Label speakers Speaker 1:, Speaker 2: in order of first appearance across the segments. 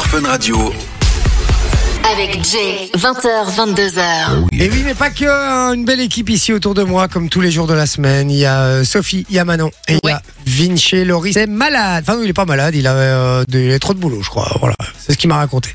Speaker 1: Fun Radio.
Speaker 2: Avec Jay, 20h, 22h.
Speaker 3: Et oui, mais pas que hein, une belle équipe ici autour de moi, comme tous les jours de la semaine. Il y a euh, Sophie, il y a Manon, et il y a Vinci. Loris est malade. Enfin, non, il est pas malade. Il a, euh, de- il a trop de boulot, je crois. Voilà, c'est ce qu'il m'a raconté.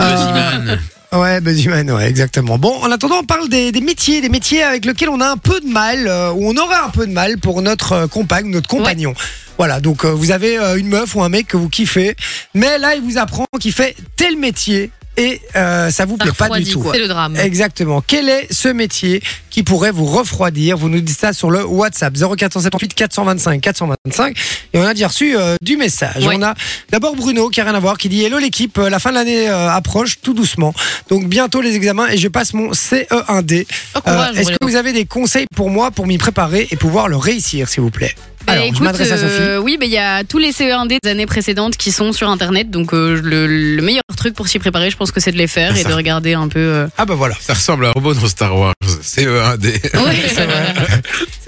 Speaker 3: Euh, Ouais, Buzzman, ouais, exactement. Bon, en attendant, on parle des, des métiers, des métiers avec lesquels on a un peu de mal, euh, ou on aurait un peu de mal pour notre euh, compagne, notre compagnon. Voilà, donc euh, vous avez euh, une meuf ou un mec que vous kiffez, mais là, il vous apprend qu'il fait tel métier et euh, ça vous plaît pas du tout. Eh,
Speaker 4: C'est le drame.
Speaker 3: Exactement. Quel est ce métier qui pourrait vous refroidir Vous nous dites ça sur le WhatsApp 0478 425 425. Et on a déjà reçu euh, du message.
Speaker 4: Ouais.
Speaker 3: On a d'abord Bruno qui a rien à voir qui dit Hello l'équipe, la fin de l'année euh, approche tout doucement. Donc bientôt les examens et je passe mon E CE1D.
Speaker 4: Oh, courage,
Speaker 3: Euh, Est-ce que
Speaker 4: Bruno.
Speaker 3: vous avez des conseils pour moi pour m'y préparer et pouvoir le réussir s'il vous plaît
Speaker 4: Bah,
Speaker 3: Alors je
Speaker 4: écoute,
Speaker 3: m'adresse à Sophie.
Speaker 4: euh, oui, mais il y a tous les CE1D des années précédentes qui sont sur Internet. Donc, euh, le, le meilleur truc pour s'y préparer, je pense que c'est de les faire et de regarder un peu. euh,
Speaker 3: Ah bah voilà.
Speaker 5: Ça ressemble à un robot dans Star Wars. euh, CE1D.
Speaker 3: C'est vrai. C'est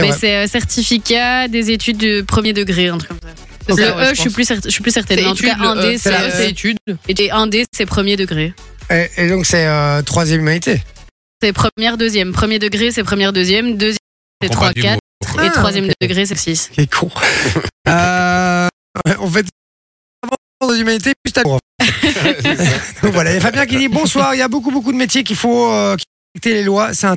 Speaker 4: mais
Speaker 3: vrai.
Speaker 4: c'est euh, certificat des études de premier degré, un truc comme ça.
Speaker 6: C'est
Speaker 4: le
Speaker 6: ça, ouais,
Speaker 4: E,
Speaker 6: je
Speaker 4: je, suis
Speaker 6: pense.
Speaker 4: plus cer- je suis plus certaine.
Speaker 6: C'est
Speaker 4: Mais En tout cas,
Speaker 6: études, le
Speaker 4: 1D,
Speaker 6: E,
Speaker 4: c'est
Speaker 6: la- E. c'est
Speaker 4: euh,
Speaker 6: études.
Speaker 4: et 1D, c'est premier degré.
Speaker 3: Et, et donc c'est euh, troisième humanité.
Speaker 4: C'est première, deuxième. Premier degré, c'est première, deuxième. Deuxième, c'est
Speaker 5: Comprends
Speaker 4: 3,
Speaker 5: du
Speaker 4: 4.
Speaker 3: Ah,
Speaker 4: Et troisième
Speaker 3: ok.
Speaker 4: degré, c'est 6.
Speaker 3: Qui est con. euh, en fait, avant l'humanité, plus t'as Donc voilà, il y a Fabien qui dit bonsoir, il y a beaucoup beaucoup de métiers qu'il faut euh, qui faut respecter les lois, c'est un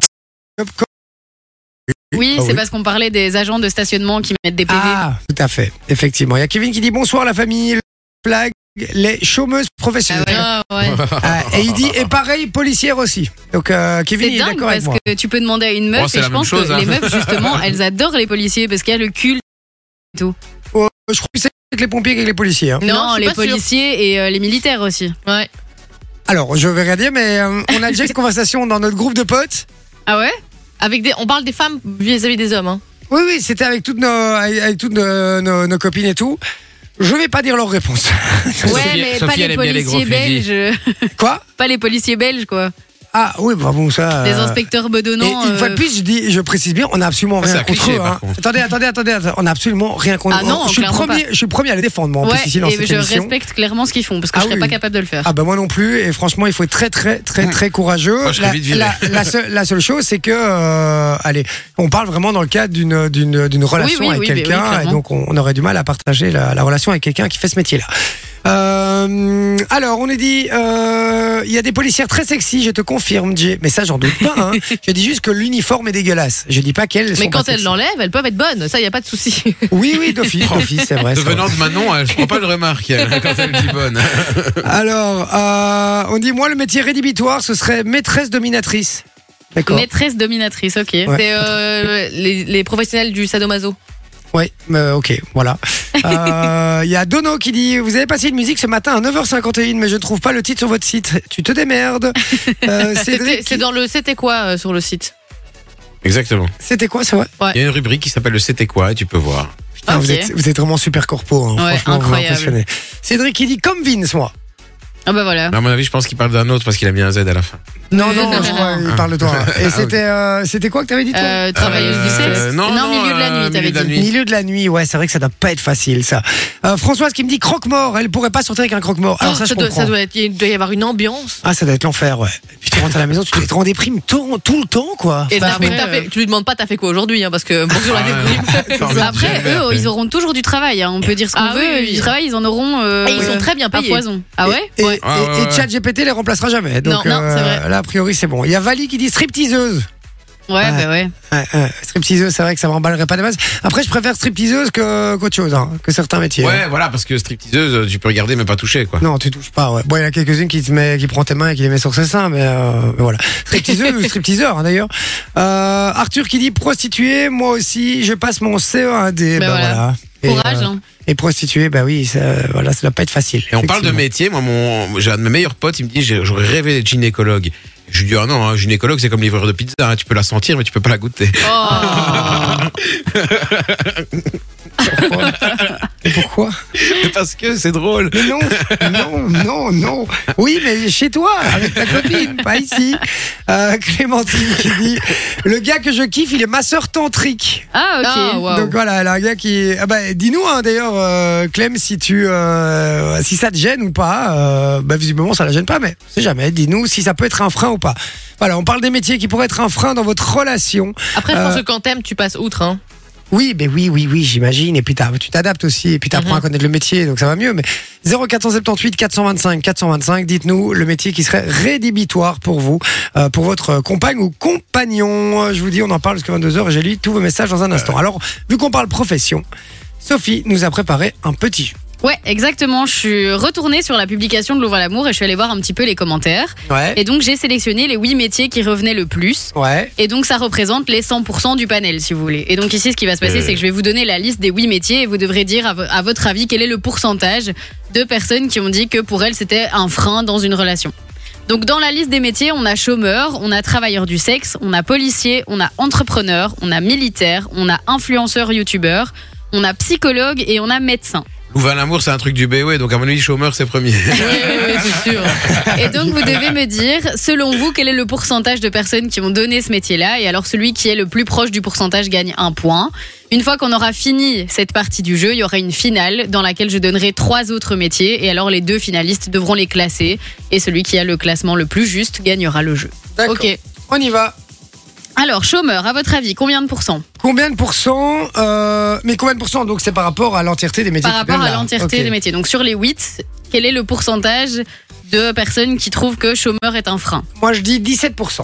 Speaker 3: job comme-
Speaker 4: Oui,
Speaker 3: Ah
Speaker 4: c'est parce qu'on parlait des agents de stationnement qui mettent des PV.
Speaker 3: Ah, tout à fait, effectivement. Il y a Kevin qui dit bonsoir la famille, le flag, les chômeuses professionnelles.
Speaker 4: Ah ouais.
Speaker 3: Ah, et il dit et pareil policière aussi. Donc euh, Kevin
Speaker 4: C'est
Speaker 3: il est
Speaker 4: dingue
Speaker 3: d'accord avec
Speaker 4: parce
Speaker 3: moi.
Speaker 4: que tu peux demander à une meuf
Speaker 5: Bon, c'est
Speaker 4: et
Speaker 5: la
Speaker 4: je
Speaker 5: même
Speaker 4: pense
Speaker 5: chose,
Speaker 4: que
Speaker 5: hein.
Speaker 4: les meufs justement elles adorent les policiers parce qu'il y a le cul.
Speaker 3: Oh, je crois que c'est avec les pompiers qu'avec les policiers. hein.
Speaker 6: Non, je suis
Speaker 4: les
Speaker 6: pas sûre.
Speaker 4: policiers et euh, les militaires aussi.
Speaker 6: Ouais.
Speaker 3: Alors je vais rien dire, mais euh, on a déjà eu cette conversation dans notre groupe de potes.
Speaker 4: Ah ouais
Speaker 6: Avec des, on parle des femmes vis-à-vis des hommes. Hein.
Speaker 3: Oui oui, c'était avec toutes nos avec avec toutes nos, nos- nos copines et tout. Je vais pas dire leur réponse.
Speaker 5: Sophie- Sophie, elle aime bien les gros fusils.
Speaker 4: belges.
Speaker 3: Quoi
Speaker 4: pas les policiers belges quoi.
Speaker 3: Ah oui, bah bon ça.
Speaker 4: Les
Speaker 3: euh,
Speaker 4: inspecteurs
Speaker 3: Et
Speaker 4: bedonnants.
Speaker 3: une
Speaker 4: euh,
Speaker 3: fois de plus, je, dis, je précise bien, on n'a absolument
Speaker 5: Ah, c'est
Speaker 3: rien
Speaker 5: un
Speaker 3: contre
Speaker 5: cliché,
Speaker 3: eux.
Speaker 5: par
Speaker 3: hein.
Speaker 5: contre.
Speaker 3: Attendez, attendez, attendez, attendez, on n'a absolument rien contre
Speaker 4: Ah
Speaker 3: eux.
Speaker 4: non,
Speaker 3: je, suis le
Speaker 4: clairement
Speaker 3: premier, je suis le premier à les défendre, moi, en
Speaker 4: Ouais,
Speaker 3: plus, ici, dans
Speaker 4: et
Speaker 3: cette
Speaker 4: je
Speaker 3: émission.
Speaker 4: respecte clairement ce qu'ils font parce que
Speaker 3: Ah
Speaker 4: je serais
Speaker 3: oui.
Speaker 4: pas capable de le faire.
Speaker 3: Ah ben moi non plus, et franchement, il faut être très, très, très, très courageux.
Speaker 5: Moi, je serais
Speaker 3: la,
Speaker 5: vite viré.
Speaker 3: la, la seule, la seule chose, c'est que, euh, allez, on parle vraiment dans le cadre d'une, d'une, d'une relation
Speaker 4: oui,
Speaker 3: avec
Speaker 4: oui, mais oui,
Speaker 3: quelqu'un, et
Speaker 4: clairement.
Speaker 3: donc on, on aurait du mal à partager la, la relation avec quelqu'un qui fait ce métier-là. Euh, alors, on est dit, euh, il y a des policières très sexy, je te confirme, Jay. Mais ça, j'en doute pas. Hein. je dis juste que l'uniforme est dégueulasse. Je dis pas qu'elles. sont
Speaker 6: Mais
Speaker 3: pas
Speaker 6: quand elles
Speaker 3: sexy.
Speaker 6: l'enlèvent, elles peuvent être bonnes. Ça, il n'y a pas de souci.
Speaker 3: Oui, oui, d'office, d'office, c'est vrai. c'est vrai.
Speaker 5: Devenant de Manon, euh, je prends pas le remarque elle, quand elle dit bonne.
Speaker 3: Alors, euh, on dit, moi, le métier rédhibitoire, ce serait maîtresse dominatrice. D'accord.
Speaker 4: Maîtresse dominatrice, ok.
Speaker 3: Ouais.
Speaker 6: C'est euh, les, les professionnels du sadomaso.
Speaker 3: Ouais, euh, ok, voilà. Euh, Il y a Dono qui dit Vous avez passé une musique ce matin à 9h51, mais je ne trouve pas le titre sur votre site. Tu te démerdes. Euh,
Speaker 6: C'était-
Speaker 3: Cédric,
Speaker 6: C'est dans le c'était quoi euh, sur le site
Speaker 5: Exactement.
Speaker 3: c'était quoi, c'est vrai
Speaker 5: Il y a une rubrique qui s'appelle le C'était quoi et tu peux voir.
Speaker 3: Putain, vous,
Speaker 4: Ok.
Speaker 3: êtes, vous êtes vraiment super corpo. hein.
Speaker 4: Ouais,
Speaker 3: Franchement, vous
Speaker 4: incroyable.
Speaker 3: m'impressionnez. Cédric qui dit Comme Vince, moi.
Speaker 4: Ah bah voilà.
Speaker 5: Mais à mon avis, je pense qu'il parle d'un autre parce qu'il a mis un Z à la fin.
Speaker 3: Non, non, je crois, il parle de toi. Et
Speaker 5: Ah,
Speaker 3: c'était euh, c'était quoi que t'avais dit, toi
Speaker 4: Euh, travailleuse du
Speaker 5: Euh,
Speaker 4: sexe.
Speaker 5: Non, non,
Speaker 4: milieu de la
Speaker 5: euh,
Speaker 4: nuit,
Speaker 5: milieu
Speaker 4: t'avais
Speaker 5: de la
Speaker 4: dit.
Speaker 5: nuit.
Speaker 3: Milieu de la nuit, ouais, c'est vrai que ça doit pas être facile, ça. Euh, Françoise qui me dit croque-mort, elle pourrait pas sortir avec un croque-mort. Alors
Speaker 6: Oh,
Speaker 3: Ah, ça, je
Speaker 6: doit,
Speaker 3: comprends.
Speaker 6: doit être- il doit y avoir une ambiance.
Speaker 3: Ah, ça doit être l'enfer, ouais. Puis tu rentres à la maison, tu dois être en déprime tout, tout le temps, quoi.
Speaker 6: Et
Speaker 4: Bah,
Speaker 6: t'as-
Speaker 4: après,
Speaker 6: mais t'as fait-
Speaker 4: euh,
Speaker 6: tu lui demandes pas t'as fait quoi aujourd'hui, hein, parce que bonjour la
Speaker 5: Ah,
Speaker 6: déprime.
Speaker 5: ouais. T'as envie de
Speaker 4: Après,
Speaker 5: jamais
Speaker 4: eux,
Speaker 5: appeler.
Speaker 4: ils auront toujours du travail. hein. On peut dire ce qu'on
Speaker 6: Ah
Speaker 4: veut.
Speaker 6: oui, oui.
Speaker 4: Du travail, ils en auront. euh,
Speaker 6: Et ils sont très bien
Speaker 4: à
Speaker 6: payés.
Speaker 4: foison. Ah ouais
Speaker 3: Et, et,
Speaker 5: Ah, ouais, ouais,
Speaker 3: et
Speaker 5: ouais.
Speaker 3: ChatGPT les remplacera jamais. Donc, euh,
Speaker 6: Non, non, c'est vrai.
Speaker 3: là, a priori, c'est bon. Il y a Vali qui dit stripteaseuse.
Speaker 4: Ouais, bah ouais.
Speaker 3: Ouais, ouais, stripteaseuse, c'est vrai que ça m'emballerait pas de base. Après, je préfère stripteaseuse que, qu'autre chose, hein, que certains métiers.
Speaker 5: Ouais, voilà, parce que stripteaseuse, euh, tu peux regarder mais pas toucher, quoi.
Speaker 3: Non, tu touches pas, ouais. Bon, il y en a quelques-unes qui te met, qui prend tes mains et qui les met sur ses seins, mais, euh, mais voilà. Stripteaseuse ou stripteaseur, hein, d'ailleurs. Euh, Arthur qui dit prostituée, moi aussi, je passe mon CE1D.
Speaker 4: Ben
Speaker 3: bah,
Speaker 4: voilà.
Speaker 3: voilà. Et,
Speaker 4: Courage.
Speaker 3: euh,
Speaker 4: hein.
Speaker 3: et prostituée, bah oui, ça, voilà, ça doit pas être facile.
Speaker 5: Et on parle de
Speaker 3: effectivement.
Speaker 5: métier. Moi, mon, j'ai un de mes meilleurs potes, il me dit, j'ai- j'aurais rêvé d'être gynécologue. Je lui dis, ah non, hein, gynécologue, c'est comme livreur de pizza, hein, tu peux la sentir, mais tu peux
Speaker 3: Ah.
Speaker 5: pas la goûter.
Speaker 4: Oh.
Speaker 3: Pourquoi
Speaker 5: Parce que c'est drôle.
Speaker 3: Mais non, non, non, non. Oui, mais chez toi, avec ta copine, pas ici. Euh, Clémentine qui dit Le gars que je kiffe, il est masseur tantrique.
Speaker 4: Ah, ok.
Speaker 6: Ah, waouh.
Speaker 3: Donc voilà, elle a un gars qui. Ah bah, Dis-nous hein, d'ailleurs, euh, Clem, si, tu, euh, si ça te gêne ou pas. Euh, bah, visiblement, ça la gêne pas, mais c'est jamais. Dis-nous si ça peut être un frein ou pas. Voilà, on parle des métiers qui pourraient être un frein dans votre relation.
Speaker 6: Après, je pense
Speaker 3: Euh,
Speaker 6: que quand t'aimes, tu passes outre. Hein.
Speaker 3: Oui, ben oui, oui, oui, j'imagine. Et puis t'as- tu t'adaptes aussi, et puis t'apprends
Speaker 6: Mhm.
Speaker 3: à connaître le métier, donc ça va mieux. Mais 0478 425 425, dites-nous le métier qui serait rédhibitoire pour vous, euh, pour votre euh, compagne ou compagnon. Euh, Je vous dis, on en parle jusqu'à 22h et j'ai lu tous vos messages dans un instant. Alors, vu qu'on parle profession, Sophie nous a préparé un petit jeu.
Speaker 4: Ouais, exactement. Je suis retournée sur la publication de L'Ouvre à l'amour et je suis allée voir un petit peu les commentaires.
Speaker 3: Ouais.
Speaker 4: Et donc, j'ai sélectionné les 8 métiers qui revenaient le plus.
Speaker 3: Ouais.
Speaker 4: Et donc, ça représente les 100% du panel, si vous voulez. Et donc, ici, ce qui va se passer,
Speaker 5: Euh.
Speaker 4: c'est que je vais vous donner la liste des 8 métiers et vous devrez dire, à, vo- à votre avis, quel est le pourcentage de personnes qui ont dit que pour elles, c'était un frein dans une relation. Donc, dans la liste des métiers, on a chômeur, on a travailleur du sexe, on a policier, on a entrepreneur, on a militaire, on a influenceur youtubeur, on a psychologue et on a médecin.
Speaker 5: Louvain l'amour, c'est un truc du BW, donc à mon avis, chômeur, c'est premier.
Speaker 6: Oui, oui, oui, c'est sûr.
Speaker 4: Et donc, vous devez me dire, selon vous, quel est le pourcentage de personnes qui ont donné ce métier-là Et alors, celui qui est le plus proche du pourcentage gagne un point. Une fois qu'on aura fini cette partie du jeu, il y aura une finale dans laquelle je donnerai trois autres métiers. Et alors, les deux finalistes devront les classer. Et celui qui a le classement le plus juste gagnera le jeu.
Speaker 3: D'accord.
Speaker 6: Ok.
Speaker 3: On y va.
Speaker 4: Alors, chômeur, à votre avis, combien de pourcents
Speaker 3: Combien de pourcents euh, Mais combien de pourcents Donc c'est par rapport à l'entièreté des métiers.
Speaker 4: Par
Speaker 3: qui donnent
Speaker 4: rapport à
Speaker 3: là.
Speaker 4: l'entièreté
Speaker 3: Ok.
Speaker 4: des métiers. Donc, sur les 8, quel est le pourcentage de personnes qui trouvent que chômeur est un frein
Speaker 3: Moi je dis 17%.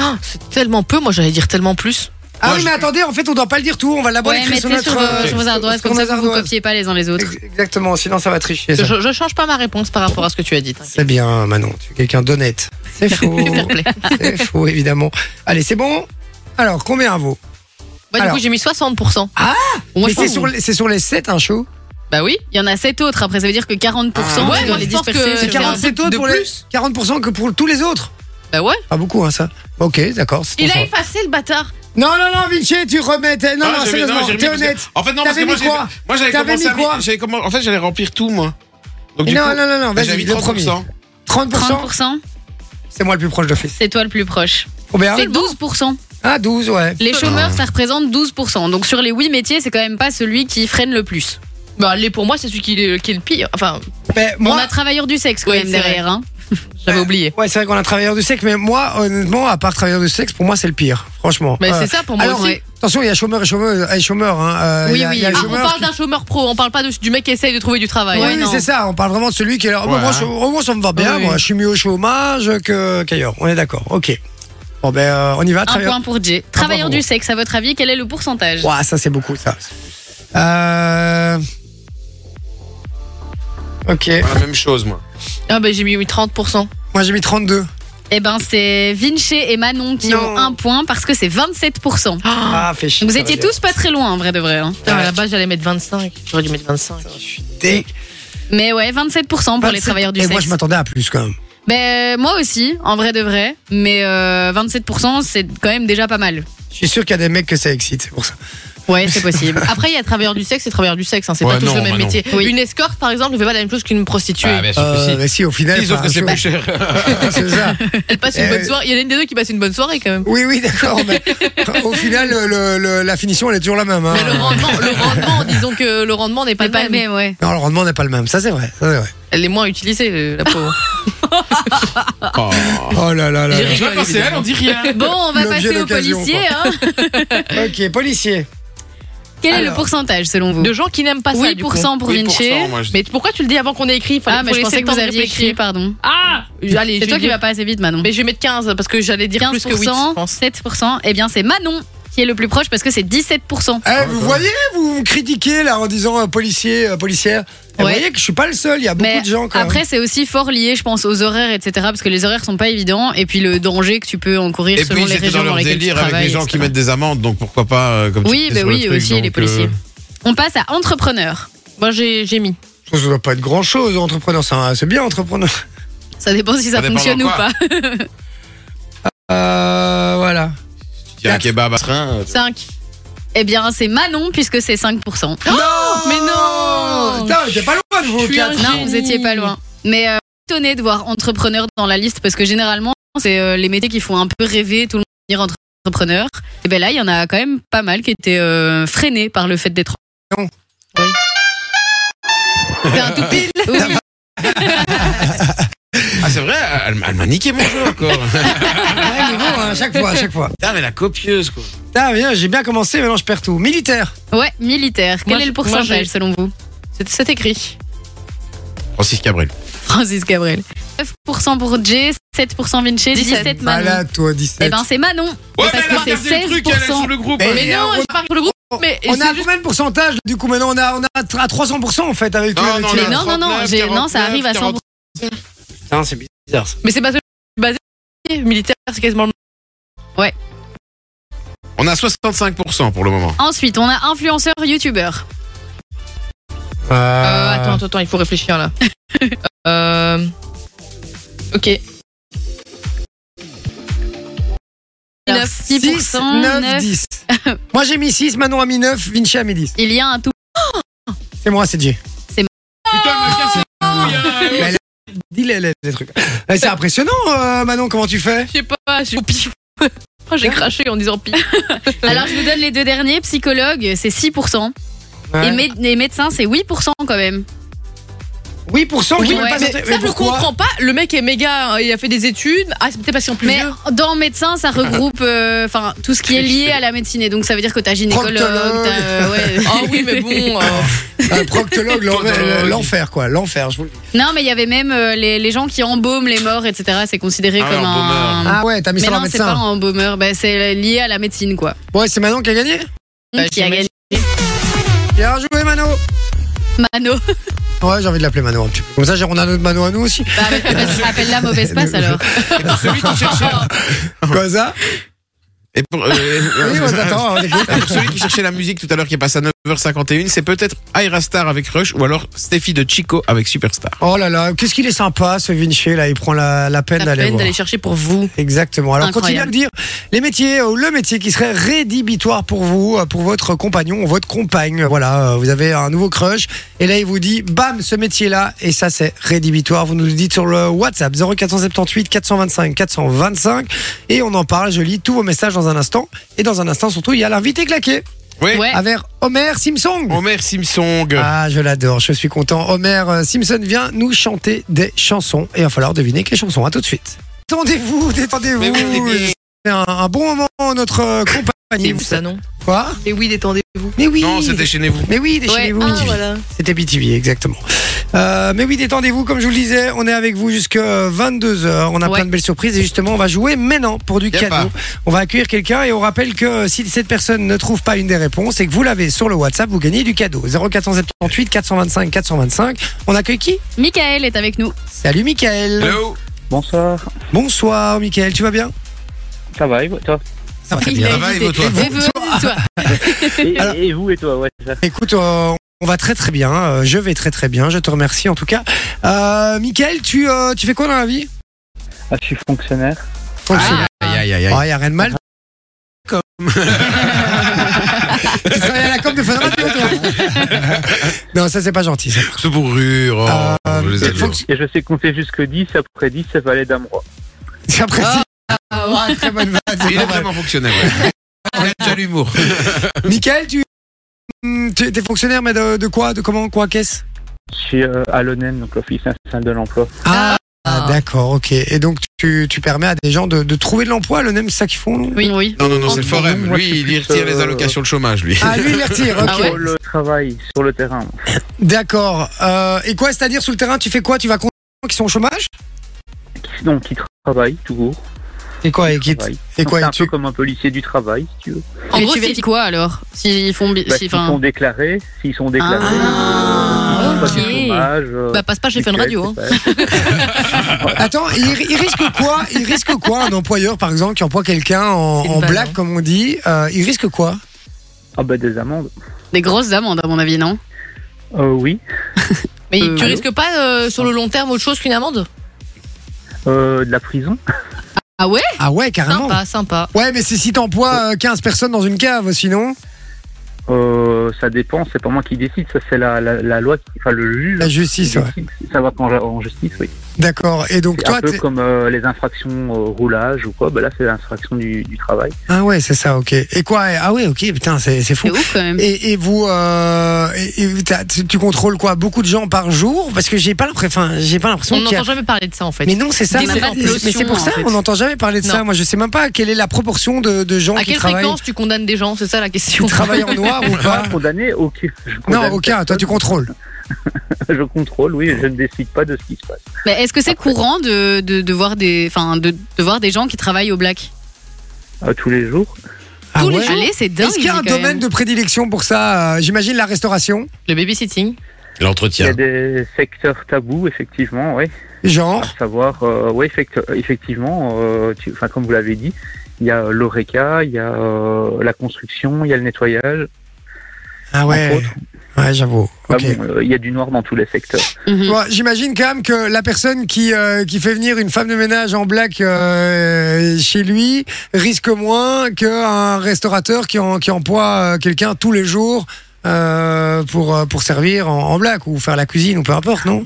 Speaker 6: Ah, c'est tellement peu, moi j'allais dire tellement plus.
Speaker 3: Ah
Speaker 5: Moi,
Speaker 3: oui,
Speaker 5: je-
Speaker 3: mais attendez, en fait, on doit pas le dire tout, on va
Speaker 4: Ouais,
Speaker 3: l'abonner
Speaker 4: mettez
Speaker 3: sur
Speaker 4: sur,
Speaker 3: notre.
Speaker 4: vos-
Speaker 3: euh,
Speaker 4: sur vos ardoises,
Speaker 3: sur
Speaker 4: comme ça
Speaker 3: nos
Speaker 4: vous vous
Speaker 3: ardoises.
Speaker 4: copiez pas les uns les autres.
Speaker 3: Ex- Exactement, sinon ça va tricher.
Speaker 6: Je,
Speaker 3: ça.
Speaker 6: je change pas ma réponse par rapport à ce que tu as dit. t'inquiète.
Speaker 3: C'est bien, Manon, tu es quelqu'un d'honnête. C'est faux.
Speaker 6: S'il te plaît.
Speaker 3: c'est faux, évidemment. Allez, c'est bon Alors, combien vaut
Speaker 6: Bah, du
Speaker 3: Alors.
Speaker 6: coup, j'ai mis 60%.
Speaker 3: Ah
Speaker 6: Moi,
Speaker 3: Mais
Speaker 6: je
Speaker 3: c'est
Speaker 6: pense-
Speaker 3: sur, les- c'est sur les 7, un show
Speaker 6: Bah oui.
Speaker 4: Il y en a 7 autres, après ça veut dire que 40%
Speaker 3: Ah,
Speaker 4: tu
Speaker 6: ouais,
Speaker 4: dois
Speaker 6: moi,
Speaker 4: les
Speaker 6: je pense que
Speaker 4: disperser.
Speaker 6: c'est
Speaker 4: sur-
Speaker 6: 40.
Speaker 3: 47 autres
Speaker 6: de
Speaker 3: pour les.
Speaker 6: plus
Speaker 3: 40% que pour tous les autres
Speaker 6: Bah ouais.
Speaker 3: Pas beaucoup, hein, ça Ok, d'accord. c'est
Speaker 6: Il
Speaker 3: ton
Speaker 6: a
Speaker 3: choix.
Speaker 6: effacé le bâtard.
Speaker 3: Non, non, non, Vinci, tu remets. t'es- Non,
Speaker 5: Ah,
Speaker 3: non,
Speaker 5: j'ai mis-
Speaker 3: sérieusement,
Speaker 5: j'ai remis
Speaker 3: t'es
Speaker 5: parce que-
Speaker 3: honnête.
Speaker 5: En fait, non, parce
Speaker 3: T'avais
Speaker 5: que moi,
Speaker 3: mis
Speaker 5: j'ai-
Speaker 3: quoi
Speaker 5: moi, j'avais
Speaker 3: T'avais
Speaker 5: commencé
Speaker 3: mis
Speaker 5: à mi-
Speaker 3: quoi
Speaker 5: j'avais commen- En fait, j'allais remplir tout, moi. Donc, du
Speaker 3: Non,
Speaker 5: coup,
Speaker 3: non, non, non,
Speaker 5: j'avais
Speaker 3: vas-y,
Speaker 5: mis
Speaker 3: le premier.
Speaker 5: 30%.
Speaker 3: 30%,
Speaker 4: 30%,
Speaker 3: c'est moi le plus proche d'office.
Speaker 4: c'est toi le plus proche.
Speaker 3: Combien
Speaker 4: C'est 12%.
Speaker 3: Ah, 12, ouais.
Speaker 4: Les chômeurs, ça représente 12%. Donc sur les 8 métiers, c'est quand même pas celui qui freine le plus.
Speaker 6: Bah, les, pour moi, c'est celui qui, est- qui est le pire. Enfin,
Speaker 3: Mais
Speaker 4: On
Speaker 3: moi,
Speaker 4: a travailleur du sexe quand
Speaker 6: Oui,
Speaker 4: même
Speaker 6: c'est vrai.
Speaker 4: derrière. hein.
Speaker 6: j'avais oublié.
Speaker 3: Ouais, c'est vrai qu'on a travailleur du sexe, mais moi, honnêtement, à part travailleur du sexe, pour moi, c'est le pire, franchement.
Speaker 6: Mais
Speaker 3: Euh,
Speaker 6: c'est ça pour moi
Speaker 3: alors,
Speaker 6: aussi.
Speaker 3: ouais. attention, il y a chômeur et chômeur, et chômeur. Hein, euh,
Speaker 4: Oui,
Speaker 3: il y a,
Speaker 4: oui.
Speaker 3: il y a
Speaker 4: Ah,
Speaker 3: le
Speaker 6: Ah, on
Speaker 3: chômeur
Speaker 6: parle
Speaker 3: qui-
Speaker 6: d'un chômeur pro, on parle pas de- du mec qui essaye de trouver du travail.
Speaker 3: Oui,
Speaker 4: hein,
Speaker 6: Ouais,
Speaker 3: oui,
Speaker 6: non.
Speaker 3: c'est ça. On parle vraiment de celui qui est là. Oh, bah,
Speaker 5: Ouais.
Speaker 3: moi, je- oh, moi, ça me va bien.
Speaker 6: Oui.
Speaker 3: Moi, je suis mieux au chômage que- qu'ailleurs. on est d'accord. Ok. Bon, ben, euh, on y va.
Speaker 4: Un
Speaker 3: travailleur-
Speaker 4: point pour Jay. Travailleur
Speaker 3: pour
Speaker 4: du
Speaker 3: moi.
Speaker 4: sexe, à votre avis, quel est le pourcentage
Speaker 3: Ouah, ça, c'est beaucoup, ça. Euh... Ok.
Speaker 5: Pas La même chose, moi.
Speaker 6: Ah, bah, j'ai mis 30%.
Speaker 3: Moi, j'ai mis 32.
Speaker 4: Eh ben c'est Vinci et Manon qui
Speaker 3: Non.
Speaker 4: ont un point parce que c'est 27%. Donc
Speaker 3: Ah, fait chier.
Speaker 4: vous
Speaker 3: ça
Speaker 4: étiez
Speaker 3: va bien.
Speaker 4: tous pas très loin, en vrai de vrai. hein.
Speaker 6: Putain, à la base, j'allais mettre 25. J'aurais dû mettre 25.
Speaker 3: Je suis dé-
Speaker 4: Mais ouais, 27% pour les
Speaker 3: 27.
Speaker 4: travailleurs du
Speaker 3: Et
Speaker 4: sexe.
Speaker 3: moi, je m'attendais à plus, quand même.
Speaker 4: Ben, moi aussi, en vrai de vrai. Mais euh, 27%, c'est quand même déjà pas mal.
Speaker 3: Je suis sûr qu'il y a des mecs que ça excite, c'est pour ça.
Speaker 4: Ouais, c'est possible.
Speaker 6: Après, il y a travailleurs du sexe et travailleurs du sexe. hein, c'est
Speaker 5: Ouais,
Speaker 6: pas tous
Speaker 5: non,
Speaker 6: le
Speaker 5: bah
Speaker 6: même
Speaker 5: non.
Speaker 6: métier.
Speaker 4: Oui.
Speaker 6: Une escorte, par exemple, ne fait pas la même chose qu'une prostituée.
Speaker 5: Ah, bien sûr que
Speaker 3: Euh,
Speaker 5: si.
Speaker 3: mais si, au final.
Speaker 5: Si, sauf que
Speaker 3: enfin,
Speaker 5: c'est
Speaker 3: je-
Speaker 5: plus cher.
Speaker 3: c'est ça.
Speaker 6: Elle passe une
Speaker 3: Euh,
Speaker 6: bonne soirée. Il y en a une des deux qui passe une bonne soirée quand même.
Speaker 3: Oui, oui, d'accord. Mais au final, le- le- le- la finition, elle est toujours la même. hein.
Speaker 6: Mais le rendement, le rendement, disons que le rendement n'est pas,
Speaker 4: Mais pas le
Speaker 6: le même.
Speaker 4: même, ouais.
Speaker 3: Non, le rendement n'est pas le même. Ça, c'est vrai. ça, c'est vrai.
Speaker 6: Elle est moins utilisée, euh, la pauvre.
Speaker 5: Oh.
Speaker 7: Ah.
Speaker 3: Oh là là là.
Speaker 6: J'ai
Speaker 3: là.
Speaker 5: Tu vois, quand c'est elle, on dit rien.
Speaker 4: Bon, on va
Speaker 3: L'objet
Speaker 4: passer aux
Speaker 3: d'occasion,
Speaker 4: policiers. Hein.
Speaker 3: Ok, policier.
Speaker 4: Quel est
Speaker 3: Alors.
Speaker 4: le pourcentage selon vous
Speaker 6: De gens qui n'aiment pas ça. du coup.
Speaker 4: 8% pour Vinci.
Speaker 5: 8%, moi, je dis.
Speaker 6: Mais pourquoi tu le dis avant qu'on ait écrit Fallait-
Speaker 4: Ah, mais
Speaker 6: faut
Speaker 4: je
Speaker 6: laisser
Speaker 4: pensais
Speaker 6: le
Speaker 4: que
Speaker 6: temps
Speaker 4: vous
Speaker 6: de
Speaker 4: aviez écrit,
Speaker 6: réfléchir.
Speaker 4: pardon.
Speaker 6: Ah Allez,
Speaker 4: C'est toi qui vas pas assez vite, Manon.
Speaker 6: Mais je vais mettre 15 parce que j'allais dire plus que 8, je
Speaker 4: 15%,
Speaker 6: pense.
Speaker 4: 7%, eh bien c'est Manon qui est le plus proche parce que c'est 17%.
Speaker 3: Eh, vous voyez, vous me critiquez là en disant euh, policier, euh, policière. Eh, Vous
Speaker 4: Ouais.
Speaker 3: voyez que je suis pas le seul. Il y a beaucoup
Speaker 4: Mais
Speaker 3: de gens. Quand même.
Speaker 4: Après, c'est aussi fort lié, je pense, aux horaires, etc. Parce que les horaires sont pas évidents. Et puis le danger que tu peux encourir
Speaker 5: Et
Speaker 4: selon
Speaker 5: puis,
Speaker 4: les
Speaker 5: c'était
Speaker 4: régions
Speaker 5: dans
Speaker 4: dans
Speaker 5: leur
Speaker 4: lesquelles tu
Speaker 5: délire avec
Speaker 4: travailles.
Speaker 5: les gens qui
Speaker 4: etc.
Speaker 5: mettent des amendes, donc pourquoi pas, euh, comme tu
Speaker 4: Oui,
Speaker 5: disais
Speaker 4: bah
Speaker 5: sur le
Speaker 4: oui,
Speaker 5: truc,
Speaker 4: aussi,
Speaker 5: donc,
Speaker 4: les policiers.
Speaker 5: euh,
Speaker 4: On passe à entrepreneur.
Speaker 6: Moi j'ai j'ai mis.
Speaker 3: Je pense que ça doit pas être grand chose. Entrepreneur, c'est un- c'est bien entrepreneur.
Speaker 4: Ça dépend si ça,
Speaker 5: Ça dépend
Speaker 4: fonctionne
Speaker 5: dans
Speaker 4: ou
Speaker 5: quoi.
Speaker 4: pas.
Speaker 3: Euh, voilà.
Speaker 5: Tu dis un kebab à train. euh,
Speaker 6: 5.
Speaker 4: Eh bien, c'est Manon, puisque c'est 5%.
Speaker 6: Mais non
Speaker 3: Putain, j'étais pas loin de vous
Speaker 6: Je suis
Speaker 3: quatre.
Speaker 6: un
Speaker 4: Non, vous étiez pas loin. Mais euh, étonné de voir entrepreneur dans la liste parce que généralement, c'est euh, les métiers qui font un peu rêver tout le monde devenir entrepreneur. Et ben là, il y en a quand même pas mal qui étaient euh, freinés par le fait d'être.
Speaker 3: Non.
Speaker 4: Oui. C'est un tout pile. Oui.
Speaker 5: Ah, c'est vrai, elle, elle m'a niqué mon jeu encore.
Speaker 3: Ouais, mais bon, hein, à chaque fois, à chaque fois.
Speaker 5: Putain, mais la copieuse, quoi.
Speaker 3: Putain, bien, j'ai bien commencé, maintenant je perds tout. Militaire.
Speaker 4: Ouais, militaire. Quel
Speaker 6: Moi,
Speaker 4: est
Speaker 6: je-
Speaker 4: le pourcentage
Speaker 6: moi, j'ai-
Speaker 4: selon vous
Speaker 6: C'est- C'est écrit.
Speaker 5: Francis Cabrel.
Speaker 4: Francis Cabrel. 9% pour Jay, 7% Vinci, 17,
Speaker 6: 17.
Speaker 4: Manon.
Speaker 3: Malade, toi, 17.
Speaker 4: Eh ben c'est Manon.
Speaker 5: Ouais,
Speaker 4: parce
Speaker 5: mais elle a
Speaker 4: que
Speaker 5: regardé
Speaker 4: c'est
Speaker 5: le truc, elle est
Speaker 4: 16%.
Speaker 5: sur le groupe.
Speaker 3: Mais-
Speaker 5: elle.
Speaker 6: Mais non, je parle pour le groupe. Mais
Speaker 3: on
Speaker 6: c'est
Speaker 3: a à
Speaker 6: juste-
Speaker 3: combien de pourcentage du coup maintenant on a, on a à 300% en fait avec tous les
Speaker 5: non,
Speaker 3: métiers.
Speaker 4: Mais non, non, non,
Speaker 5: 39,
Speaker 4: j'ai- non, ça arrive à 100%.
Speaker 5: Putain, c'est bizarre. ça.
Speaker 6: mais c'est parce que je suis basé militaire, c'est quasiment le
Speaker 5: On a 65% pour le moment.
Speaker 4: Ensuite, on a influenceur youtubeur.
Speaker 3: Euh,
Speaker 6: Euh,
Speaker 5: Ah.
Speaker 6: attends, attends, attends, il faut réfléchir là. euh. Ok.
Speaker 4: 9,
Speaker 3: 6, 9, 10. Moi j'ai mis 6, Manon a mis 9, Vinci a mis 10.
Speaker 4: Il y a un tout.
Speaker 3: C'est moi, c'est Jay.
Speaker 5: Putain, elle m'a cassé les couilles, hein.
Speaker 3: Mais elle- Dis-les les, les trucs. Eh, C'est impressionnant euh, Manon, comment tu fais
Speaker 6: Je sais pas, j'ai au pif. Oh, j'ai craché en disant
Speaker 3: Ah,
Speaker 6: pif.
Speaker 4: Alors, je vous donne les deux derniers. Psychologue, c'est 6%.
Speaker 3: Ouais.
Speaker 4: Et, mé- et médecin, c'est 8% quand même.
Speaker 3: 8% qui
Speaker 6: Oui,
Speaker 3: veulent
Speaker 4: ouais.
Speaker 3: pas
Speaker 6: mais
Speaker 3: sortir.
Speaker 6: ça, je le comprends pas. Le mec est méga. euh, Il a fait des études. Ah, c'est peut-être parce qu'en plus.
Speaker 4: Mais
Speaker 6: vieux.
Speaker 4: dans médecin, ça regroupe euh, enfin tout ce qui est lié à la médecine. Et donc, ça veut dire que t'as gynécologue,
Speaker 3: Proctologue.
Speaker 4: t'as. euh, ouais.
Speaker 6: Ah oui, mais bon. euh,
Speaker 3: Un proctologue, l'en- euh,
Speaker 5: Proctologue.
Speaker 3: l'enfer quoi, l'enfer, je vous le dis.
Speaker 4: Non, mais il y avait même euh, les, les gens qui embaument les morts, etc. C'est considéré
Speaker 5: Ah,
Speaker 4: comme un.
Speaker 5: l'embaumeur.
Speaker 3: Ah ouais, t'as mis
Speaker 4: mais
Speaker 3: ça dans
Speaker 4: non, c'est pas
Speaker 3: médecin.
Speaker 4: un embaumeur. Bah, c'est lié à la médecine, quoi.
Speaker 3: Ouais, c'est Manon qui a gagné
Speaker 6: Bah,
Speaker 4: qui a gagné
Speaker 6: j'imagine.
Speaker 3: Bien joué Manon
Speaker 4: Mano.
Speaker 3: Ouais, j'ai envie de l'appeler Manon un petit peu. Comme ça, j'ai- on a notre Manon à nous aussi.
Speaker 4: Bah, avec la mauvaise- Appelle-la mauvaise passe alors.
Speaker 5: Celui qui cherchait.
Speaker 3: Quoi ça
Speaker 5: Et pour, euh,
Speaker 3: Oui,
Speaker 5: euh,
Speaker 3: on t'attend, on t'écoute.
Speaker 5: pour celui qui cherchait la musique tout à l'heure qui est passé à 9h51, c'est peut-être Aira Star avec Rush ou alors Steffi de Chico avec Superstar.
Speaker 3: Oh là là, qu'est-ce qu'il est sympa ce Vinci là, il prend la, la peine
Speaker 6: la
Speaker 3: d'aller
Speaker 6: peine
Speaker 3: voir.
Speaker 6: d'aller chercher pour vous.
Speaker 3: Exactement. Alors continuez à
Speaker 4: Incroyable.
Speaker 3: me dire les métiers ou le métier qui serait rédhibitoire pour vous, euh, pour votre compagnon ou votre compagne. Voilà, euh, vous avez un nouveau crush et là il vous dit bam ce métier là et ça c'est rédhibitoire. Vous nous le dites sur le WhatsApp 0478 425 425 et on en parle. Je lis tous vos messages dans un instant et dans un instant surtout il y a l'invité claqué
Speaker 5: Oui.
Speaker 4: Ouais.
Speaker 3: avec Homer Simpson.
Speaker 5: Homer Simpson.
Speaker 3: Ah, je l'adore, je suis content. Homer euh, Simpson vient nous chanter des chansons et il va falloir deviner quelles chansons. À tout de suite. Détendez-vous, détendez-vous.
Speaker 5: Mais oui.
Speaker 3: C'est un, un bon moment en notre euh, compagnie.
Speaker 6: C'est vous, ça, non
Speaker 3: Quoi
Speaker 6: Mais oui, détendez-vous.
Speaker 3: Mais oui.
Speaker 5: Non, c'était chez vous.
Speaker 3: Mais oui,
Speaker 4: Ouais.
Speaker 3: déchaînez-vous.
Speaker 4: Ah,
Speaker 3: BTV.
Speaker 6: voilà.
Speaker 3: C'était BTV, exactement. Euh, mais oui, détendez-vous, comme je vous le disais, on est avec vous jusqu'à 22h. On a
Speaker 4: Ouais.
Speaker 3: plein de belles surprises et justement, on va jouer maintenant pour du
Speaker 5: Y a
Speaker 3: cadeau.
Speaker 5: pas.
Speaker 3: On va accueillir quelqu'un et on rappelle que si cette personne ne trouve pas une des réponses et que vous l'avez sur le WhatsApp, vous gagnez du cadeau. 0478 425 425. On accueille qui
Speaker 4: Michael est avec nous.
Speaker 3: Salut Mickaël.
Speaker 5: Hello.
Speaker 1: Bonsoir,
Speaker 3: Bonsoir Mickaël, tu vas bien
Speaker 1: ça va et toi
Speaker 3: Ça va très
Speaker 4: Il
Speaker 3: bien.
Speaker 4: a
Speaker 5: Ça va,
Speaker 4: hésité.
Speaker 5: et vous, toi
Speaker 4: Et vous, toi
Speaker 1: et,
Speaker 3: Alors-
Speaker 1: et vous et toi, ouais, c'est ça.
Speaker 3: Écoute, euh, on va très très bien. Euh, Je vais très très bien. Je te remercie en tout cas. Euh, Mickaël, tu, euh, tu fais quoi dans la vie
Speaker 1: Ah, je suis fonctionnaire.
Speaker 3: Fonctionnaire.
Speaker 5: Aïe, aïe, aïe, aïe.
Speaker 3: Ah, y a rien de mal. Com. tu travailles à la com de Fun Radio, toi Non, ça c'est pas gentil. Ça.
Speaker 5: Ce bourrure. oh,
Speaker 3: Euh,
Speaker 5: je les adore.
Speaker 3: Ah. faut que-
Speaker 1: Et je sais compter jusque 10, après 10, ça va aller d'un mois.
Speaker 3: J'apprécie.
Speaker 6: Ah, ouais.
Speaker 3: Très bonne vanne, c'est
Speaker 5: Il est
Speaker 3: pas mal.
Speaker 5: vraiment fonctionnaire. ouais. On a déjà l'humour.
Speaker 3: Michael, tu hum, tu- t'es fonctionnaire, mais de, de quoi De comment Quoi Qu'est-ce
Speaker 1: Je suis euh, à l'ONEN, donc l'Office national de l'emploi.
Speaker 3: Ah,
Speaker 6: Ah.
Speaker 3: d'accord, ok. Et donc tu, tu permets à des gens de, de trouver de l'emploi, le même c'est ça qu'ils font non
Speaker 4: Oui, oui.
Speaker 5: Non, non, non, c'est le forum.
Speaker 1: Moi, je
Speaker 5: Lui,
Speaker 1: suis
Speaker 5: il
Speaker 1: plus,
Speaker 5: retire les
Speaker 1: euh,
Speaker 5: allocations de chômage, lui.
Speaker 3: Ah, lui, il les retire, ok.
Speaker 4: Ah ouais.
Speaker 1: Sur le travail, sur le terrain.
Speaker 3: D'accord. Euh, et quoi, c'est-à-dire, sous le terrain, tu fais quoi Tu vas contre les gens qui sont au chômage
Speaker 1: Donc, qui travaille, tout court.
Speaker 3: Et quoi Et, qui-
Speaker 1: Travaille.
Speaker 3: et
Speaker 1: Donc,
Speaker 3: quoi
Speaker 1: C'est un
Speaker 3: et tu-
Speaker 1: peu comme un policier du travail, si tu veux.
Speaker 4: En
Speaker 6: Mais
Speaker 4: gros,
Speaker 6: tu
Speaker 4: tu
Speaker 6: vérifies-
Speaker 4: quoi alors S'ils font. bi-
Speaker 1: Bah,
Speaker 4: si-
Speaker 1: s'ils
Speaker 4: enfin-
Speaker 1: sont déclarés, s'ils sont déclarés.
Speaker 4: Ah,
Speaker 1: euh, pas du
Speaker 4: ok.
Speaker 1: chômage, euh,
Speaker 6: Bah, passe pas chez Fun
Speaker 1: mutuelle,
Speaker 6: Radio. Hein.
Speaker 1: c'est pas-
Speaker 3: Attends, il, il risque quoi Il risque quoi un employeur, par exemple, qui emploie quelqu'un en,
Speaker 6: Une
Speaker 3: en
Speaker 6: balle,
Speaker 3: black,
Speaker 6: hein.
Speaker 3: comme on dit euh, Il risque quoi
Speaker 1: Ah, bah, des amendes.
Speaker 4: Des grosses amendes, à mon avis, non
Speaker 1: Euh, oui.
Speaker 6: Mais
Speaker 4: Euh,
Speaker 6: tu
Speaker 4: allô
Speaker 6: risques pas euh, sur le long terme autre chose qu'une amende
Speaker 1: Euh, de la prison.
Speaker 3: Ah ouais, carrément.
Speaker 6: Sympa, sympa.
Speaker 3: Ouais, mais c'est si t'emploies euh, 15 personnes dans une cave, sinon.
Speaker 1: Euh, ça dépend, c'est pas moi qui décide, ça c'est la, la, la loi, qui- enfin le juge.
Speaker 3: La
Speaker 1: qui
Speaker 3: justice, ouais.
Speaker 1: décide. Ça va en, en justice, oui.
Speaker 3: D'accord. Et donc,
Speaker 1: C'est un
Speaker 3: toi,
Speaker 1: peu
Speaker 3: t'es-
Speaker 1: comme euh, les infractions euh, roulage ou quoi, bah là c'est l'infraction du, du travail.
Speaker 3: Ah ouais, c'est ça, ok. Et quoi Ah ouais, ok, putain, c'est c'est fou.
Speaker 4: C'est ouf quand même.
Speaker 3: Et, et vous, euh, et- et t'as- tu, tu contrôles quoi Beaucoup de gens par jour Parce que j'ai pas l'impression, enfin, j'ai pas l'impression
Speaker 6: On
Speaker 3: qu'il y a-
Speaker 6: n'entend jamais parler de ça en fait.
Speaker 3: Mais non, c'est ça.
Speaker 6: Des
Speaker 3: c'est-
Speaker 6: implosions,
Speaker 3: Mais c'est pour
Speaker 4: en
Speaker 3: ça,
Speaker 4: fait.
Speaker 3: on n'entend jamais parler de
Speaker 6: Non.
Speaker 3: ça. Moi, je sais même pas quelle est la proportion de, de gens
Speaker 6: à
Speaker 3: qui
Speaker 6: quelle
Speaker 3: travaillent,
Speaker 6: fréquence tu condamnes des gens C'est ça la
Speaker 3: qui
Speaker 6: question.
Speaker 3: travaillent en noir ou pas.
Speaker 1: Condamné, ok. Je
Speaker 3: Ah. Non,
Speaker 1: condamne
Speaker 3: aucun. Toi, tu
Speaker 1: personne.
Speaker 3: contrôles.
Speaker 1: Je contrôle, oui, je ne décide pas de ce qui se passe.
Speaker 4: Mais est-ce que c'est courant de, de, de voir des, enfin, de, de voir des gens qui travaillent au black
Speaker 1: Euh, tous les jours.
Speaker 3: Ah
Speaker 4: Tous les
Speaker 3: ouais
Speaker 4: jours Allez, c'est dingue.
Speaker 3: Est-ce qu'il y a un
Speaker 4: quand
Speaker 3: domaine
Speaker 4: même.
Speaker 3: de prédilection pour ça Euh, J'imagine la restauration,
Speaker 6: Le babysitting.
Speaker 1: Il y
Speaker 5: L'entretien.
Speaker 1: a des secteurs tabous, effectivement, oui.
Speaker 3: genre.
Speaker 1: À savoir, euh, ouais, effectu- effectivement, euh, tu- enfin, comme vous l'avez dit, il y a euh, l'ORECA, il y a euh, la construction, il y a le nettoyage.
Speaker 3: Ah ouais.
Speaker 1: entre autres.
Speaker 3: Ouais, j'avoue.
Speaker 1: Ah
Speaker 3: Ok.
Speaker 1: bon, euh, il y a du noir dans tous les secteurs.
Speaker 4: Mhm.
Speaker 3: Bon, J'imagine quand même que la personne qui, euh, qui fait venir une femme de ménage en black euh, chez lui risque moins qu'un restaurateur qui, en- qui emploie euh, quelqu'un tous les jours euh, pour, euh, pour servir en, en black ou faire la cuisine ou peu importe, non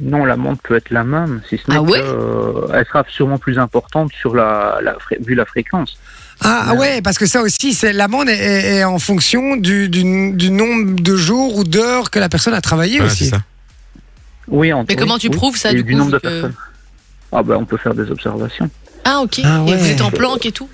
Speaker 1: Non, l'amende peut être la même, si ce n'est
Speaker 4: Ah
Speaker 1: que,
Speaker 4: ouais
Speaker 1: euh, elle sera sûrement plus importante sur la, la fré- vu la fréquence.
Speaker 3: ah, ah
Speaker 1: Ouais.
Speaker 3: ouais, parce que ça aussi, c'est l'amende est, est- est en fonction du, du, du nombre de jours ou d'heures que la personne a travaillé
Speaker 5: Voilà, c'est
Speaker 3: aussi.
Speaker 5: ça.
Speaker 1: Oui, en
Speaker 6: Mais
Speaker 1: oui,
Speaker 6: comment tu
Speaker 1: oui.
Speaker 6: prouves ça
Speaker 1: Et
Speaker 6: du
Speaker 1: du,
Speaker 6: coup,
Speaker 1: nombre de
Speaker 6: vu que-
Speaker 1: personnes. Ah bah, on peut faire des observations.
Speaker 6: Ah ok.
Speaker 3: Ah ouais.
Speaker 6: Et vous êtes en planque et tout.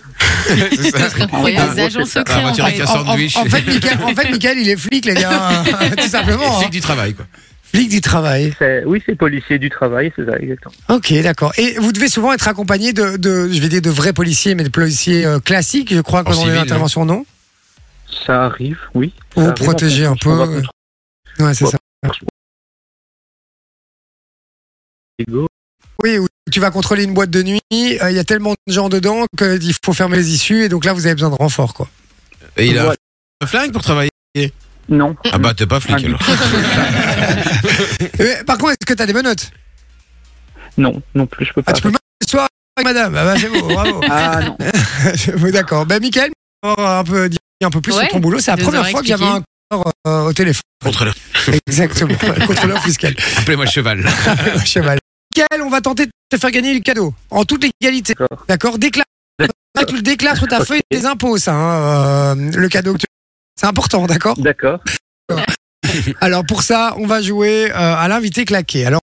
Speaker 5: C'est ça.
Speaker 4: Il y a
Speaker 1: Ah,
Speaker 4: des
Speaker 1: ouais,
Speaker 4: agents
Speaker 1: c'est ça.
Speaker 4: secrets
Speaker 5: Ah,
Speaker 4: en
Speaker 5: tu
Speaker 4: fait.
Speaker 5: Un
Speaker 3: En, en-
Speaker 5: sandwich.
Speaker 3: en fait, Mickaël, en fait, Mickaël, il est flic, les gars, tout simplement.
Speaker 5: Et
Speaker 3: hein.
Speaker 5: Flic du travail, quoi.
Speaker 3: Flic du travail.
Speaker 1: C'est- Oui, c'est policier du travail, c'est ça, exactement.
Speaker 3: Ok, d'accord. Et vous devez souvent être accompagné de, de- je vais dire de vrais policiers, mais de policiers euh, classiques, je crois, quand on est
Speaker 5: civil,
Speaker 3: en intervention, non
Speaker 1: Ça arrive, oui.
Speaker 3: Pour
Speaker 1: Ça
Speaker 3: vous
Speaker 1: arrive,
Speaker 3: protéger
Speaker 1: on-
Speaker 3: un
Speaker 1: on
Speaker 3: peu.
Speaker 1: va
Speaker 3: ouais.
Speaker 1: contre
Speaker 3: Ouais, c'est
Speaker 1: Ouais.
Speaker 3: ça.
Speaker 1: l'ego.
Speaker 3: Oui, ou tu vas contrôler une boîte de nuit, euh, il y a tellement de gens dedans qu'il faut fermer les issues, et donc là, vous avez besoin de renfort, quoi.
Speaker 5: Et il a
Speaker 1: Voilà.
Speaker 5: un flingue pour travailler.
Speaker 1: Non.
Speaker 5: Ah bah, t'es pas flic
Speaker 1: Ah,
Speaker 5: alors.
Speaker 3: Euh, par contre, est-ce que t'as des menottes
Speaker 1: Non, non plus, je peux pas.
Speaker 3: Ah, tu peux même soir avec madame. Ah bah, c'est beau, bravo.
Speaker 1: Ah non.
Speaker 3: C'est beau, d'accord. Ben, Michael, un peu, dire un peu plus
Speaker 4: Ouais,
Speaker 3: sur ton boulot. C'est la
Speaker 4: nous
Speaker 3: première
Speaker 4: aurais
Speaker 3: fois que j'avais un
Speaker 4: expliqué.
Speaker 3: corps euh, au téléphone.
Speaker 5: Contrôleur.
Speaker 3: Exactement. Contrôleur fiscal.
Speaker 5: Appelez-moi le cheval.
Speaker 3: Un cheval. Michael, on va tenter de te faire gagner le cadeau. En toute légalité.
Speaker 1: D'accord.
Speaker 3: D'accord Déclare. Ah, tu le déclares sur ta
Speaker 1: Ok.
Speaker 3: feuille des impôts, ça. hein, euh, le cadeau que tu. C'est important, d'accord
Speaker 1: D'accord.
Speaker 3: Alors pour ça, on va jouer euh, à l'invité claqué. Alors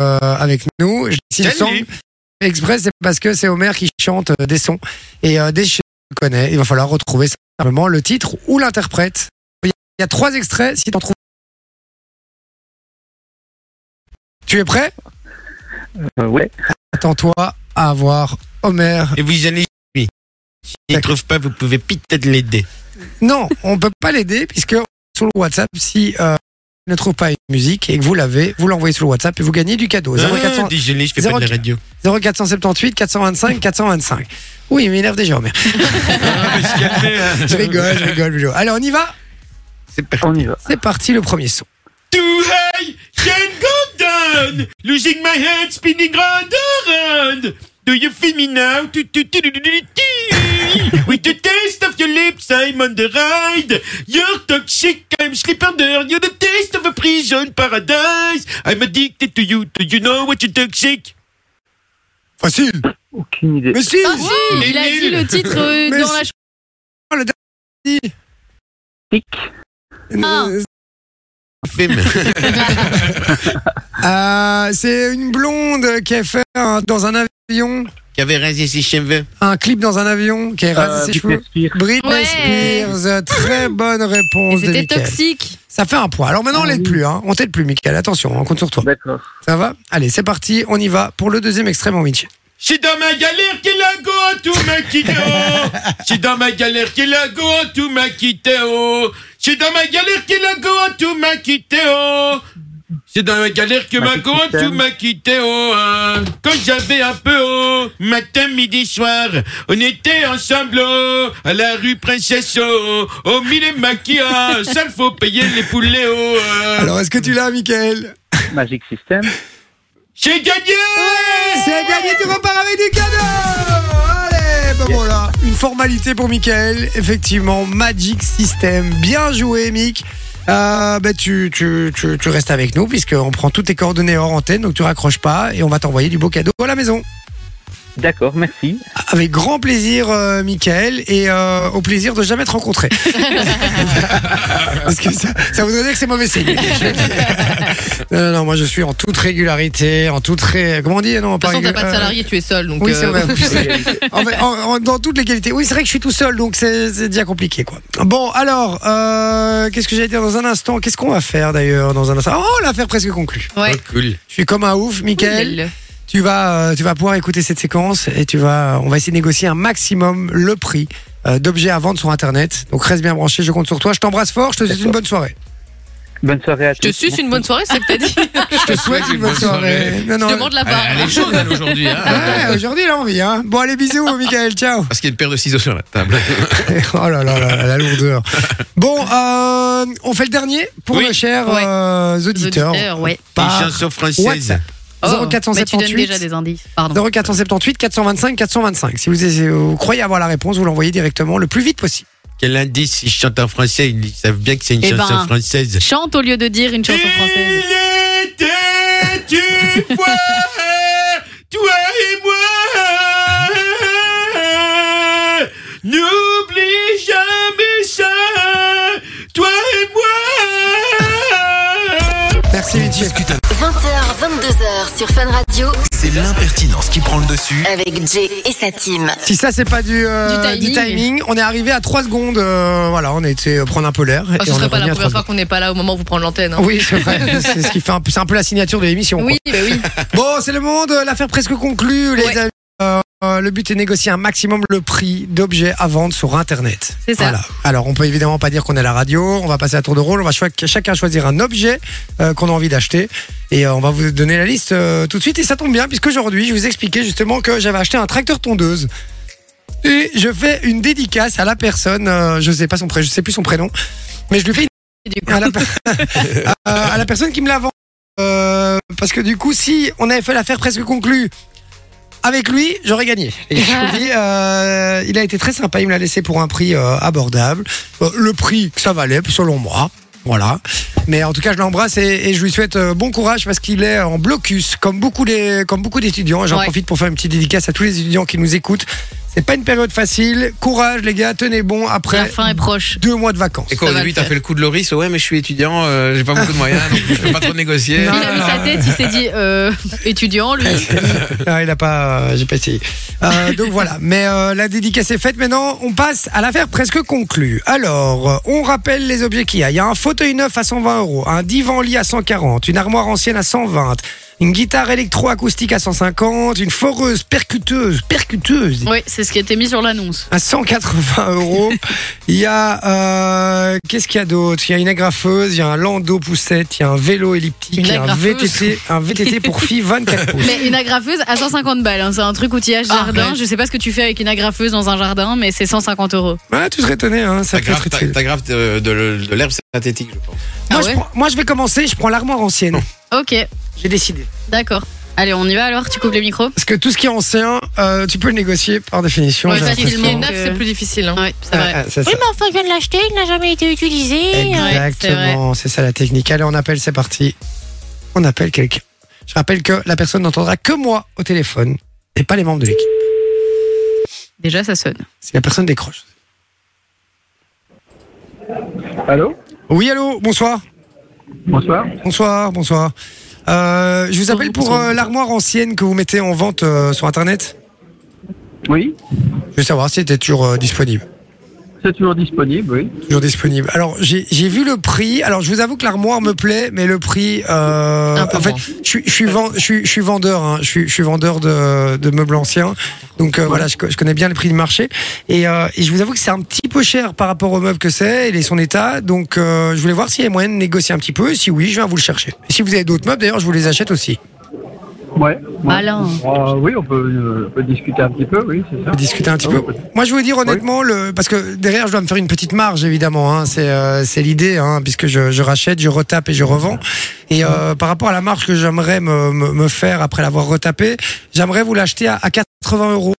Speaker 3: euh, avec nous, je- si le
Speaker 5: Salut.
Speaker 3: son express, c'est parce que c'est Homer qui chante euh, des sons et euh, des choses que je connais. Il va falloir retrouver simplement le titre ou l'interprète. Il y a- il y a trois extraits. Si t'en trouves, tu es prêt
Speaker 1: Euh, ouais.
Speaker 3: Attends-toi à avoir Homer.
Speaker 5: Et vous allez. lui. S'il ne trouve pas, vous pouvez peut-être l'aider.
Speaker 3: Non, on peut pas l'aider puisque sur le WhatsApp, si euh, il ne trouve pas une musique et que vous l'avez, vous l'envoyez sur le WhatsApp et vous gagnez du
Speaker 7: Euh,
Speaker 3: cadeau. 0400
Speaker 5: Ah, dis, je l'ai, je fais pas de la radio.
Speaker 3: 0478 425 425. Oui, il m'énerve déjà, Homer. Je rigole, je rigole, Bulot. Allez, on y va
Speaker 5: C'est parti.
Speaker 1: On y va.
Speaker 3: C'est parti, le premier son.
Speaker 5: Too high, can go down. Losing my head, spinning round around. Do you feel me now? Tu, tu, tu, tu, tu, tu, tu. With the taste of your lips, I'm on the ride. You're toxic, I'm sleep under. You're the taste of a prison paradise. I'm addicted to you. Do you know what you're toxic?
Speaker 3: Facile
Speaker 1: Aucune idée.
Speaker 3: Mais si
Speaker 4: Ah, si, il a dit le titre euh,
Speaker 3: Mais
Speaker 4: dans la
Speaker 3: si. Le dernier
Speaker 1: Tic.
Speaker 4: Ah. Ah.
Speaker 3: Euh, C'est une blonde qui a fait un- dans un avion,
Speaker 5: Qui avait rasé ses cheveux.
Speaker 3: un clip dans un avion, qui a rasé
Speaker 1: Euh,
Speaker 3: ses
Speaker 1: Britney
Speaker 3: cheveux.
Speaker 1: Spears.
Speaker 3: Britney
Speaker 4: Ouais.
Speaker 3: Spears, très bonne
Speaker 4: Et
Speaker 3: réponse de
Speaker 4: c'était
Speaker 3: Mickaël.
Speaker 4: toxique. Ah
Speaker 3: Ça fait un point. Alors maintenant, on l'aide plus, hein. On t'aide plus, Mickaël. Attention, on compte sur toi.
Speaker 1: D'accord.
Speaker 3: Ça va Allez, c'est parti, on y va pour le deuxième extrême en Mitch.
Speaker 5: J'suis dans ma galère qu'il a go à tout maquillot. J'suis dans ma galère qu'il a go à tout maquillot. J'suis dans ma galère qu'il a go à tout maquillot. C'est dans ma galère que ma go à tout maquillot. hein. Quand j'avais un peu haut, matin, midi, soir, on était ensemble oh, à la rue Princesse. Oh, oh mille maquilla, ça le faut payer les poulets. Oh, hein.
Speaker 3: Alors, est-ce que tu l'as, Mickaël
Speaker 1: Magic System.
Speaker 5: J'ai gagné!
Speaker 3: C'est gagné, tu repars avec du cadeau Allez, ben voilà, une formalité pour Michael. Effectivement, Magic System. Bien joué, Mick. Euh, ben, tu, tu, tu, tu restes avec nous puisqu'on prend toutes tes coordonnées hors antenne, donc tu raccroches pas et on va t'envoyer du beau cadeau à la maison.
Speaker 1: D'accord, merci.
Speaker 3: Avec grand plaisir, euh, Michael, et euh, au plaisir de jamais te rencontrer. Parce que ça, ça voudrait dire que c'est mauvais signe. non, non, non, moi je suis en toute régularité, en toute ré... comment on dit non,
Speaker 6: De toute façon, t'as
Speaker 3: régul-
Speaker 6: pas de salarié, tu es seul. Donc,
Speaker 3: euh, Oui,
Speaker 6: euh,
Speaker 3: c'est vrai. en plus.
Speaker 1: Oui,
Speaker 3: En fait, en- en- dans toutes les qualités. Oui, c'est vrai que je suis tout seul, donc c'est c'est déjà compliqué, quoi. Bon, alors, euh, qu'est-ce que j'allais dire dans un instant Qu'est-ce qu'on va faire d'ailleurs dans un instant Oh, l'affaire presque conclue.
Speaker 6: Ouais.
Speaker 5: Oh, cool.
Speaker 3: Je suis comme un ouf, Michael.
Speaker 6: Michael.
Speaker 3: Tu vas, euh, tu vas pouvoir écouter cette séquence et tu vas, on va essayer de négocier un maximum le prix euh, d'objets à vendre sur Internet. Donc reste bien branché, je compte sur toi. Je t'embrasse fort, je te souhaite une bonne soirée.
Speaker 1: Bonne soirée à
Speaker 6: Je te
Speaker 1: tous.
Speaker 6: suce une bonne soirée, c'est que t'as dit.
Speaker 3: Je te souhaite une bonne soirée. Non, non.
Speaker 6: Je
Speaker 4: Ah,
Speaker 6: demande la
Speaker 4: bah.
Speaker 5: Elle,
Speaker 6: part.
Speaker 5: elle est chaude, elle, aujourd'hui. Hein
Speaker 3: Ouais, aujourd'hui, il a envie. Hein. Bon, allez, bisous, Michael. Ciao.
Speaker 5: Parce qu'il y a une paire de ciseaux sur la table.
Speaker 3: Oh là là, là là, la lourdeur. Bon, euh, on fait le dernier pour
Speaker 5: Oui.
Speaker 3: nos chers
Speaker 4: Ouais.
Speaker 3: euh, auditeurs.
Speaker 4: Auditeurs, ouais.
Speaker 3: Par
Speaker 5: Une chanson française.
Speaker 3: WhatsApp.
Speaker 4: Oh, mais tu donnes
Speaker 3: 0478.
Speaker 4: déjà des indices. Pardon.
Speaker 3: 0478 425 425. Si vous, vous croyez avoir la réponse, vous l'envoyez directement le plus vite possible.
Speaker 5: Quel indice, ils chantent en français, ils savent bien que c'est une
Speaker 4: Eh
Speaker 5: chanson
Speaker 4: ben.
Speaker 5: française.
Speaker 4: Chante au lieu de dire une chanson française.
Speaker 5: Il était une fois, toi et moi. N'oublie jamais ça, toi et moi.
Speaker 3: Merci, Michel.
Speaker 2: 20h, 22h sur Fun Radio
Speaker 7: C'est l'impertinence qui prend le dessus.
Speaker 2: avec Jay et sa team.
Speaker 3: Si ça, c'est pas du, euh,
Speaker 4: Du timing.
Speaker 3: timing, on est arrivé à 3 secondes. euh, voilà, on a été prendre un peu
Speaker 4: Oh,
Speaker 3: l'air.
Speaker 6: Ah,
Speaker 3: et
Speaker 6: ce
Speaker 3: on est
Speaker 6: serait pas
Speaker 3: revenu
Speaker 6: la
Speaker 3: à trois
Speaker 6: première fois qu'on n'est pas là au moment où vous prendre l'antenne. hein.
Speaker 3: secondes. Oui, c'est vrai. c'est ce qui fait un peu- c'est un peu la signature de l'émission. quoi.
Speaker 6: Oui, bah oui.
Speaker 3: Bon, c'est le monde, l'affaire presque conclue, les
Speaker 6: Ouais.
Speaker 3: amis. Euh, euh, le but est de négocier un maximum le prix d'objets à vendre sur Internet.
Speaker 4: C'est ça.
Speaker 3: Voilà. Alors, on peut évidemment pas dire qu'on est à la radio. On va passer à tour de rôle. On va choi- chacun choisir un objet euh, qu'on a envie d'acheter et euh, on va vous donner la liste euh, tout de suite. Et ça tombe bien puisqu'aujourd'hui, je vous expliquais justement que j'avais acheté un tracteur tondeuse. Et je fais une dédicace à la personne, euh, je sais pas son pré- je sais plus son prénom, mais je lui fais une
Speaker 4: Et du coup,
Speaker 3: à la, per- à- à la personne qui me l'a vendu. Euh, parce que du coup, si on avait fait l'affaire presque conclue avec lui, j'aurais gagné. Et je vous dis, euh, il a été très sympa, il me l'a laissé pour un prix euh, abordable. Euh, le prix que ça valait, selon moi. Voilà. Mais en tout cas, je l'embrasse et, et je lui souhaite euh, bon courage parce qu'il est en blocus, comme beaucoup des, comme beaucoup d'étudiants. Et J'en
Speaker 4: Ouais.
Speaker 3: profite pour faire une petite dédicace à tous les étudiants qui nous écoutent. C'est pas une période facile. Courage, les gars, tenez bon
Speaker 4: la
Speaker 3: après
Speaker 4: fin est proche.
Speaker 3: deux mois de vacances.
Speaker 7: Et quoi,
Speaker 4: Ça
Speaker 7: au
Speaker 4: va
Speaker 7: début,
Speaker 4: le
Speaker 7: t'as
Speaker 4: faire.
Speaker 7: fait le coup de Loris Ouais, mais je suis étudiant, euh, j'ai pas beaucoup de moyens, donc je peux pas trop négocier.
Speaker 3: Non,
Speaker 4: Il a mis sa tête, il s'est dit euh, étudiant, lui.
Speaker 3: Ah, il a pas, euh, j'ai pas essayé. Euh, donc voilà, mais euh, la dédicace est faite. Maintenant, on passe à l'affaire presque conclue. Alors, euh, on rappelle les objets qu'il y a. Il y a un fauteuil neuf à 120 euros, un divan-lit à 140, une armoire ancienne à 120, une guitare électroacoustique à 150, une foreuse percuteuse, percuteuse.
Speaker 4: Oui, c'est ce qui était mis sur l'annonce.
Speaker 3: À 180 euros, il y a euh, qu'est-ce qu'il y a d'autre Il y a une agrafeuse, il y a un landau poussette, il y a un vélo elliptique,
Speaker 4: Une
Speaker 3: il y a un
Speaker 4: agrafeuse.
Speaker 3: VTT, un VTT pour filles 24 pouces.
Speaker 4: Mais une agrafeuse à 150 balles, hein, c'est un truc outillage jardin. Je sais pas ce que tu fais avec une agrafeuse dans un jardin, mais c'est 150 euros.
Speaker 3: Ouais, tu serais étonné, hein, ça
Speaker 7: T'as
Speaker 3: fait
Speaker 7: grave,
Speaker 3: très
Speaker 7: t'as- t'as grave de, de- de l'herbe synthétique, je pense.
Speaker 3: Moi,
Speaker 4: Ah
Speaker 3: je
Speaker 4: ouais
Speaker 3: prends- moi, je vais commencer, je prends l'armoire ancienne.
Speaker 4: Ok,
Speaker 3: J'ai décidé.
Speaker 4: d'accord. Allez, on y va alors, tu coupes le micro
Speaker 3: Parce que tout ce qui est ancien, euh, tu peux le négocier par définition.
Speaker 4: Ouais,
Speaker 3: j'ai
Speaker 6: Parce que
Speaker 3: l'impression.
Speaker 6: ce qui est neuf,
Speaker 4: Euh,
Speaker 6: c'est plus difficile. hein.
Speaker 4: Ouais, c'est
Speaker 3: Ah,
Speaker 4: vrai.
Speaker 3: ah, c'est ça.
Speaker 8: Oui, mais enfin, je viens de l'acheter, il n'a jamais été utilisé. euh,
Speaker 3: Exactement, c'est ça la technique. Allez, on appelle, c'est parti. On appelle quelqu'un. Je rappelle que la personne n'entendra que moi au téléphone et pas les membres de l'équipe.
Speaker 4: Déjà, ça sonne.
Speaker 3: Si la personne décroche.
Speaker 1: Allô
Speaker 3: Oui, allô, bonsoir.
Speaker 1: Bonsoir.
Speaker 3: Bonsoir, bonsoir. Euh, je vous appelle pour euh, l'armoire ancienne que vous mettez en vente euh, sur Internet.
Speaker 1: Oui,
Speaker 3: Je veux savoir si elle était toujours euh, disponible.
Speaker 1: c'est toujours disponible, oui.
Speaker 3: Toujours disponible. Alors j'ai j'ai vu le prix. Alors je vous avoue que l'armoire me plaît, mais le prix. euh,
Speaker 6: Un peu
Speaker 3: en fait,
Speaker 6: moins.
Speaker 3: je suis je suis ven- je suis je suis vendeur. hein. Je suis je suis vendeur de, de meubles anciens. Donc euh, voilà, je, co- je connais bien le prix du marché. Et, euh, et je vous avoue que c'est un petit peu cher par rapport au meuble que c'est et son état. Donc euh, je voulais voir s'il y a moyen de négocier un petit peu. Et si oui, je viens vous le chercher. Et si vous avez d'autres meubles, d'ailleurs, je vous les achète aussi.
Speaker 1: Ouais.
Speaker 6: Bah,
Speaker 4: Malin.
Speaker 1: Euh, oui, on peut, euh, on peut discuter un petit peu, oui, c'est ça.
Speaker 3: peut discuter un petit peu. Moi, je voulais dire honnêtement, le, parce que derrière, je dois me faire une petite marge, évidemment. Hein, c'est euh, c'est l'idée, hein, puisque je, je rachète, je retape et je revends. Et euh, par rapport à la marge que j'aimerais me, me, me faire après l'avoir retapé, j'aimerais vous l'acheter à, à 80 euros.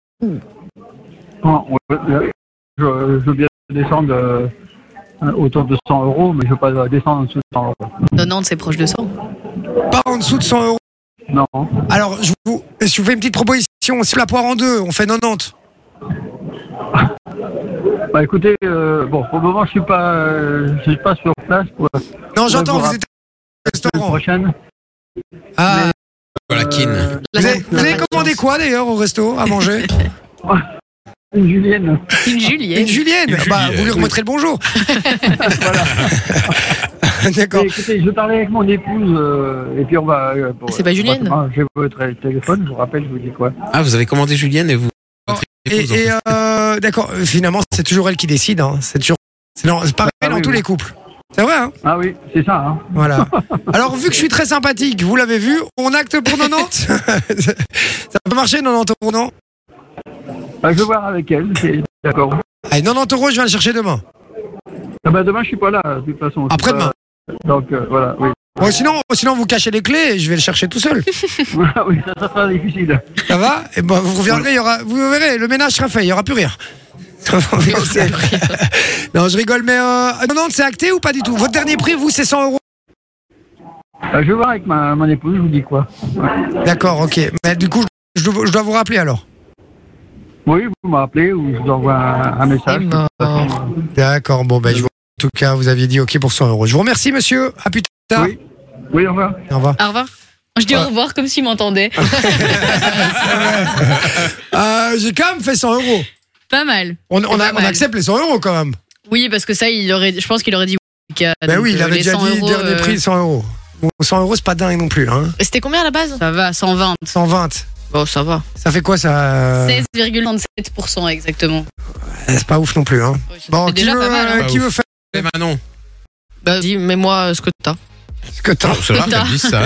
Speaker 1: franchement, on- euh, je, je veux bien descendre euh, autour de 100 euros, mais je veux pas euh, descendre en dessous de 100 euros.
Speaker 4: 90, c'est proche de 100.
Speaker 3: Pas en dessous de 100 euros.
Speaker 1: Non.
Speaker 3: Alors, je vous, je vous fais une petite proposition. On se la poire en deux, on fait 90.
Speaker 1: Bah écoutez, euh, bon, pour le moment, je suis pas, euh, je suis pas sur place pour la
Speaker 3: Non, j'entends,
Speaker 1: vous
Speaker 3: vous
Speaker 1: rappelle
Speaker 3: êtes au
Speaker 1: semaine
Speaker 3: restaurant.
Speaker 1: prochaine.
Speaker 3: Ah,
Speaker 7: Voilà, Kin.
Speaker 1: Euh,
Speaker 3: vous avez, vous avez commandé quoi d'ailleurs au resto à manger
Speaker 1: une julienne.
Speaker 4: Une Juliette.
Speaker 3: Une julienne.
Speaker 7: Une
Speaker 3: Bah,
Speaker 7: julienne.
Speaker 3: vous lui remettrez le bonjour. D'accord.
Speaker 1: Et écoutez, je parlais avec mon épouse, euh, et puis on va. euh, bon,
Speaker 6: C'est pas
Speaker 1: euh,
Speaker 6: Julienne
Speaker 1: forcément, J'ai votre téléphone, je vous rappelle, je vous dis quoi.
Speaker 7: Ah, vous avez commandé Julienne et vous. votre
Speaker 3: Et,
Speaker 7: épouse, en
Speaker 3: et,
Speaker 7: fait.
Speaker 3: euh, d'accord, euh, finalement, c'est toujours elle qui décide. Hein. C'est toujours. C'est non, c'est pareil
Speaker 1: Bah,
Speaker 3: dans
Speaker 1: oui,
Speaker 3: tous
Speaker 1: oui.
Speaker 3: les couples. C'est vrai, hein
Speaker 1: Ah oui, c'est ça, hein.
Speaker 3: Voilà. Alors, vu que je suis très sympathique, vous l'avez vu, on acte pour 90 Ça peut marcher, 90 euros, non
Speaker 1: Bah, je vais voir avec elle, c'est- d'accord.
Speaker 3: Allez, 90 euros, je viens le chercher demain.
Speaker 1: Ah bah demain, je suis pas là, de toute façon. je suis
Speaker 3: Après-demain.
Speaker 1: pas- Donc euh, voilà, oui.
Speaker 3: Bon, sinon, sinon, vous cachez les clés et je vais le chercher tout seul.
Speaker 9: Ah
Speaker 1: Voilà, oui, ça ça sera difficile.
Speaker 3: Ça va Et ben, vous reviendrez, il y aura, vous verrez, le ménage sera fait, il y aura plus rien. non, je rigole, mais euh, 90, c'est acté ou pas du tout Votre dernier prix, vous, c'est 100 euros.
Speaker 1: Euh, je vais voir avec ma, mon épouse, je vous dis quoi.
Speaker 3: D'accord, ok. Mais du coup, je, je dois- je dois vous rappeler alors.
Speaker 1: Oui, vous m'appelez ou je vous envoie un, un message.
Speaker 9: Hum.
Speaker 6: Et mort.
Speaker 3: Ah, D'accord, bon, ben, je vous... en tout cas, vous aviez dit ok pour 100 euros. Je vous remercie, monsieur. À plus tard.
Speaker 1: Oui. Oui, au revoir.
Speaker 3: Au revoir.
Speaker 4: Au revoir. Je dis au revoir comme s'il m'entendait.
Speaker 3: Euh, J'ai quand même fait 100 euros.
Speaker 4: Pas mal.
Speaker 3: On, on,
Speaker 4: C'est
Speaker 3: a-
Speaker 4: pas
Speaker 3: on
Speaker 4: mal.
Speaker 3: accepte les 100 euros quand même.
Speaker 4: Oui, parce que ça, il aurait, je pense qu'il aurait dit. Ben
Speaker 3: ben oui, il avait déjà dit dernier
Speaker 4: euh,
Speaker 3: prix 100 euros. Bon, 100 euros, c'est pas dingue non plus. Hein.
Speaker 6: C'était combien à la base
Speaker 4: Ça va, 120.
Speaker 3: 120.
Speaker 6: Bon, ça va.
Speaker 3: Ça fait quoi ça euh,
Speaker 4: 16,37% exactement.
Speaker 3: C'est pas ouf non plus. Hein.
Speaker 4: Ouais, ça
Speaker 3: Bon,
Speaker 4: fait
Speaker 3: qui,
Speaker 4: déjà
Speaker 3: veut,
Speaker 4: pas mal. hein.
Speaker 3: euh,
Speaker 7: Pas
Speaker 3: qui
Speaker 7: ouf.
Speaker 3: veut faire
Speaker 7: Eh ben non.
Speaker 6: Bah, dis, mets-moi euh, ce que t'as.
Speaker 3: ce que t'as
Speaker 7: Ça va,
Speaker 4: Putain.
Speaker 7: t'as dit ça.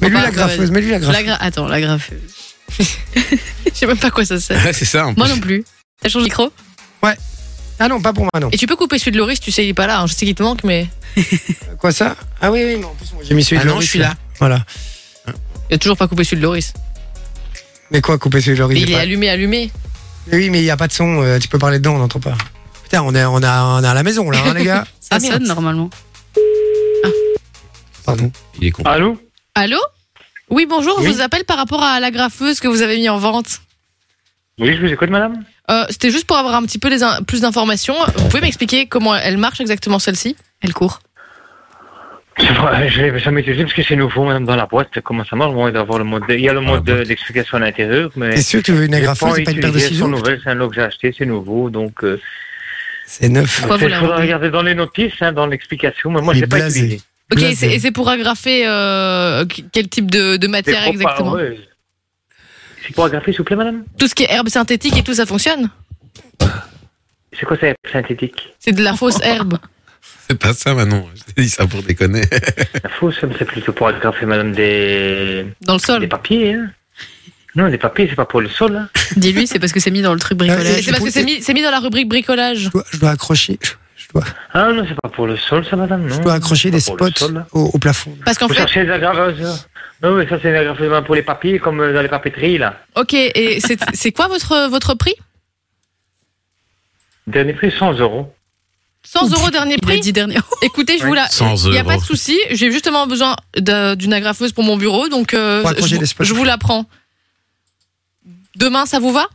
Speaker 3: Mets-lui
Speaker 4: bah,
Speaker 3: la
Speaker 4: bah,
Speaker 3: graffeuse, mets-lui la
Speaker 4: La
Speaker 3: graffeuse.
Speaker 4: gra- Attends, la graffeuse.
Speaker 6: Je sais même pas à quoi ça sert.
Speaker 7: Ouais, c'est ça. en
Speaker 4: Moi
Speaker 7: plus.
Speaker 4: non plus. Ça change le micro
Speaker 3: Ah non, pas pour moi, non.
Speaker 6: Et tu peux couper celui de Loris, tu sais, il est pas là. hein. Je sais qu'il te manque, mais.
Speaker 3: Quoi ça Ah oui, oui, mais en plus, moi j'ai mis celui
Speaker 7: Ah
Speaker 3: de
Speaker 7: non,
Speaker 3: Loris,
Speaker 7: je suis là.
Speaker 3: Voilà.
Speaker 6: Il a toujours pas coupé celui de Loris.
Speaker 3: Mais quoi, couper celui de Loris
Speaker 6: Mais
Speaker 3: j'ai
Speaker 6: il est
Speaker 3: pas-
Speaker 6: allumé, allumé.
Speaker 3: Mais Oui, mais il n'y a pas de son, euh, tu peux parler dedans, on n'entend pas. Putain, on est, on, a, on est à la maison là, hein, les gars.
Speaker 4: Ça
Speaker 6: Ah, merde.
Speaker 4: sonne normalement.
Speaker 3: Pardon.
Speaker 7: Il est con.
Speaker 1: Allô
Speaker 6: Allô Oui, bonjour,
Speaker 10: Oui.
Speaker 6: je vous appelle par rapport à la graffeuse que vous avez mis en vente.
Speaker 10: Oui, je vous écoute, madame.
Speaker 6: Euh, C'était juste pour avoir un petit peu les in- plus d'informations. Vous pouvez m'expliquer comment elle marche exactement celle-ci
Speaker 4: Elle court.
Speaker 10: C'est vrai, Je l'ai jamais utilisé parce que c'est nouveau, madame, dans la boîte. Comment ça marche Bon, il, doit avoir le mode de- il y a le mode de- d'explication à l'intérieur, mais.
Speaker 3: T'es sûr que tu veux une
Speaker 10: j'ai
Speaker 3: agrafeuse, c'est pas une paire de
Speaker 10: utilisé, elles sont
Speaker 3: ciseaux
Speaker 10: nouvelles, c'est un lot que j'ai acheté, c'est nouveau, donc. euh,
Speaker 3: C'est neuf.
Speaker 4: Pourquoi vous
Speaker 10: il
Speaker 4: la
Speaker 10: faudra
Speaker 4: vendez
Speaker 10: regarder dans les notices, hein, dans l'explication, mais moi,
Speaker 3: Il
Speaker 10: je
Speaker 3: est
Speaker 10: l'ai pas
Speaker 3: blasé.
Speaker 10: utilisé.
Speaker 6: Ok,
Speaker 3: Là,
Speaker 6: c'est- et c'est pour agrafer euh, qu- quel type de, de
Speaker 10: C'est pour
Speaker 6: matière
Speaker 10: pas-
Speaker 6: Bah, exactement
Speaker 10: ouais. C'est pour agrafer, s'il vous plaît, madame
Speaker 6: Tout ce qui est herbe synthétique et tout, ça fonctionne
Speaker 10: C'est quoi ça, synthétique
Speaker 6: C'est de la fausse herbe.
Speaker 7: C'est pas ça, Manon. Je t'ai dit ça pour déconner.
Speaker 10: La fausse, c'est plutôt pour agrafer, madame, des.
Speaker 6: Dans le sol.
Speaker 10: Des papiers, hein Non, des papiers, c'est pas pour le sol, hein.
Speaker 4: Dis-lui, c'est parce que c'est mis dans le truc
Speaker 3: Euh,
Speaker 6: C'est
Speaker 4: bricolage.
Speaker 6: c'est parce que c'est mis, c'est mis dans la rubrique bricolage.
Speaker 3: Je dois, je dois accrocher. Je dois,
Speaker 10: Ah non, c'est pas pour le sol, ça, madame, non
Speaker 3: je dois accrocher
Speaker 10: C'est
Speaker 3: des
Speaker 10: Mmh. pas pour
Speaker 3: spots
Speaker 10: le sol.
Speaker 3: au, au plafond.
Speaker 6: Parce qu'en
Speaker 10: Vous
Speaker 6: fait,
Speaker 10: cherchez des agrafeuses Non, mais ça, c'est des agrafeuses pour les papiers, comme euh, dans les papeteries, là.
Speaker 6: ok, et c'est- c'est quoi votre, votre prix
Speaker 10: Dernier prix, 100 euros.
Speaker 6: 100 euros dernier
Speaker 4: Il a
Speaker 6: prix
Speaker 4: dit dernier.
Speaker 6: Écoutez, je vous la.
Speaker 7: 100
Speaker 6: Il n'y a pas
Speaker 7: euros.
Speaker 6: de souci. J'ai justement besoin d'un- d'une agrafeuse pour mon bureau, donc euh,
Speaker 3: Pour accrocher
Speaker 6: je,
Speaker 3: des spots.
Speaker 6: je vous la prends. Demain, ça vous va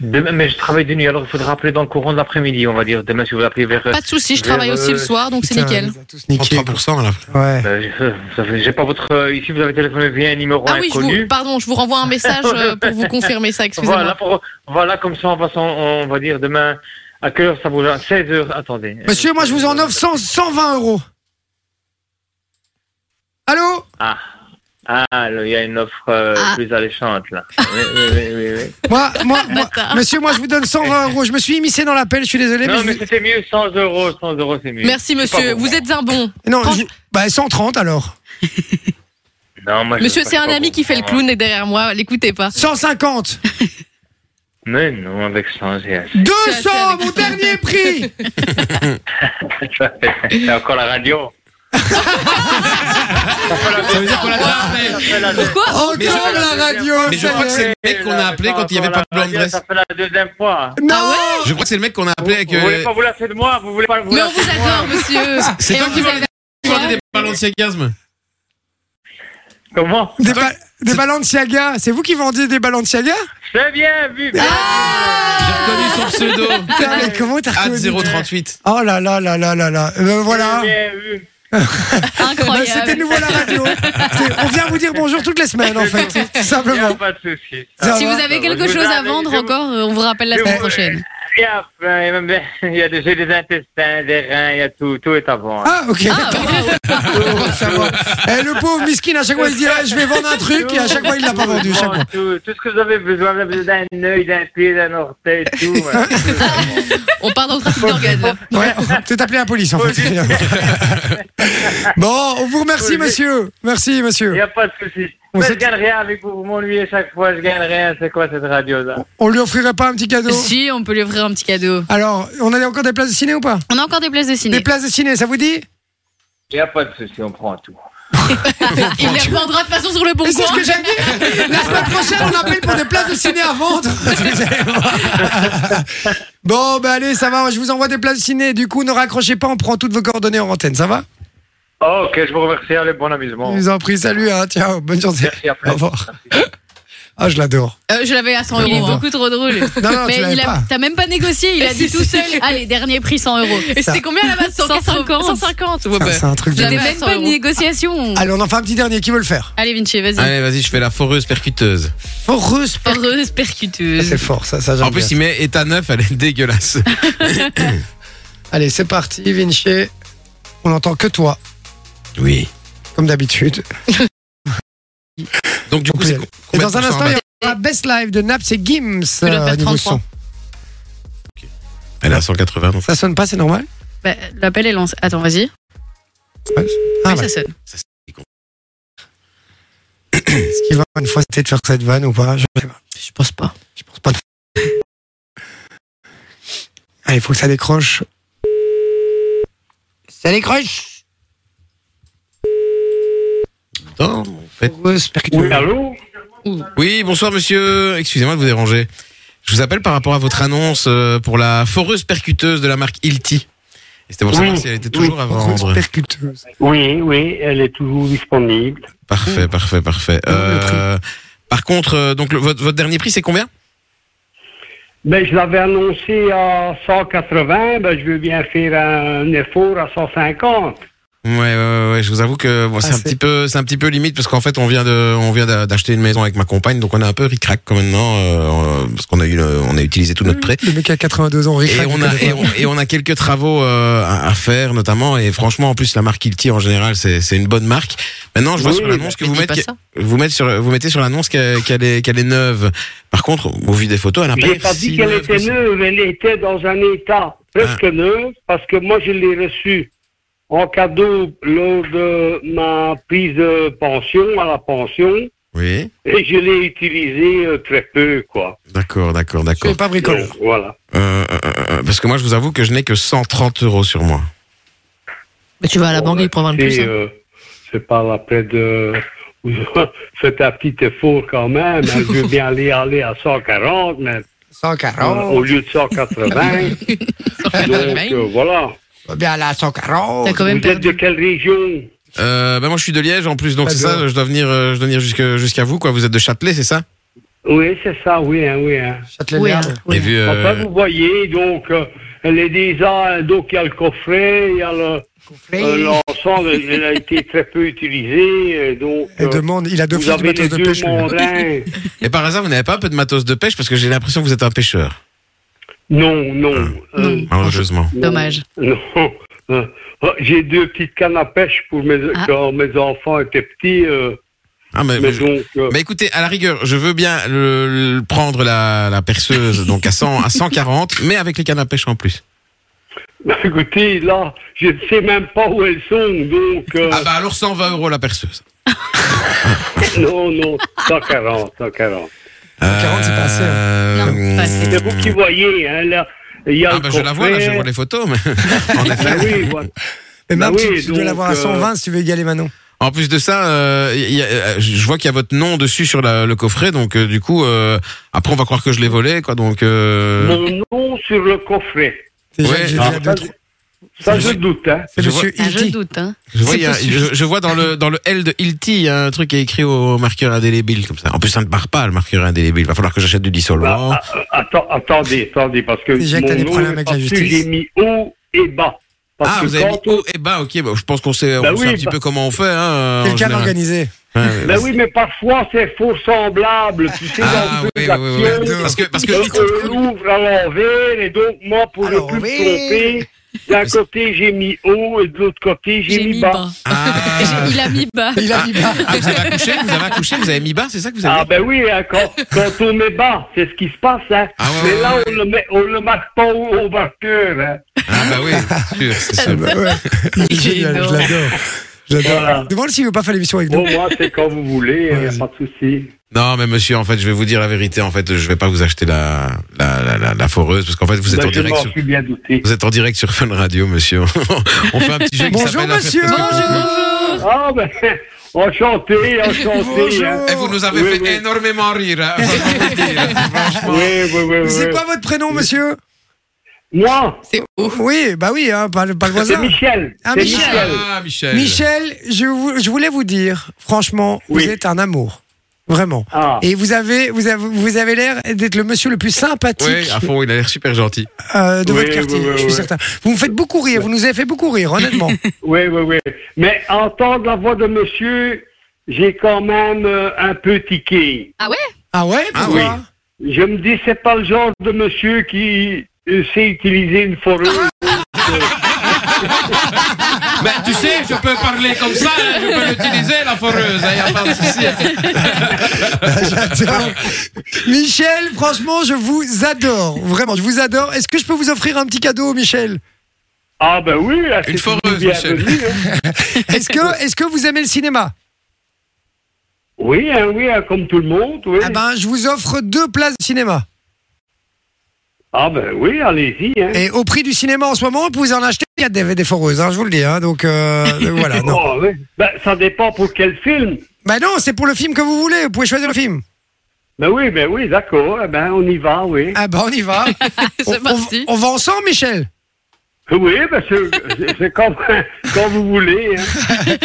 Speaker 10: Demain, mais je travaille de nuit, alors il faudra appeler dans le courant de l'après-midi, on va dire. Demain, si vous appelez vers... euh,
Speaker 6: Pas de souci. Je
Speaker 10: Bien,
Speaker 6: travaille aussi
Speaker 10: ouais,
Speaker 6: le
Speaker 10: ouais.
Speaker 6: soir, donc c'est
Speaker 3: Putain,
Speaker 6: nickel.
Speaker 3: on les a tous niqués.
Speaker 7: 33% à la fin.
Speaker 3: Ouais.
Speaker 10: Euh, je- euh, ça fait- J'ai pas votre... euh, ici, vous avez téléphoné via un numéro
Speaker 6: Ah oui, je
Speaker 10: inconnu.
Speaker 6: vous, pardon, je vous renvoie un message euh, pour vous confirmer ça. Excusez-moi.
Speaker 10: voilà, pour- voilà, comme ça, on va, s'en- on va dire demain... À quelle heure ça vous... 16 heures, attendez.
Speaker 3: Monsieur, moi je vous en offre 100 120 euros. Allô
Speaker 10: Ah, ah, là, il y a une offre euh,
Speaker 4: Ah.
Speaker 10: plus alléchante, là. Oui, oui, oui, oui, oui.
Speaker 3: moi, moi, moi-
Speaker 6: Bâtard.
Speaker 3: Monsieur, moi je vous donne 120 euros. Je me suis immiscé dans l'appel, je suis désolé.
Speaker 10: Non,
Speaker 3: mais je
Speaker 10: mais
Speaker 3: vous-
Speaker 10: c'était mieux, 100 euros, 100 euros, c'est mieux. C'est
Speaker 6: Merci,
Speaker 10: pas
Speaker 6: monsieur.
Speaker 10: bon.
Speaker 6: Vous êtes un bon.
Speaker 3: non,
Speaker 6: Franch-
Speaker 3: je- bah, 130 alors.
Speaker 10: Non, moi, je-
Speaker 6: Monsieur, c'est un
Speaker 10: pas
Speaker 6: ami
Speaker 10: bon. Ah.
Speaker 6: qui fait le clown et derrière moi. L'écoutez pas.
Speaker 3: 150
Speaker 10: Mais non, avec 100, c'est
Speaker 3: 200,
Speaker 6: avec
Speaker 3: mon dernier prix
Speaker 10: c'est encore la radio.
Speaker 5: Ça veut dire qu'on l'a déjà appelé.
Speaker 3: Encore
Speaker 7: Mais je-
Speaker 3: la radio
Speaker 7: Mais je
Speaker 3: ça
Speaker 7: crois
Speaker 3: y
Speaker 7: que
Speaker 3: est.
Speaker 7: c'est le mec qu'on a appelé quand il n'y avait pas de blanc de
Speaker 10: Ça
Speaker 7: dresse.
Speaker 10: fait la deuxième fois.
Speaker 3: Non
Speaker 7: Je crois que c'est le mec qu'on a appelé avec.
Speaker 10: Vous voulez
Speaker 7: euh,
Speaker 10: pas vous lasser de moi Vous voulez pas vous
Speaker 4: Mais on
Speaker 10: lasser
Speaker 4: vous
Speaker 10: de moi
Speaker 4: adore, monsieur.
Speaker 7: C'est
Speaker 4: Et
Speaker 7: toi
Speaker 4: on
Speaker 7: qui
Speaker 4: vous
Speaker 7: m'as
Speaker 4: adore.
Speaker 7: Parler des balanciagasmes.
Speaker 10: Comment
Speaker 3: Des,
Speaker 7: Ah
Speaker 3: ba- des Balenciaga, c'est vous qui vendiez des Balenciaga
Speaker 10: C'est bien vu. bien
Speaker 7: J'ai reconnu son pseudo.
Speaker 3: Putain, mais comment t'as
Speaker 7: Ad
Speaker 3: reconnu
Speaker 7: 038.
Speaker 3: Oh là là là là là là. Eh ben voilà.
Speaker 10: vu, bien vu.
Speaker 3: Ben, C'était
Speaker 4: Incroyable.
Speaker 3: nouveau la radio. C'est- On vient vous dire bonjour toutes les semaines en fait, tout
Speaker 10: Il n'y a
Speaker 3: simplement.
Speaker 10: pas de souci.
Speaker 3: Ça
Speaker 4: Si
Speaker 3: va
Speaker 4: vous avez
Speaker 10: va,
Speaker 4: quelque
Speaker 10: Ah, je vous
Speaker 4: chose à
Speaker 10: avais-
Speaker 4: vendre
Speaker 10: je vous-
Speaker 4: encore, euh, on vous rappelle la
Speaker 10: je
Speaker 4: semaine
Speaker 10: vous-
Speaker 4: prochaine.
Speaker 10: Il y a, euh, il y a même- il y a des, j'ai des intestins, des reins, il y a tout, tout est à vendre.
Speaker 3: Ah ok.
Speaker 4: Ah, bravo.
Speaker 7: bah.
Speaker 3: Oh, ça va. Eh, le pauvre miskin, à chaque fois il se dit Ah, je vais vendre un truc et à chaque fois il l'a pas vendu. Chaque fois.
Speaker 10: Tout, tout ce que vous avez besoin, vous avez besoin d'un œil, d'un pied, d'un orteil, tout. voilà, tout.
Speaker 4: On part dans le trafic d'organes. là.
Speaker 3: Ouais, on peut peut-être appeler la police en fait. finalement. Bon, on vous remercie monsieur. Merci
Speaker 10: Il n'y
Speaker 3: monsieur.
Speaker 10: a pas de souci.
Speaker 3: On
Speaker 10: Mais
Speaker 3: sait-
Speaker 10: je gagne rien avec vous, vous m'ennuyez chaque fois, je gagne rien. C'est quoi cette radio là
Speaker 3: On lui offrirait pas un petit cadeau
Speaker 4: Si, on peut lui offrir un petit cadeau.
Speaker 3: Alors, on a encore des places de ciné ou pas
Speaker 4: On a encore des places de
Speaker 3: Des
Speaker 4: ciné.
Speaker 3: places de ciné, ça vous dit
Speaker 10: Il n'y a pas de souci, on prend tout.
Speaker 4: Il les revendra de façon sur le bon
Speaker 3: Et c'est ce
Speaker 4: coin.
Speaker 3: que j'aime dire. La semaine prochaine, on appelle pour des places de ciné à vendre. bon, bah allez, ça va. Je vous envoie des places de ciné. Du coup, ne raccrochez pas. On prend toutes vos coordonnées en antenne. Ça va
Speaker 10: Ok, je vous remercie, allez, bon amusement.
Speaker 3: Je vous en prie. Salut. Hein, ciao. Bonne journée.
Speaker 10: Merci, à plus.
Speaker 3: Au revoir. Ah, je l'adore.
Speaker 4: Euh, je l'avais à 100
Speaker 3: Mais
Speaker 4: euros.
Speaker 3: bon, hein.
Speaker 4: beaucoup trop drôle.
Speaker 3: Non, non, tu
Speaker 4: Mais
Speaker 3: l'avais
Speaker 4: il a-
Speaker 3: pas.
Speaker 4: t'as même pas négocié, il a dit tout seul.
Speaker 3: Ah,
Speaker 4: Allez, dernier prix 100 euros.
Speaker 6: Et c'était combien la base
Speaker 4: 150.
Speaker 6: 150.
Speaker 4: Oh,
Speaker 3: Ça,
Speaker 6: Ouais, bah.
Speaker 3: Ah, C'est un truc de.
Speaker 4: J'avais
Speaker 6: J'avais
Speaker 4: même
Speaker 6: 100
Speaker 4: pas de
Speaker 6: euros.
Speaker 4: négociation.
Speaker 3: Allez, on en fait un petit dernier. Qui veut le faire
Speaker 4: Allez, Vinci, vas-y.
Speaker 7: Allez, vas-y, je fais la foreuse percuteuse.
Speaker 3: Heureuse.
Speaker 4: Heureuse percuteuse.
Speaker 3: Ah, C'est fort, ça. ça j'aime
Speaker 7: En plus,
Speaker 3: bien.
Speaker 7: il met état neuf, elle est dégueulasse.
Speaker 3: Allez, c'est parti, Vinci. On n'entend que toi,
Speaker 7: Oui.
Speaker 3: comme d'habitude.
Speaker 7: Donc, du coup, c'est.
Speaker 3: Et dans un
Speaker 7: combien de
Speaker 3: instant,
Speaker 7: pourcents
Speaker 3: il y aura Best Live de Naps et Gims.
Speaker 4: dois faire
Speaker 3: euh, niveau
Speaker 4: 33.
Speaker 3: son.
Speaker 7: Elle est à 180, donc
Speaker 3: Ça sonne pas, c'est normal
Speaker 4: Bah, L'appel est lancé. Attends, vas-y.
Speaker 3: Ah, bah,
Speaker 4: Oui,
Speaker 3: ouais.
Speaker 4: ça sonne.
Speaker 3: Est-ce qu'il va une fois c'était de faire cette vanne ou pas Je sais pas.
Speaker 6: Je pense pas.
Speaker 3: Je pense pas. Allez, il faut que ça décroche.
Speaker 6: Ça décroche
Speaker 7: attends, en fait.
Speaker 3: Heureuse percussion.
Speaker 10: Oui, allô
Speaker 7: Oui, bonsoir, monsieur. Excusez-moi de vous déranger. Je vous appelle par rapport à votre annonce euh, pour la foreuse percuteuse de la marque Ilti. Et c'était pour savoir
Speaker 11: Oui.
Speaker 7: si elle était toujours à
Speaker 3: Heureuse
Speaker 7: vendre.
Speaker 3: percuteuse.
Speaker 11: Oui, oui, elle est toujours disponible.
Speaker 7: Parfait, parfait, parfait. Euh, par contre, euh, donc le- votre, votre dernier prix, c'est combien
Speaker 11: Ben, je l'avais annoncé à 180, ben, je veux bien faire un effort à 150.
Speaker 7: Ouais, ouais, ouais, ouais, je vous avoue que bon, c'est
Speaker 3: Ah,
Speaker 7: un
Speaker 3: c'est-
Speaker 7: petit peu, c'est un petit peu limite parce qu'en fait, on vient de, on vient d'a- d'acheter une maison avec ma compagne, donc on est un peu ric-rac comme maintenant euh, parce qu'on a eu, le- on a utilisé tout notre prêt.
Speaker 3: Le mec à 82 ans, Rick
Speaker 7: Et
Speaker 3: Rack,
Speaker 7: on,
Speaker 3: il
Speaker 7: a,
Speaker 3: connaît
Speaker 7: et,
Speaker 3: pas.
Speaker 7: on, et on a quelques travaux euh, à à faire notamment et franchement en plus la marque Ilti en général c'est c'est une bonne marque. Maintenant je vois
Speaker 11: Oui,
Speaker 7: sur l'annonce que
Speaker 6: mais
Speaker 7: vous
Speaker 6: dis
Speaker 7: mettez
Speaker 6: pas
Speaker 7: que-
Speaker 6: ça.
Speaker 7: vous mettez sur vous mettez sur l'annonce qu'elle qu'elle est qu'elle est neuve. Par contre au vu des photos elle a
Speaker 11: J'ai
Speaker 7: pas
Speaker 11: pas
Speaker 7: l'air Ah ben, si
Speaker 11: dit qu'elle
Speaker 7: neuve que
Speaker 11: était
Speaker 7: ça. Ah.
Speaker 11: neuve, elle était dans un état presque neuve, parce que moi je l'ai reçue en cadeau lors de ma prise de pension, à la pension,
Speaker 7: Oui
Speaker 11: et je l'ai utilisée euh, très peu, quoi.
Speaker 7: d'accord d'accord
Speaker 3: Je
Speaker 7: d'accord.
Speaker 3: suis pas bricoleur.
Speaker 11: Donc, voilà.
Speaker 7: Euh, euh, euh, euh, parce que moi je vous avoue que je n'ai que 130 euros sur moi.
Speaker 6: Mais tu vas à la
Speaker 11: Bon,
Speaker 6: banque,
Speaker 11: bah,
Speaker 6: il prend 20 de plus.
Speaker 11: c'est,
Speaker 6: hein.
Speaker 11: euh, c'est pas la peine de. Faites un petit effort quand même. hein. Je veux bien aller, aller à 140, mais euh,
Speaker 3: 140.
Speaker 11: au lieu de 180. donc euh, voilà.
Speaker 3: on va Bien là, 140.
Speaker 4: T'as quand
Speaker 11: Vous
Speaker 4: même
Speaker 11: êtes
Speaker 4: perdu.
Speaker 11: de quelle région
Speaker 7: Euh, bah moi je suis de Liège en plus donc
Speaker 3: Pas
Speaker 7: c'est
Speaker 3: de-
Speaker 7: ça je dois venir euh, je dois venir jusque jusqu'à vous quoi vous êtes de Châtelet c'est ça
Speaker 11: Oui, c'est ça, oui, hein, oui. Hein.
Speaker 4: Ouais,
Speaker 3: Châtelet-Léal.
Speaker 4: ouais.
Speaker 7: Et vu euh,
Speaker 11: Enfin, vous voyez, donc, euh, les désins, donc il y a le coffret, il y a le- euh, l'ensemble, il a été très peu utilisé, euh, donc.
Speaker 3: Elle
Speaker 11: euh,
Speaker 3: demande, il a deux
Speaker 11: vous
Speaker 3: fois du
Speaker 11: avez les
Speaker 3: matos de
Speaker 11: deux hein.
Speaker 3: pêche. lui.
Speaker 11: mandrins.
Speaker 7: et par hasard vous n'avez pas un peu de matos de pêche parce que j'ai l'impression que vous êtes un pêcheur
Speaker 11: Non, non. euh,
Speaker 4: Non.
Speaker 7: malheureusement.
Speaker 4: Dommage.
Speaker 11: Non. Euh, oh, J'ai deux petites cannes à pêche pour mes,
Speaker 4: Ah.
Speaker 11: quand mes enfants étaient petits. euh,
Speaker 7: Ah, mais,
Speaker 11: mais
Speaker 7: mais-
Speaker 11: donc, euh,
Speaker 7: mais écoutez, à la rigueur, je veux bien le, le- prendre la, la perceuse donc à 100, à 140, mais avec les cannes à pêche en plus.
Speaker 11: écoutez, là, je ne sais même pas où elles sont. Donc, euh,
Speaker 7: Ah bah alors 120 euros la perceuse.
Speaker 11: non, non, 140, 140,
Speaker 7: Euh,
Speaker 3: 40, c'est pas assez, hein.
Speaker 4: Non, pas assez.
Speaker 11: C'est vous qui voyez, hein, là. Il y a
Speaker 7: Ah
Speaker 11: le
Speaker 7: bah je la vois, là, je
Speaker 11: coffret.
Speaker 7: vois les photos, mais en effet.
Speaker 11: Ben oui, voilà.
Speaker 3: Mais
Speaker 7: Bah
Speaker 3: Marc, tu-
Speaker 7: oui,
Speaker 3: tu, dois
Speaker 7: donc,
Speaker 3: l'avoir à 120 si tu veux égaler Manon.
Speaker 7: En plus de ça, euh, il y a- euh, je vois qu'il y a votre nom dessus sur la- le coffret, donc euh, du coup, euh, après on va croire que je l'ai volé, quoi. Donc euh,
Speaker 11: Mon nom sur le coffret.
Speaker 7: Déjà que j'ai
Speaker 11: Ah,
Speaker 7: fait un,
Speaker 11: ça, je- ça, je doute. Hein.
Speaker 7: C'est Je monsieur vois-
Speaker 4: Ah, je doute. Hein.
Speaker 7: je vois, il y a-
Speaker 4: C'est possible.
Speaker 7: je, je vois dans le dans le L de Hilti, il y a un truc qui est écrit au marqueur indélébile comme ça. En plus, ça ne part pas le marqueur indélébile. Va falloir que j'achète du dissolvant.
Speaker 11: Bah, a- a- atten- attendez, attendez, parce que
Speaker 7: Déjà que t'as des
Speaker 11: mon
Speaker 7: problèmes
Speaker 11: nom,
Speaker 7: avec la
Speaker 11: parce que
Speaker 7: justice.
Speaker 11: j'ai mis haut et bas. Parce
Speaker 7: ah,
Speaker 11: que
Speaker 7: vous avez mis
Speaker 11: quand-
Speaker 7: haut et bas, ok. bah, je pense qu'on sait,
Speaker 11: Bah
Speaker 7: on sait
Speaker 11: oui,
Speaker 7: un petit
Speaker 11: bah-
Speaker 7: peu comment on fait. Hein, en
Speaker 11: Quelqu'un
Speaker 7: général.
Speaker 11: d'organisé.
Speaker 7: Ouais, ouais,
Speaker 11: Ben oui, mais parfois c'est faux semblable. Tu sais, dans
Speaker 7: Ah,
Speaker 11: le
Speaker 7: oui,
Speaker 11: jeu
Speaker 7: oui, oui,
Speaker 11: d'action,
Speaker 7: oui. Parce que- parce que-
Speaker 11: on euh, l'ouvre à l'envers et donc moi, pour ne plus me tromper, d'un côté j'ai mis haut et de l'autre côté j'ai mis bas.
Speaker 4: J'ai- Il a mis bas.
Speaker 3: Ah. Il a mis bas.
Speaker 7: Ah, vous avez accouché, vous avez accouché, vous avez mis bas, c'est ça que vous avez
Speaker 11: Ah ben oui, hein, quand, quand on met bas, c'est ce qui se passe. Hein.
Speaker 7: Ah
Speaker 11: mais là, on ne le, met- on le marque pas au, au marqueur. Hein.
Speaker 7: Ah bah oui, c'est sûr, c'est sûr.
Speaker 3: Il est génial, je l'adore. Je l'adore.
Speaker 11: Voilà.
Speaker 3: Demande s'il veut pas faire l'émission avec nous.
Speaker 11: Bon, moi, c'est quand vous voulez, il a pas de souci.
Speaker 7: Non, mais monsieur, en fait, je vais vous dire la vérité. En fait, je vais pas vous acheter la la la, la, la foreuse parce qu'en fait, vous êtes
Speaker 11: Ben,
Speaker 7: en
Speaker 11: je
Speaker 7: direct.
Speaker 11: m'en
Speaker 7: Sur,
Speaker 11: suis bien douté.
Speaker 7: vous êtes en direct sur Fun Radio, monsieur. On fait un petit jeu qui
Speaker 11: Bonjour,
Speaker 7: s'appelle.
Speaker 11: monsieur.
Speaker 6: Oh, Mmh.
Speaker 11: Ah ben, enchanté, enchanté. hein.
Speaker 7: Et vous nous avez
Speaker 11: Oui,
Speaker 7: fait énormément rire. hein. Franchement.
Speaker 11: Oui, oui, oui.
Speaker 3: C'est
Speaker 11: oui.
Speaker 3: quoi votre prénom, monsieur
Speaker 11: Moi
Speaker 3: C'est Oui, bah oui, hein, pas, le- pas le voisin.
Speaker 11: C'est Michel.
Speaker 3: Ah,
Speaker 11: C'est
Speaker 3: Michel.
Speaker 11: Michel.
Speaker 7: Ah, Michel.
Speaker 3: Michel, je, vou- je voulais vous dire, franchement, vous êtes un amour. Vraiment.
Speaker 11: Ah.
Speaker 3: Et vous avez, vous avez, vous avez l'air d'être le monsieur le plus sympathique
Speaker 7: Oui, à fond, il a l'air super gentil.
Speaker 3: euh, de
Speaker 11: Oui,
Speaker 3: votre quartier,
Speaker 11: oui, oui,
Speaker 3: je suis
Speaker 11: oui.
Speaker 3: certain. Vous me faites beaucoup rire, vous nous avez fait beaucoup rire, honnêtement.
Speaker 11: Oui, oui, oui. Mais entendre la voix de monsieur, j'ai quand même euh, un peu tiqué.
Speaker 4: Ah ouais
Speaker 3: ah ouais
Speaker 11: oui. Je me dis, c'est pas le genre de monsieur qui euh, sait utiliser une foreuse.
Speaker 5: Ben, tu sais, je peux parler comme ça, hein, je peux l'utiliser, la foreuse, il a pas de souci.
Speaker 3: J'adore. Michel, franchement, je vous adore. Vraiment, je vous adore. Est-ce que je peux vous offrir un petit cadeau, Michel
Speaker 11: Ah ben oui, là, c'est
Speaker 7: Une foreuse,
Speaker 11: bienvenu,
Speaker 7: Michel.
Speaker 11: hein.
Speaker 3: Est-ce que, est-ce que vous aimez le cinéma
Speaker 11: Oui, hein, oui, hein, comme tout le monde, oui.
Speaker 3: Ah ben, je vous offre deux places de cinéma.
Speaker 11: Ah ben oui, allez-y. Hein.
Speaker 3: Et au prix du cinéma en ce moment, vous pouvez en acheter. Il y a des, des foreuses, hein, je vous le dis. hein. donc euh, donc voilà. Non.
Speaker 11: Oh, oui. ben, ça dépend pour quel film.
Speaker 3: Bah non, c'est pour le film que vous voulez. Vous pouvez choisir le film.
Speaker 11: Ben oui, ben oui, d'accord. eh Ben, on y va, oui.
Speaker 3: Ah bah on y va. on, on- on va ensemble, Michel.
Speaker 11: Oui, ben c'est- c'est quand, quand vous voulez. hein.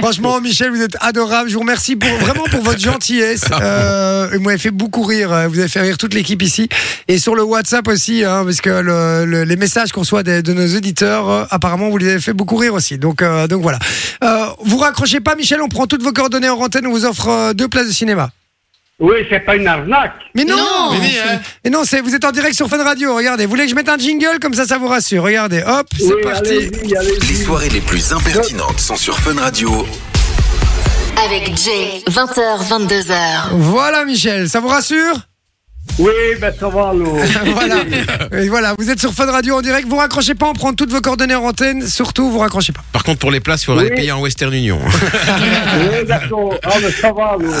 Speaker 3: Franchement, Michel, vous êtes adorable. Je vous remercie pour, vraiment pour votre gentillesse. Euh, vous m'avez fait beaucoup rire. euh, Vous avez fait rire toute l'équipe ici. Et sur le WhatsApp aussi, hein, parce que le- le- les messages qu'on reçoit des- de, nos auditeurs, euh, apparemment, vous les avez fait beaucoup rire aussi. Donc, euh, donc voilà. Euh, vous raccrochez pas, Michel. On prend toutes vos coordonnées en antenne. On vous offre euh, deux places de cinéma.
Speaker 11: Oui, c'est pas une arnaque.
Speaker 3: Mais non,
Speaker 4: Non. Mais oui,
Speaker 3: c'est- Mais non, c'est vous êtes en direct sur Fun Radio, regardez. Vous voulez que je mette un jingle comme ça ça vous rassure. Regardez, hop, c'est
Speaker 11: Oui,
Speaker 3: parti.
Speaker 11: allez-y, allez-y.
Speaker 12: Les soirées les plus impertinentes sont sur Fun Radio.
Speaker 2: Avec Jay, 20h, 22h.
Speaker 3: Voilà Michel, ça vous rassure
Speaker 11: Oui, ben ça va, l'eau.
Speaker 3: Voilà. Et voilà, vous êtes sur Fun Radio en direct, vous raccrochez pas, on prend toutes vos coordonnées en antenne, surtout vous raccrochez pas.
Speaker 7: Par contre, pour les places, il faudra
Speaker 11: Oui.
Speaker 7: les payer en Western Union.
Speaker 11: Oui, d'accord. Ah, ben ça va, l'eau.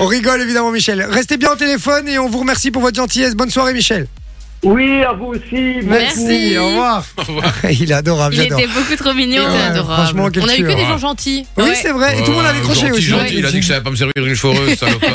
Speaker 3: On rigole évidemment Michel. Restez bien au téléphone et on vous remercie pour votre gentillesse. Bonne soirée Michel.
Speaker 11: Oui, à vous aussi.
Speaker 4: Merci.
Speaker 3: au revoir.
Speaker 7: Au revoir.
Speaker 3: Il est adorable,
Speaker 4: Il
Speaker 3: j'adore.
Speaker 4: était beaucoup trop mignon.
Speaker 3: Ouais, franchement,
Speaker 6: On a eu
Speaker 3: culture,
Speaker 6: que des
Speaker 3: hein.
Speaker 6: gens gentils.
Speaker 3: Oui,
Speaker 4: Ouais.
Speaker 3: c'est vrai. Et tout le monde a décroché
Speaker 7: Gentil,
Speaker 3: aussi.
Speaker 7: Oh, gentil, Il a dit que je savais pas me servir une foreuse, salopard.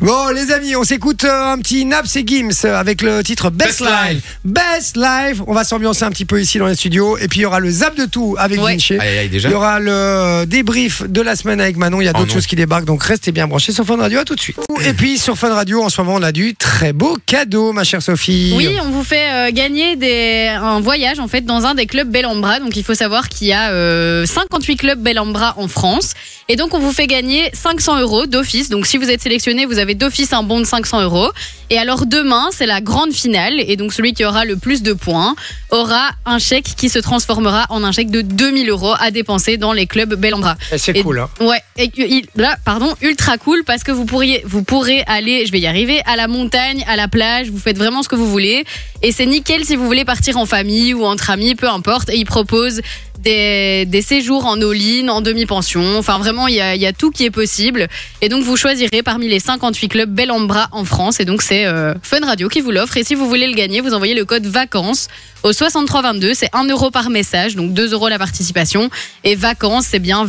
Speaker 3: Bon, les amis, on s'écoute euh, un petit Naps et Gims euh, avec le titre Best,
Speaker 7: Best
Speaker 3: Live.
Speaker 7: Live.
Speaker 3: Best Live. On va s'ambiancer un petit peu ici dans les studios. Et puis, il y aura le Zap de tout avec
Speaker 4: Ouais.
Speaker 3: Vinci.
Speaker 7: Aïe, aïe, déjà.
Speaker 3: Il y aura le débrief de la semaine avec Manon. Il y a
Speaker 7: Oh
Speaker 3: d'autres
Speaker 7: non.
Speaker 3: choses qui débarquent. Donc, restez bien branchés sur Fun Radio. À tout de suite. Et puis, sur Fun Radio, en ce moment, on a du très beau cadeau, ma chère Sophie.
Speaker 4: Oui, on vous fait euh, gagner des, un voyage en fait dans un des clubs Bellambra. Donc il faut savoir qu'il y a euh, 58 clubs Bellambra en France. Et donc on vous fait gagner 500 euros d'office. Donc si vous êtes sélectionné, vous avez d'office un bon de 500 euros. Et alors demain, c'est la grande finale. Et donc celui qui aura le plus de points aura un chèque qui se transformera en un chèque de 2000 euros à dépenser dans les clubs Bellambra.
Speaker 3: Eh, C'est
Speaker 4: Et-
Speaker 3: cool. hein.
Speaker 4: Ouais, et que- il- là, pardon, ultra cool parce que vous pourriez, vous pourrez aller, je vais y arriver, à la montagne, à la plage, vous faites vraiment ce que vous voulez. Et c'est nickel si vous voulez partir en famille ou entre amis, peu importe. Et ils proposent des, des séjours en all-in, en demi-pension. Enfin, vraiment, il y a, il y a tout qui est possible. Et donc, vous choisirez parmi les 58 clubs Bellambra en France. Et donc, c'est euh, Fun Radio qui vous l'offre. Et si vous voulez le gagner, vous envoyez le code VACANCES au 6322. C'est 1 euro par message, donc 2 euros la participation. Et VACANCES, c'est bien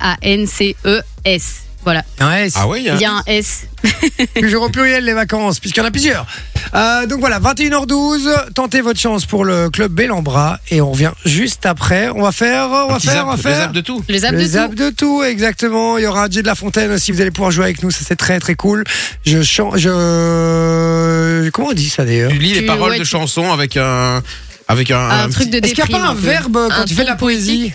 Speaker 4: V-A-C-A-N-C-E-S. E Voilà.
Speaker 3: Un S.
Speaker 7: Ah ouais, il y a un
Speaker 4: Il y a un S.
Speaker 3: Toujours au pluriel les vacances, puisqu'il y en a plusieurs. Euh, donc voilà, 21h12, tentez votre chance pour le club Bellambra et on revient juste après. On va faire, on va
Speaker 7: Petit
Speaker 3: faire,
Speaker 7: zap,
Speaker 3: on va
Speaker 7: le
Speaker 3: faire.
Speaker 7: zap de tout.
Speaker 4: Le zap
Speaker 3: Le
Speaker 4: de
Speaker 3: zap
Speaker 4: tout.
Speaker 3: de tout, exactement. Il y aura un DJ de la Fontaine aussi, vous allez pouvoir jouer avec nous, ça c'est très très cool. Je chante, je. Comment on dit ça d'ailleurs
Speaker 7: Tu lis les
Speaker 4: Tu-
Speaker 7: paroles
Speaker 4: ouais,
Speaker 7: de
Speaker 4: tu-
Speaker 7: chansons avec un. Avec un.
Speaker 4: Un
Speaker 7: un
Speaker 4: truc de
Speaker 3: Ah, Est-ce qu'il n'y a
Speaker 4: déprime
Speaker 3: pas un,
Speaker 4: un peu.
Speaker 3: verbe quand
Speaker 4: Un
Speaker 3: tu fais de la
Speaker 4: ton
Speaker 3: poésie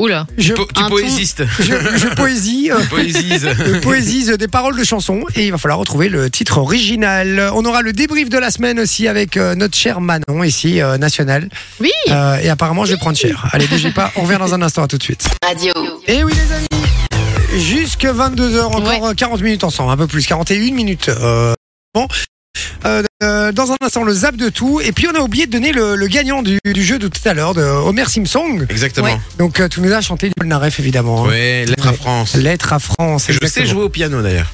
Speaker 6: Oula.
Speaker 3: je,
Speaker 7: po- tu
Speaker 4: un ton-
Speaker 7: poésistes.
Speaker 3: je, je poésie. euh,
Speaker 7: Poésies.
Speaker 3: de poésie, euh, des paroles de chansons. Et il va falloir retrouver le titre original. On aura le débrief de la semaine aussi avec euh, notre cher Manon, ici, euh, national.
Speaker 4: Oui.
Speaker 3: Euh, et apparemment, je vais prendre cher. Allez, bougez pas. On revient dans un instant. À tout de suite.
Speaker 2: Radio.
Speaker 3: Et oui, les amis. Jusque 22h, encore
Speaker 4: Ouais.
Speaker 3: euh, 40 minutes ensemble. Un peu plus, 41 minutes. euh, bon. Euh, euh, dans un instant, le zap de tout. Et puis, on a oublié de donner le, le gagnant du, du jeu de tout à l'heure, de Homer Simpson.
Speaker 7: Exactement.
Speaker 3: Donc, euh, tu nous as chanté du Polnareff, évidemment. hein.
Speaker 7: Ouais, lettre à France.
Speaker 3: Lettre à France.
Speaker 7: Et je sais
Speaker 3: exactement.
Speaker 7: jouer au piano d'ailleurs.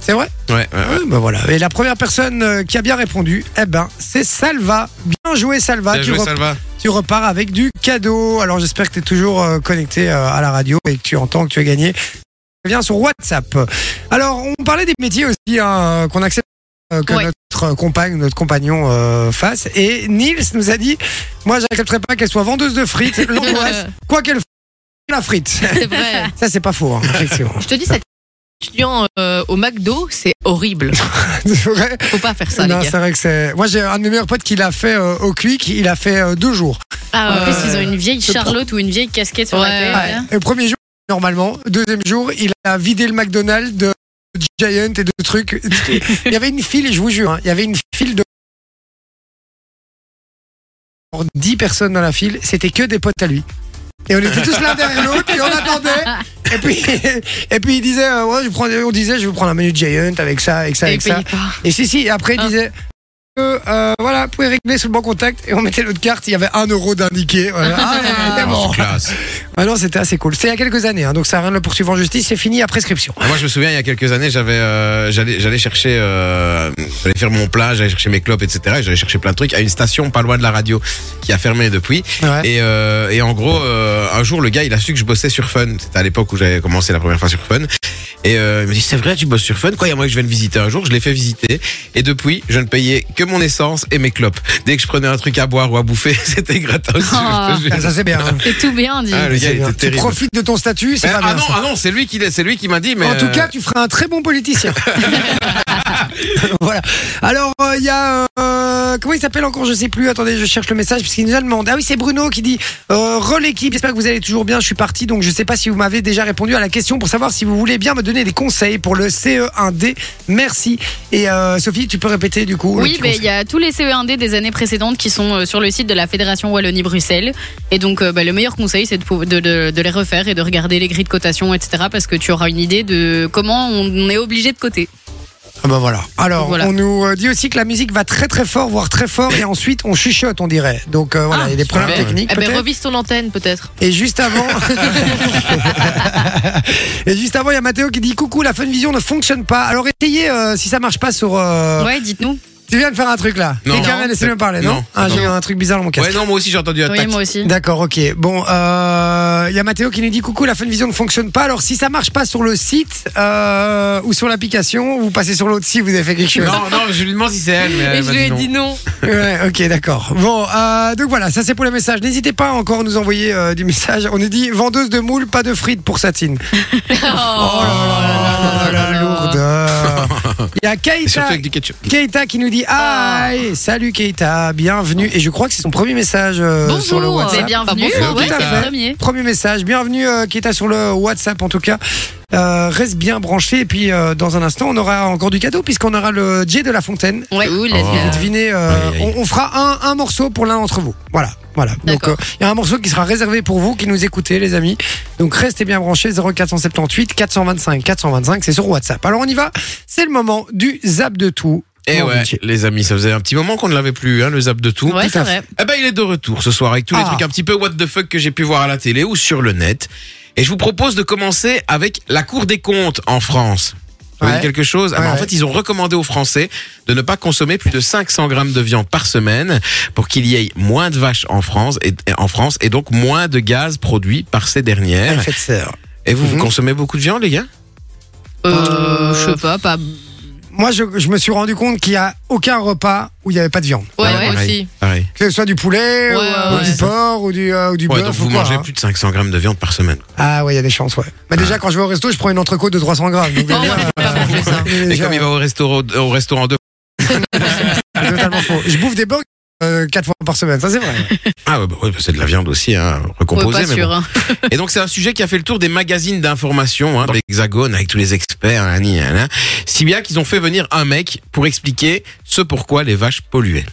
Speaker 3: C'est vrai
Speaker 7: Ouais, ouais, ouais.
Speaker 3: Ouais, bah voilà. Et la première personne euh, qui a bien répondu, eh ben, c'est Salva. Bien joué, Salva.
Speaker 7: Bien
Speaker 3: Ah, tu,
Speaker 7: joué,
Speaker 3: rep-
Speaker 7: Salva.
Speaker 3: tu repars avec du cadeau. Alors, j'espère que tu es toujours euh, connecté euh, à la radio et que tu entends que tu as gagné. Viens sur WhatsApp. Alors, on parlait des métiers aussi hein, qu'on accepte euh, que
Speaker 4: Ouais.
Speaker 3: notre compagne, notre compagnon euh, fasse. Et Nils nous a dit Moi, j'accepterai pas qu'elle soit vendeuse de frites, l'angoisse, quoi qu'elle fasse, la frite.
Speaker 6: C'est vrai.
Speaker 3: Ça, c'est pas faux, hein, effectivement.
Speaker 6: Je te dis, cet étudiant euh, au McDo, c'est horrible.
Speaker 3: C'est vrai.
Speaker 6: Faut pas faire ça,
Speaker 3: non,
Speaker 6: les
Speaker 3: c'est
Speaker 6: gars.
Speaker 3: vrai que c'est. Moi, j'ai un de mes meilleurs potes qui l'a fait euh, au Quick. Il a fait euh, deux jours.
Speaker 4: Ah, en
Speaker 6: Euh,
Speaker 4: plus, ils ont une vieille
Speaker 3: le pro-
Speaker 4: Charlotte ou une vieille casquette sur la
Speaker 6: Ouais.
Speaker 4: tête. là.
Speaker 3: Le premier jour, normalement. Deuxième jour, il a vidé le McDonald's de Giant et de trucs. il y avait une file, je vous jure. hein, il y avait une file de. Genre 10 personnes dans la file. C'était que des potes à lui. Et on était tous l'un derrière l'autre et on attendait. Et puis, et puis il disait, euh, ouais, je prends, on disait, je vais prendre un menu Giant avec ça, avec ça,
Speaker 6: Et
Speaker 3: avec ça.
Speaker 6: paye pas.
Speaker 3: Et si, si, après, il
Speaker 6: Ah.
Speaker 3: disait que, euh, voilà, vous pouvez régler sur le bon contact. Et on mettait l'autre carte, il y avait un euro d'indiqué. Voilà. Ah, ouais,
Speaker 7: Ah,
Speaker 3: bon.
Speaker 7: c'est classe.
Speaker 3: Ah non, c'était assez cool. C'était il y a quelques années, hein, donc ça n'a rien de le poursuivre en justice, c'est fini à prescription.
Speaker 7: Ah, Moi, je me souviens, il y a quelques années, j'avais, euh, j'allais, j'allais chercher, euh, j'allais faire mon plat, j'allais chercher mes clopes, etc. Et j'allais chercher plein de trucs à une station pas loin de la radio qui a fermé depuis.
Speaker 3: Ouais.
Speaker 7: Et, euh, et en gros, euh, un jour, le gars, il a su que je bossais sur Fun. C'était à l'époque où j'avais commencé la première fois sur Fun. Et euh, il me dit, c'est vrai, tu bosses sur Fun Quoi, il y a moyen que je vienne visiter un jour. Je l'ai fait visiter. Et depuis, je ne payais que mon essence et mes clopes. Dès que je prenais un truc à boire ou à bouffer, c'était gratos.
Speaker 4: Ah.
Speaker 7: je te jure.
Speaker 3: Ah, ça, c'est bien. hein.
Speaker 4: C'est tout bien dit.
Speaker 7: Ah, le gars,
Speaker 3: C'est
Speaker 7: il
Speaker 3: bien.
Speaker 7: était
Speaker 3: Tu
Speaker 7: terrible.
Speaker 3: profites de ton statut, c'est
Speaker 7: Ah,
Speaker 3: pas bien.
Speaker 7: non,
Speaker 3: ça.
Speaker 7: ah non, c'est lui qui, l'a- c'est lui qui m'a dit, mais.
Speaker 3: en tout
Speaker 7: euh,
Speaker 3: cas, tu feras un très bon politicien. voilà. Alors, euh, il y a. euh, comment il s'appelle encore Je sais plus. Attendez, je cherche le message puisqu'il nous a demandé. Ah oui, c'est Bruno qui dit euh, Re l'équipe, j'espère que vous allez toujours bien. Je suis parti, donc je sais pas si vous m'avez déjà répondu à la question pour savoir si vous voulez bien me donner des conseils pour le CE1D. Merci. Et euh, Sophie, tu peux répéter du coup le
Speaker 4: Oui,
Speaker 3: petit
Speaker 4: ben, il
Speaker 3: conseil.
Speaker 4: y a tous les CE1D des années précédentes qui sont euh, sur le site de la Fédération Wallonie-Bruxelles. Et donc, euh, bah, le meilleur conseil, c'est de, pou- de- de- de les refaire et de regarder les grilles de cotation, etc. Parce que tu auras une idée de comment on est obligé de coter.
Speaker 3: Ah bah voilà. Alors,
Speaker 4: Voilà.
Speaker 3: on nous euh, dit aussi que la musique va très très fort, voire très fort, et ensuite on chuchote, on dirait. Donc euh, voilà,
Speaker 6: Ah,
Speaker 3: il y a des problèmes
Speaker 6: super.
Speaker 3: techniques.
Speaker 6: Eh ben,
Speaker 3: peut-être.
Speaker 6: revise ton antenne, peut-être.
Speaker 3: Et juste avant, et juste avant, il y a Mathéo qui dit coucou, la Funvision ne fonctionne pas. Alors essayez euh, si ça marche pas sur. euh,
Speaker 4: Ouais, dites-nous.
Speaker 3: Tu viens de faire un truc là.
Speaker 7: Non.
Speaker 3: Quelqu'un
Speaker 7: Non.
Speaker 3: vient d'essayer de me parler, non,
Speaker 7: Non.
Speaker 3: Ah, j'ai
Speaker 7: Non.
Speaker 3: eu un truc bizarre dans mon casque.
Speaker 7: Ouais, non, moi aussi, j'ai entendu un
Speaker 4: Oui,
Speaker 7: tac.
Speaker 4: moi aussi.
Speaker 3: D'accord, ok. Bon, euh, il y a Mathéo qui nous dit coucou, la Funvision ne fonctionne pas. Alors si ça marche pas sur le site euh, ou sur l'application, vous passez sur l'autre si vous avez fait quelque chose.
Speaker 7: Non, non, je lui demande si c'est elle. Mais
Speaker 6: Et
Speaker 7: elle
Speaker 6: je
Speaker 7: m'a
Speaker 6: lui ai
Speaker 7: non.
Speaker 6: dit non.
Speaker 3: Ouais, ok, d'accord. Bon, euh, donc voilà, ça c'est pour les messages. N'hésitez pas encore à nous envoyer euh, du message. On est dit vendeuse de moules, pas de frites pour Satine. Oh là là là là, la lourdeur. Il y a
Speaker 7: Et surtout
Speaker 3: Keita,
Speaker 7: avec du ketchup.
Speaker 3: Keita qui nous dit Aïe, salut Keita, bienvenue. Et je crois que c'est son premier message euh,
Speaker 6: Bonjour,
Speaker 3: sur le
Speaker 4: C'est
Speaker 3: WhatsApp. Ah,
Speaker 4: bienvenu. Ah
Speaker 6: Enfin,
Speaker 3: bonjour,
Speaker 4: ouais,
Speaker 3: tout à
Speaker 4: c'est
Speaker 3: fait.
Speaker 4: le premier.
Speaker 3: Premier message, bienvenue euh, Keita sur le WhatsApp en tout cas. Euh, reste bien branché et puis euh, dans un instant on aura encore du cadeau puisqu'on aura le J de la Fontaine
Speaker 4: Ouais. Ouh, là,
Speaker 7: Oh.
Speaker 4: là.
Speaker 3: Devinez, euh,
Speaker 7: Aïe, aïe.
Speaker 3: on, on fera un, un morceau pour l'un d'entre vous. Voilà, voilà. Donc euh, il
Speaker 4: D'accord.
Speaker 3: y a un morceau qui sera réservé pour vous qui nous écoutez, les amis. Donc restez bien branchés 0478 425 425, c'est sur WhatsApp. Alors on y va. C'est le moment du zap de tout.
Speaker 7: Et
Speaker 3: Bon,
Speaker 7: Eh ouais,
Speaker 3: Vinci.
Speaker 7: les amis, ça faisait un petit moment qu'on ne l'avait plus, hein, le zap de tout.
Speaker 4: Ouais,
Speaker 3: tout à
Speaker 4: c'est
Speaker 3: fait.
Speaker 4: vrai.
Speaker 7: Eh ben, il est de retour ce soir avec tous les
Speaker 3: Ah.
Speaker 7: trucs un petit peu what the fuck que j'ai pu voir à la télé ou sur le net. Et je vous propose de commencer avec la Cour des comptes en France. Ça vous dit
Speaker 3: Ouais.
Speaker 7: quelque chose Ah, bah, En
Speaker 3: Ouais.
Speaker 7: fait, ils ont recommandé aux Français de ne pas consommer plus de 500 grammes de viande par semaine pour qu'il y ait moins de vaches en France et, et- en France et donc moins de gaz produit par ces dernières.
Speaker 3: Effet de serre.
Speaker 7: Et vous, vous
Speaker 3: Mhm.
Speaker 7: consommez beaucoup de viande, les gars
Speaker 4: Euh, je sais pas, pas.
Speaker 3: Moi, je, je me suis rendu compte qu'il n'y a aucun repas où il n'y avait pas de viande.
Speaker 4: Ouais,
Speaker 7: Ouais,
Speaker 4: ouais,
Speaker 7: pareil,
Speaker 4: aussi.
Speaker 7: Pareil.
Speaker 3: Que ce soit du poulet,
Speaker 4: Ouais,
Speaker 3: ou, euh,
Speaker 4: ouais,
Speaker 3: du
Speaker 4: ouais.
Speaker 3: porc, ou du, euh, ou du
Speaker 7: Ouais,
Speaker 3: bœuf,
Speaker 7: donc
Speaker 3: ou
Speaker 7: vous
Speaker 3: quoi,
Speaker 7: mangez
Speaker 3: hein.
Speaker 7: plus Ah. de 500 grammes de viande par semaine.
Speaker 3: Ah ouais, il y a des chances, ouais. Mais déjà, quand je vais au resto, je prends une entrecôte de 300 grammes. Donc,
Speaker 7: Ah
Speaker 3: euh,
Speaker 6: Non, moi, je peux pas manger ça.
Speaker 3: déjà,
Speaker 7: Et comme il va au restaurant, au restaurant de...
Speaker 3: c'est Ah, totalement faux. Je bouffe des burgers 4 fois par semaine, ça c'est vrai.
Speaker 7: Ah ouais, bah ouais, bah c'est de la viande aussi, hein,
Speaker 4: Ouais,
Speaker 7: recomposée.
Speaker 4: pas
Speaker 7: mais
Speaker 4: sûr.
Speaker 7: bon.
Speaker 4: hein.
Speaker 7: Et donc c'est un sujet qui a fait le tour des magazines d'information, hein, dans l'Hexagone, avec tous les experts, hein, ni, hein, hein. si bien qu'ils ont fait venir un mec pour expliquer ce pourquoi les vaches polluaient.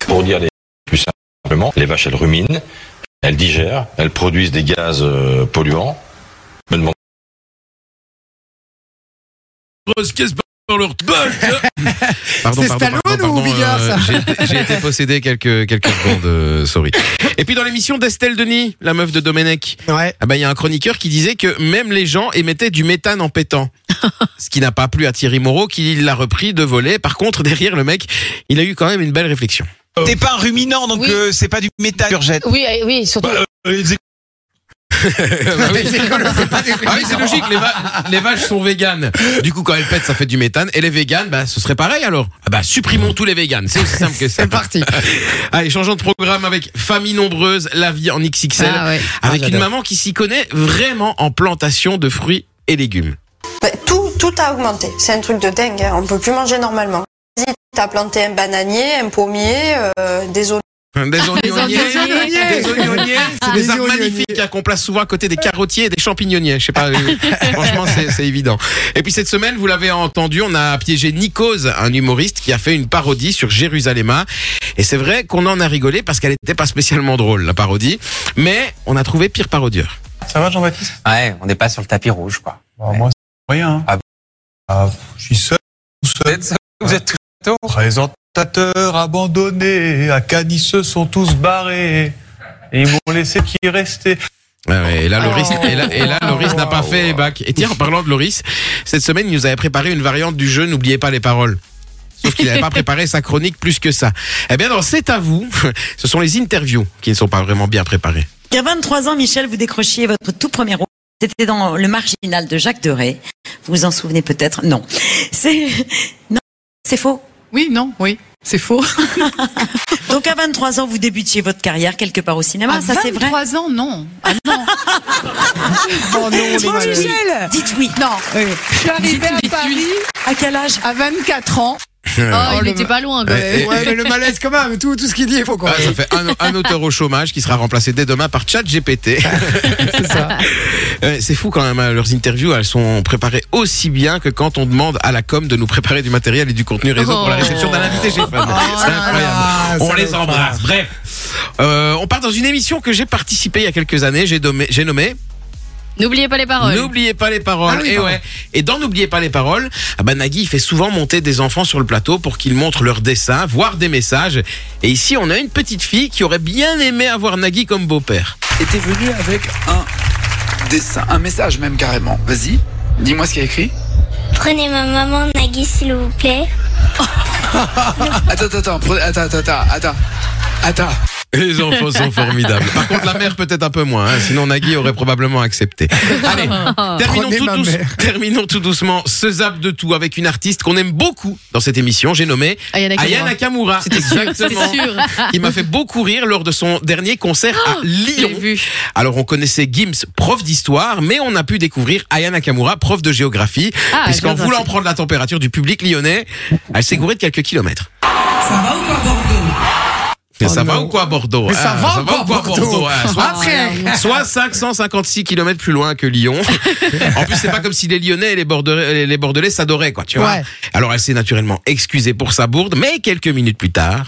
Speaker 13: Pour dire les plus simplement, les vaches elles ruminent, elles digèrent, elles produisent des gaz euh, polluants. Me demande-
Speaker 5: Grosse caisse par leur bol.
Speaker 7: Pardon,
Speaker 3: C'est
Speaker 7: pardon,
Speaker 3: Stallone
Speaker 7: pardon,
Speaker 3: ou
Speaker 7: pardon, euh,
Speaker 3: Bigard, ça
Speaker 7: j'ai été- J'ai été possédé quelques, quelques secondes, euh, sorry. Et puis dans l'émission d'Estelle Denis, la meuf de Domenech,
Speaker 3: Ouais.
Speaker 7: ah ben, il y a un chroniqueur qui disait que même les gens émettaient du méthane en pétant. Ce qui n'a pas plu à Thierry Moreau, qui l'a repris de voler. Par contre, derrière le mec, il a eu quand même une belle réflexion.
Speaker 10: Euh,
Speaker 14: T'es pas un ruminant, donc
Speaker 15: Oui.
Speaker 14: euh, c'est pas du métal que tu rejettes.
Speaker 15: Oui, euh, oui, surtout.
Speaker 7: Bah oui.
Speaker 3: Les écolos, c'est pas des
Speaker 7: Ah oui, c'est logique, les, va- les vaches sont véganes. Du coup, quand elles pètent, ça fait du méthane. Et les véganes, bah, ce serait pareil alors. Ah bah, supprimons tous les véganes. C'est aussi simple que ça.
Speaker 3: C'est parti.
Speaker 7: Allez, changeons de programme avec Famille Nombreuse, la vie en XXL.
Speaker 4: Ah ouais.
Speaker 7: Avec
Speaker 3: Ah,
Speaker 7: une
Speaker 3: j'adore.
Speaker 7: maman qui s'y connaît vraiment en plantation de fruits et légumes.
Speaker 16: Bah, tout, tout a augmenté. C'est un truc de dingue. hein. On peut plus manger normalement. Vas-y, T'as planté un bananier, un pommier, euh, des oignons.
Speaker 7: Hein, Des oignonniers,
Speaker 4: oignonniers.
Speaker 7: des oignonniers, c'est
Speaker 3: Ah,
Speaker 7: des
Speaker 3: des
Speaker 7: arbres
Speaker 3: oignonniers.
Speaker 7: magnifiques hein, qu'on place souvent à côté des carotiers et des champignonniers. Je sais pas, euh, franchement, c'est c'est évident. Et puis cette semaine, vous l'avez entendu, on a piégé Nikos, un humoriste qui a fait une parodie sur Jérusalem. Et c'est vrai qu'on en a rigolé parce qu'elle n'était pas spécialement drôle, la parodie. Mais on a trouvé pire parodieur.
Speaker 17: Ça va, Jean-Baptiste
Speaker 18: Ouais, on n'est pas sur le tapis rouge, quoi.
Speaker 17: Moi, c'est rien. hein. Ah, je suis seul, tout seul. Vous êtes tous Présentateurs abandonnés, à Canis se sont tous barrés. Et ils m'ont laissé qui restait.
Speaker 7: Ah ouais, et là, Loris,
Speaker 17: Oh.
Speaker 7: et là, et là, Loris n'a pas fait les bacs. Et tiens, en parlant de Loris, cette semaine, il nous avait préparé une variante du jeu N'oubliez pas les paroles. Sauf qu'il n'avait pas préparé sa chronique plus que ça. Eh bien, dans C'est à vous, ce sont les interviews qui ne sont pas vraiment bien préparées.
Speaker 19: Il y a 23 ans, Michel, vous décrochiez votre tout premier rôle. C'était dans Le Marginal de Jacques Deray. Vous vous en souvenez peut-être Non. C'est. Non, c'est faux. Oui, non, oui. C'est faux. Donc à 23 ans, vous débutiez votre carrière quelque part au
Speaker 4: Ah,
Speaker 19: cinéma,
Speaker 20: À
Speaker 19: ça c'est vrai
Speaker 20: 23 ans, non. Ah non.
Speaker 19: Oh non,
Speaker 20: Bon, Michel
Speaker 19: Dites oui.
Speaker 20: Non. Je suis arrivée à
Speaker 19: Dites-lui.
Speaker 20: Paris.
Speaker 19: À quel âge
Speaker 20: À 24 ans.
Speaker 4: Oh, il
Speaker 3: le
Speaker 4: était
Speaker 3: ma-
Speaker 4: pas loin, quand
Speaker 3: Ouais,
Speaker 4: même.
Speaker 3: ouais, mais le malaise quand même, tout, tout ce qu'il dit est faux quoi.
Speaker 7: Ah, ça fait un, un auteur au chômage qui sera remplacé dès demain par ChatGPT.
Speaker 3: C'est ça.
Speaker 7: Euh, C'est fou quand même, hein, leurs interviews, elles sont préparées aussi bien que quand on demande à la com de nous préparer du matériel et du contenu réseau pour la réception d'un invité chez Fun. C'est
Speaker 3: Oh
Speaker 7: incroyable.
Speaker 3: Ah,
Speaker 7: on
Speaker 3: ça
Speaker 7: les
Speaker 3: va.
Speaker 7: embrasse. Bref, Euh, on part dans une émission que j'ai participé il y a quelques années. J'ai nommé, j'ai nommé
Speaker 4: N'oubliez pas les paroles.
Speaker 7: N'oubliez pas les paroles.
Speaker 4: Ah oui,
Speaker 7: et
Speaker 4: pardon.
Speaker 7: ouais. Et dans N'oubliez pas les paroles, ah bah Nagui il fait souvent monter des enfants sur le plateau pour qu'ils montrent leurs dessins, voire des messages. Et ici, on a une petite fille qui aurait bien aimé avoir Nagui comme beau-père.
Speaker 9: Et t'es venu avec un dessin, un message même carrément. Vas-y, dis-moi ce qu'il y a écrit.
Speaker 21: Prenez ma maman Nagui s'il vous plaît.
Speaker 9: attends, attends, attends, pre- attends, attends, attends, attends, attends.
Speaker 7: Les enfants sont formidables. Par contre, la mère peut-être un peu moins. hein, sinon, Nagui aurait probablement accepté. Allez, terminons
Speaker 3: Prenez
Speaker 7: tout,
Speaker 3: ma
Speaker 7: douce-
Speaker 3: mère.
Speaker 7: terminons tout doucement ce zap de tout avec une artiste qu'on aime beaucoup dans cette émission. J'ai nommé
Speaker 4: Aya Nakamura.
Speaker 7: Aya Nakamura.
Speaker 4: C'était sûr, c'était sûr.
Speaker 7: Il m'a fait beaucoup rire lors de son dernier concert à Lyon. Alors, on connaissait Gims, prof d'histoire, mais on a pu découvrir Aya Nakamura, prof de géographie,
Speaker 22: Ah,
Speaker 7: puisqu'en
Speaker 22: géographie.
Speaker 7: voulant prendre la température du public lyonnais, elle s'est gourée de quelques kilomètres.
Speaker 22: Ça va ou quoi, Bordeaux
Speaker 7: Mais ça va ou quoi Bordeaux
Speaker 22: Mais ça
Speaker 7: hein,
Speaker 22: va ou quoi, Bordeaux
Speaker 7: hein, soit,
Speaker 22: Après.
Speaker 7: soit 556 km plus loin que Lyon. en plus, c'est pas comme si les Lyonnais et les Bordelais, les Bordelais s'adoraient, quoi, tu vois.
Speaker 22: Ouais.
Speaker 7: Alors, elle s'est naturellement excusée pour sa bourde, mais quelques minutes plus tard.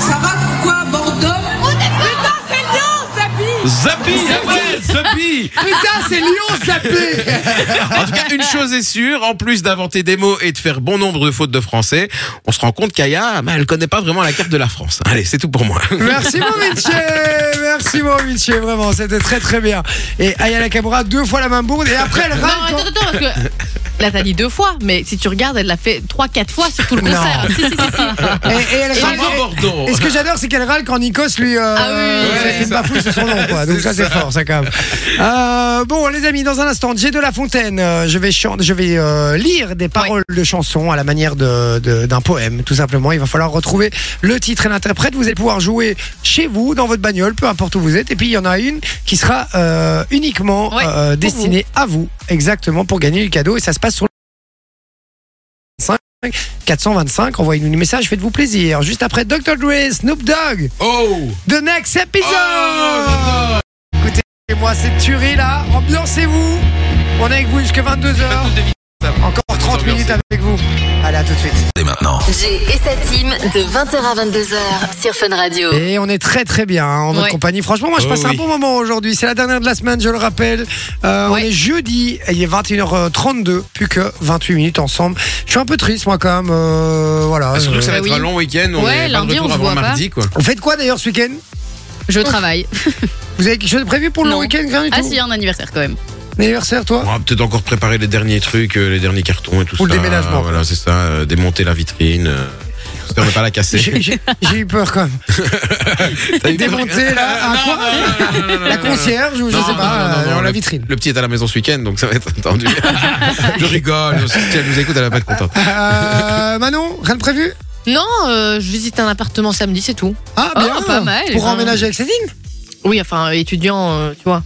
Speaker 22: Ça va ou quoi, Bordeaux Putain, c'est Lyon,
Speaker 7: Zapi, ouais, Zapi
Speaker 22: Putain, c'est Lyon,
Speaker 7: En tout cas, une chose est sûre, en plus d'inventer des mots et de faire bon nombre de fautes de français, on se rend compte qu'Aya, bah, elle connaît pas vraiment la carte de la France. Allez, c'est tout pour moi.
Speaker 3: Merci mon Vinci Merci mon Vinci, vraiment, c'était très très bien. Et Aya Nakamura, deux fois la même bourde, et après elle
Speaker 4: Non,
Speaker 3: râle
Speaker 4: attends,
Speaker 3: quand-
Speaker 4: attends, parce que
Speaker 6: Là, t'as dit deux fois, mais si tu regardes, elle l'a fait trois, quatre fois sur tout le
Speaker 3: Non.
Speaker 6: concert. Si, si, si, si.
Speaker 3: Et, et elle râle- et- et ce que j'adore, c'est qu'elle râle quand Nikos lui euh,
Speaker 20: Ah
Speaker 3: fait- fait bafouille sur son nom. quoi. Donc ça, c'est fort, ça quand même. Euh, bon, les amis, dans un instant, j'ai de la Fontaine. Euh, Je vais, chan- je vais euh, lire des paroles de chansons à la manière de- de- d'un poème, tout simplement. Il va falloir retrouver le titre et l'interprète. Vous allez pouvoir jouer chez vous, dans votre bagnole, peu importe où vous êtes. Et puis, il y en a une qui sera euh, uniquement euh, destinée à vous, exactement, pour gagner du cadeau. Et ça se passe sur le 5, 425, envoyez-nous des messages, faites-vous plaisir. Juste après Dr. Dre, Snoop Dogg.
Speaker 5: Oh
Speaker 3: The next episode
Speaker 7: Oh.
Speaker 3: Écoutez-moi, cette tuerie là, ambiancez-vous. On est avec vous jusqu'à 22h. Encore 30 minutes avec vous. Allez, à tout de suite.
Speaker 12: Dès maintenant.
Speaker 2: Jay et sa team de 20h à 22h sur Fun Radio.
Speaker 7: Euh.
Speaker 3: Et on est très très bien hein, en votre
Speaker 2: Ouais.
Speaker 3: compagnie. Franchement, moi je
Speaker 2: Oh
Speaker 3: passe un
Speaker 2: oui.
Speaker 3: bon moment aujourd'hui. C'est la dernière de la semaine, je le rappelle. Euh, On est jeudi, et il est 21h32, plus que 28 minutes ensemble. Je suis un peu triste moi quand même. euh, voilà.
Speaker 7: Ah, Surtout que ça va
Speaker 3: Euh,
Speaker 7: être un long week-end. On est pas de retour avant mardi, quoi.
Speaker 3: Vous faites quoi d'ailleurs ce week-end
Speaker 4: Je travaille.
Speaker 3: Vous avez quelque chose de prévu pour le
Speaker 4: Non.
Speaker 3: week-end rien du
Speaker 4: Ah
Speaker 3: tout
Speaker 4: si, un anniversaire quand même.
Speaker 3: Anniversaire, toi
Speaker 7: On va peut-être encore préparer les derniers trucs, euh, les derniers cartons et tout
Speaker 3: Ou
Speaker 7: ça.
Speaker 3: le déménagement.
Speaker 7: Voilà, c'est ça. euh, démonter la vitrine. euh, J'espère ne pas la casser.
Speaker 3: J'ai j'ai- j'ai eu peur quand même.
Speaker 7: T'as eu peur
Speaker 3: Démonter là, un coin La concierge ou je
Speaker 7: Non,
Speaker 3: sais
Speaker 7: non,
Speaker 3: pas,
Speaker 7: non, non,
Speaker 3: euh,
Speaker 7: non,
Speaker 3: la
Speaker 7: le-
Speaker 3: vitrine.
Speaker 7: Le petit est à la maison ce week-end, donc ça va être tendu. je rigole. Si elle nous écoute, elle va pas être contente.
Speaker 3: Euh, Manon, rien de prévu
Speaker 6: Non, euh, je visite un appartement samedi, c'est tout.
Speaker 3: Ah, bien.
Speaker 6: Oh, pas mal.
Speaker 3: Pour
Speaker 4: hein.
Speaker 6: Ben,
Speaker 3: emménager avec Céline
Speaker 6: Oui, enfin, euh, étudiant, euh, tu vois.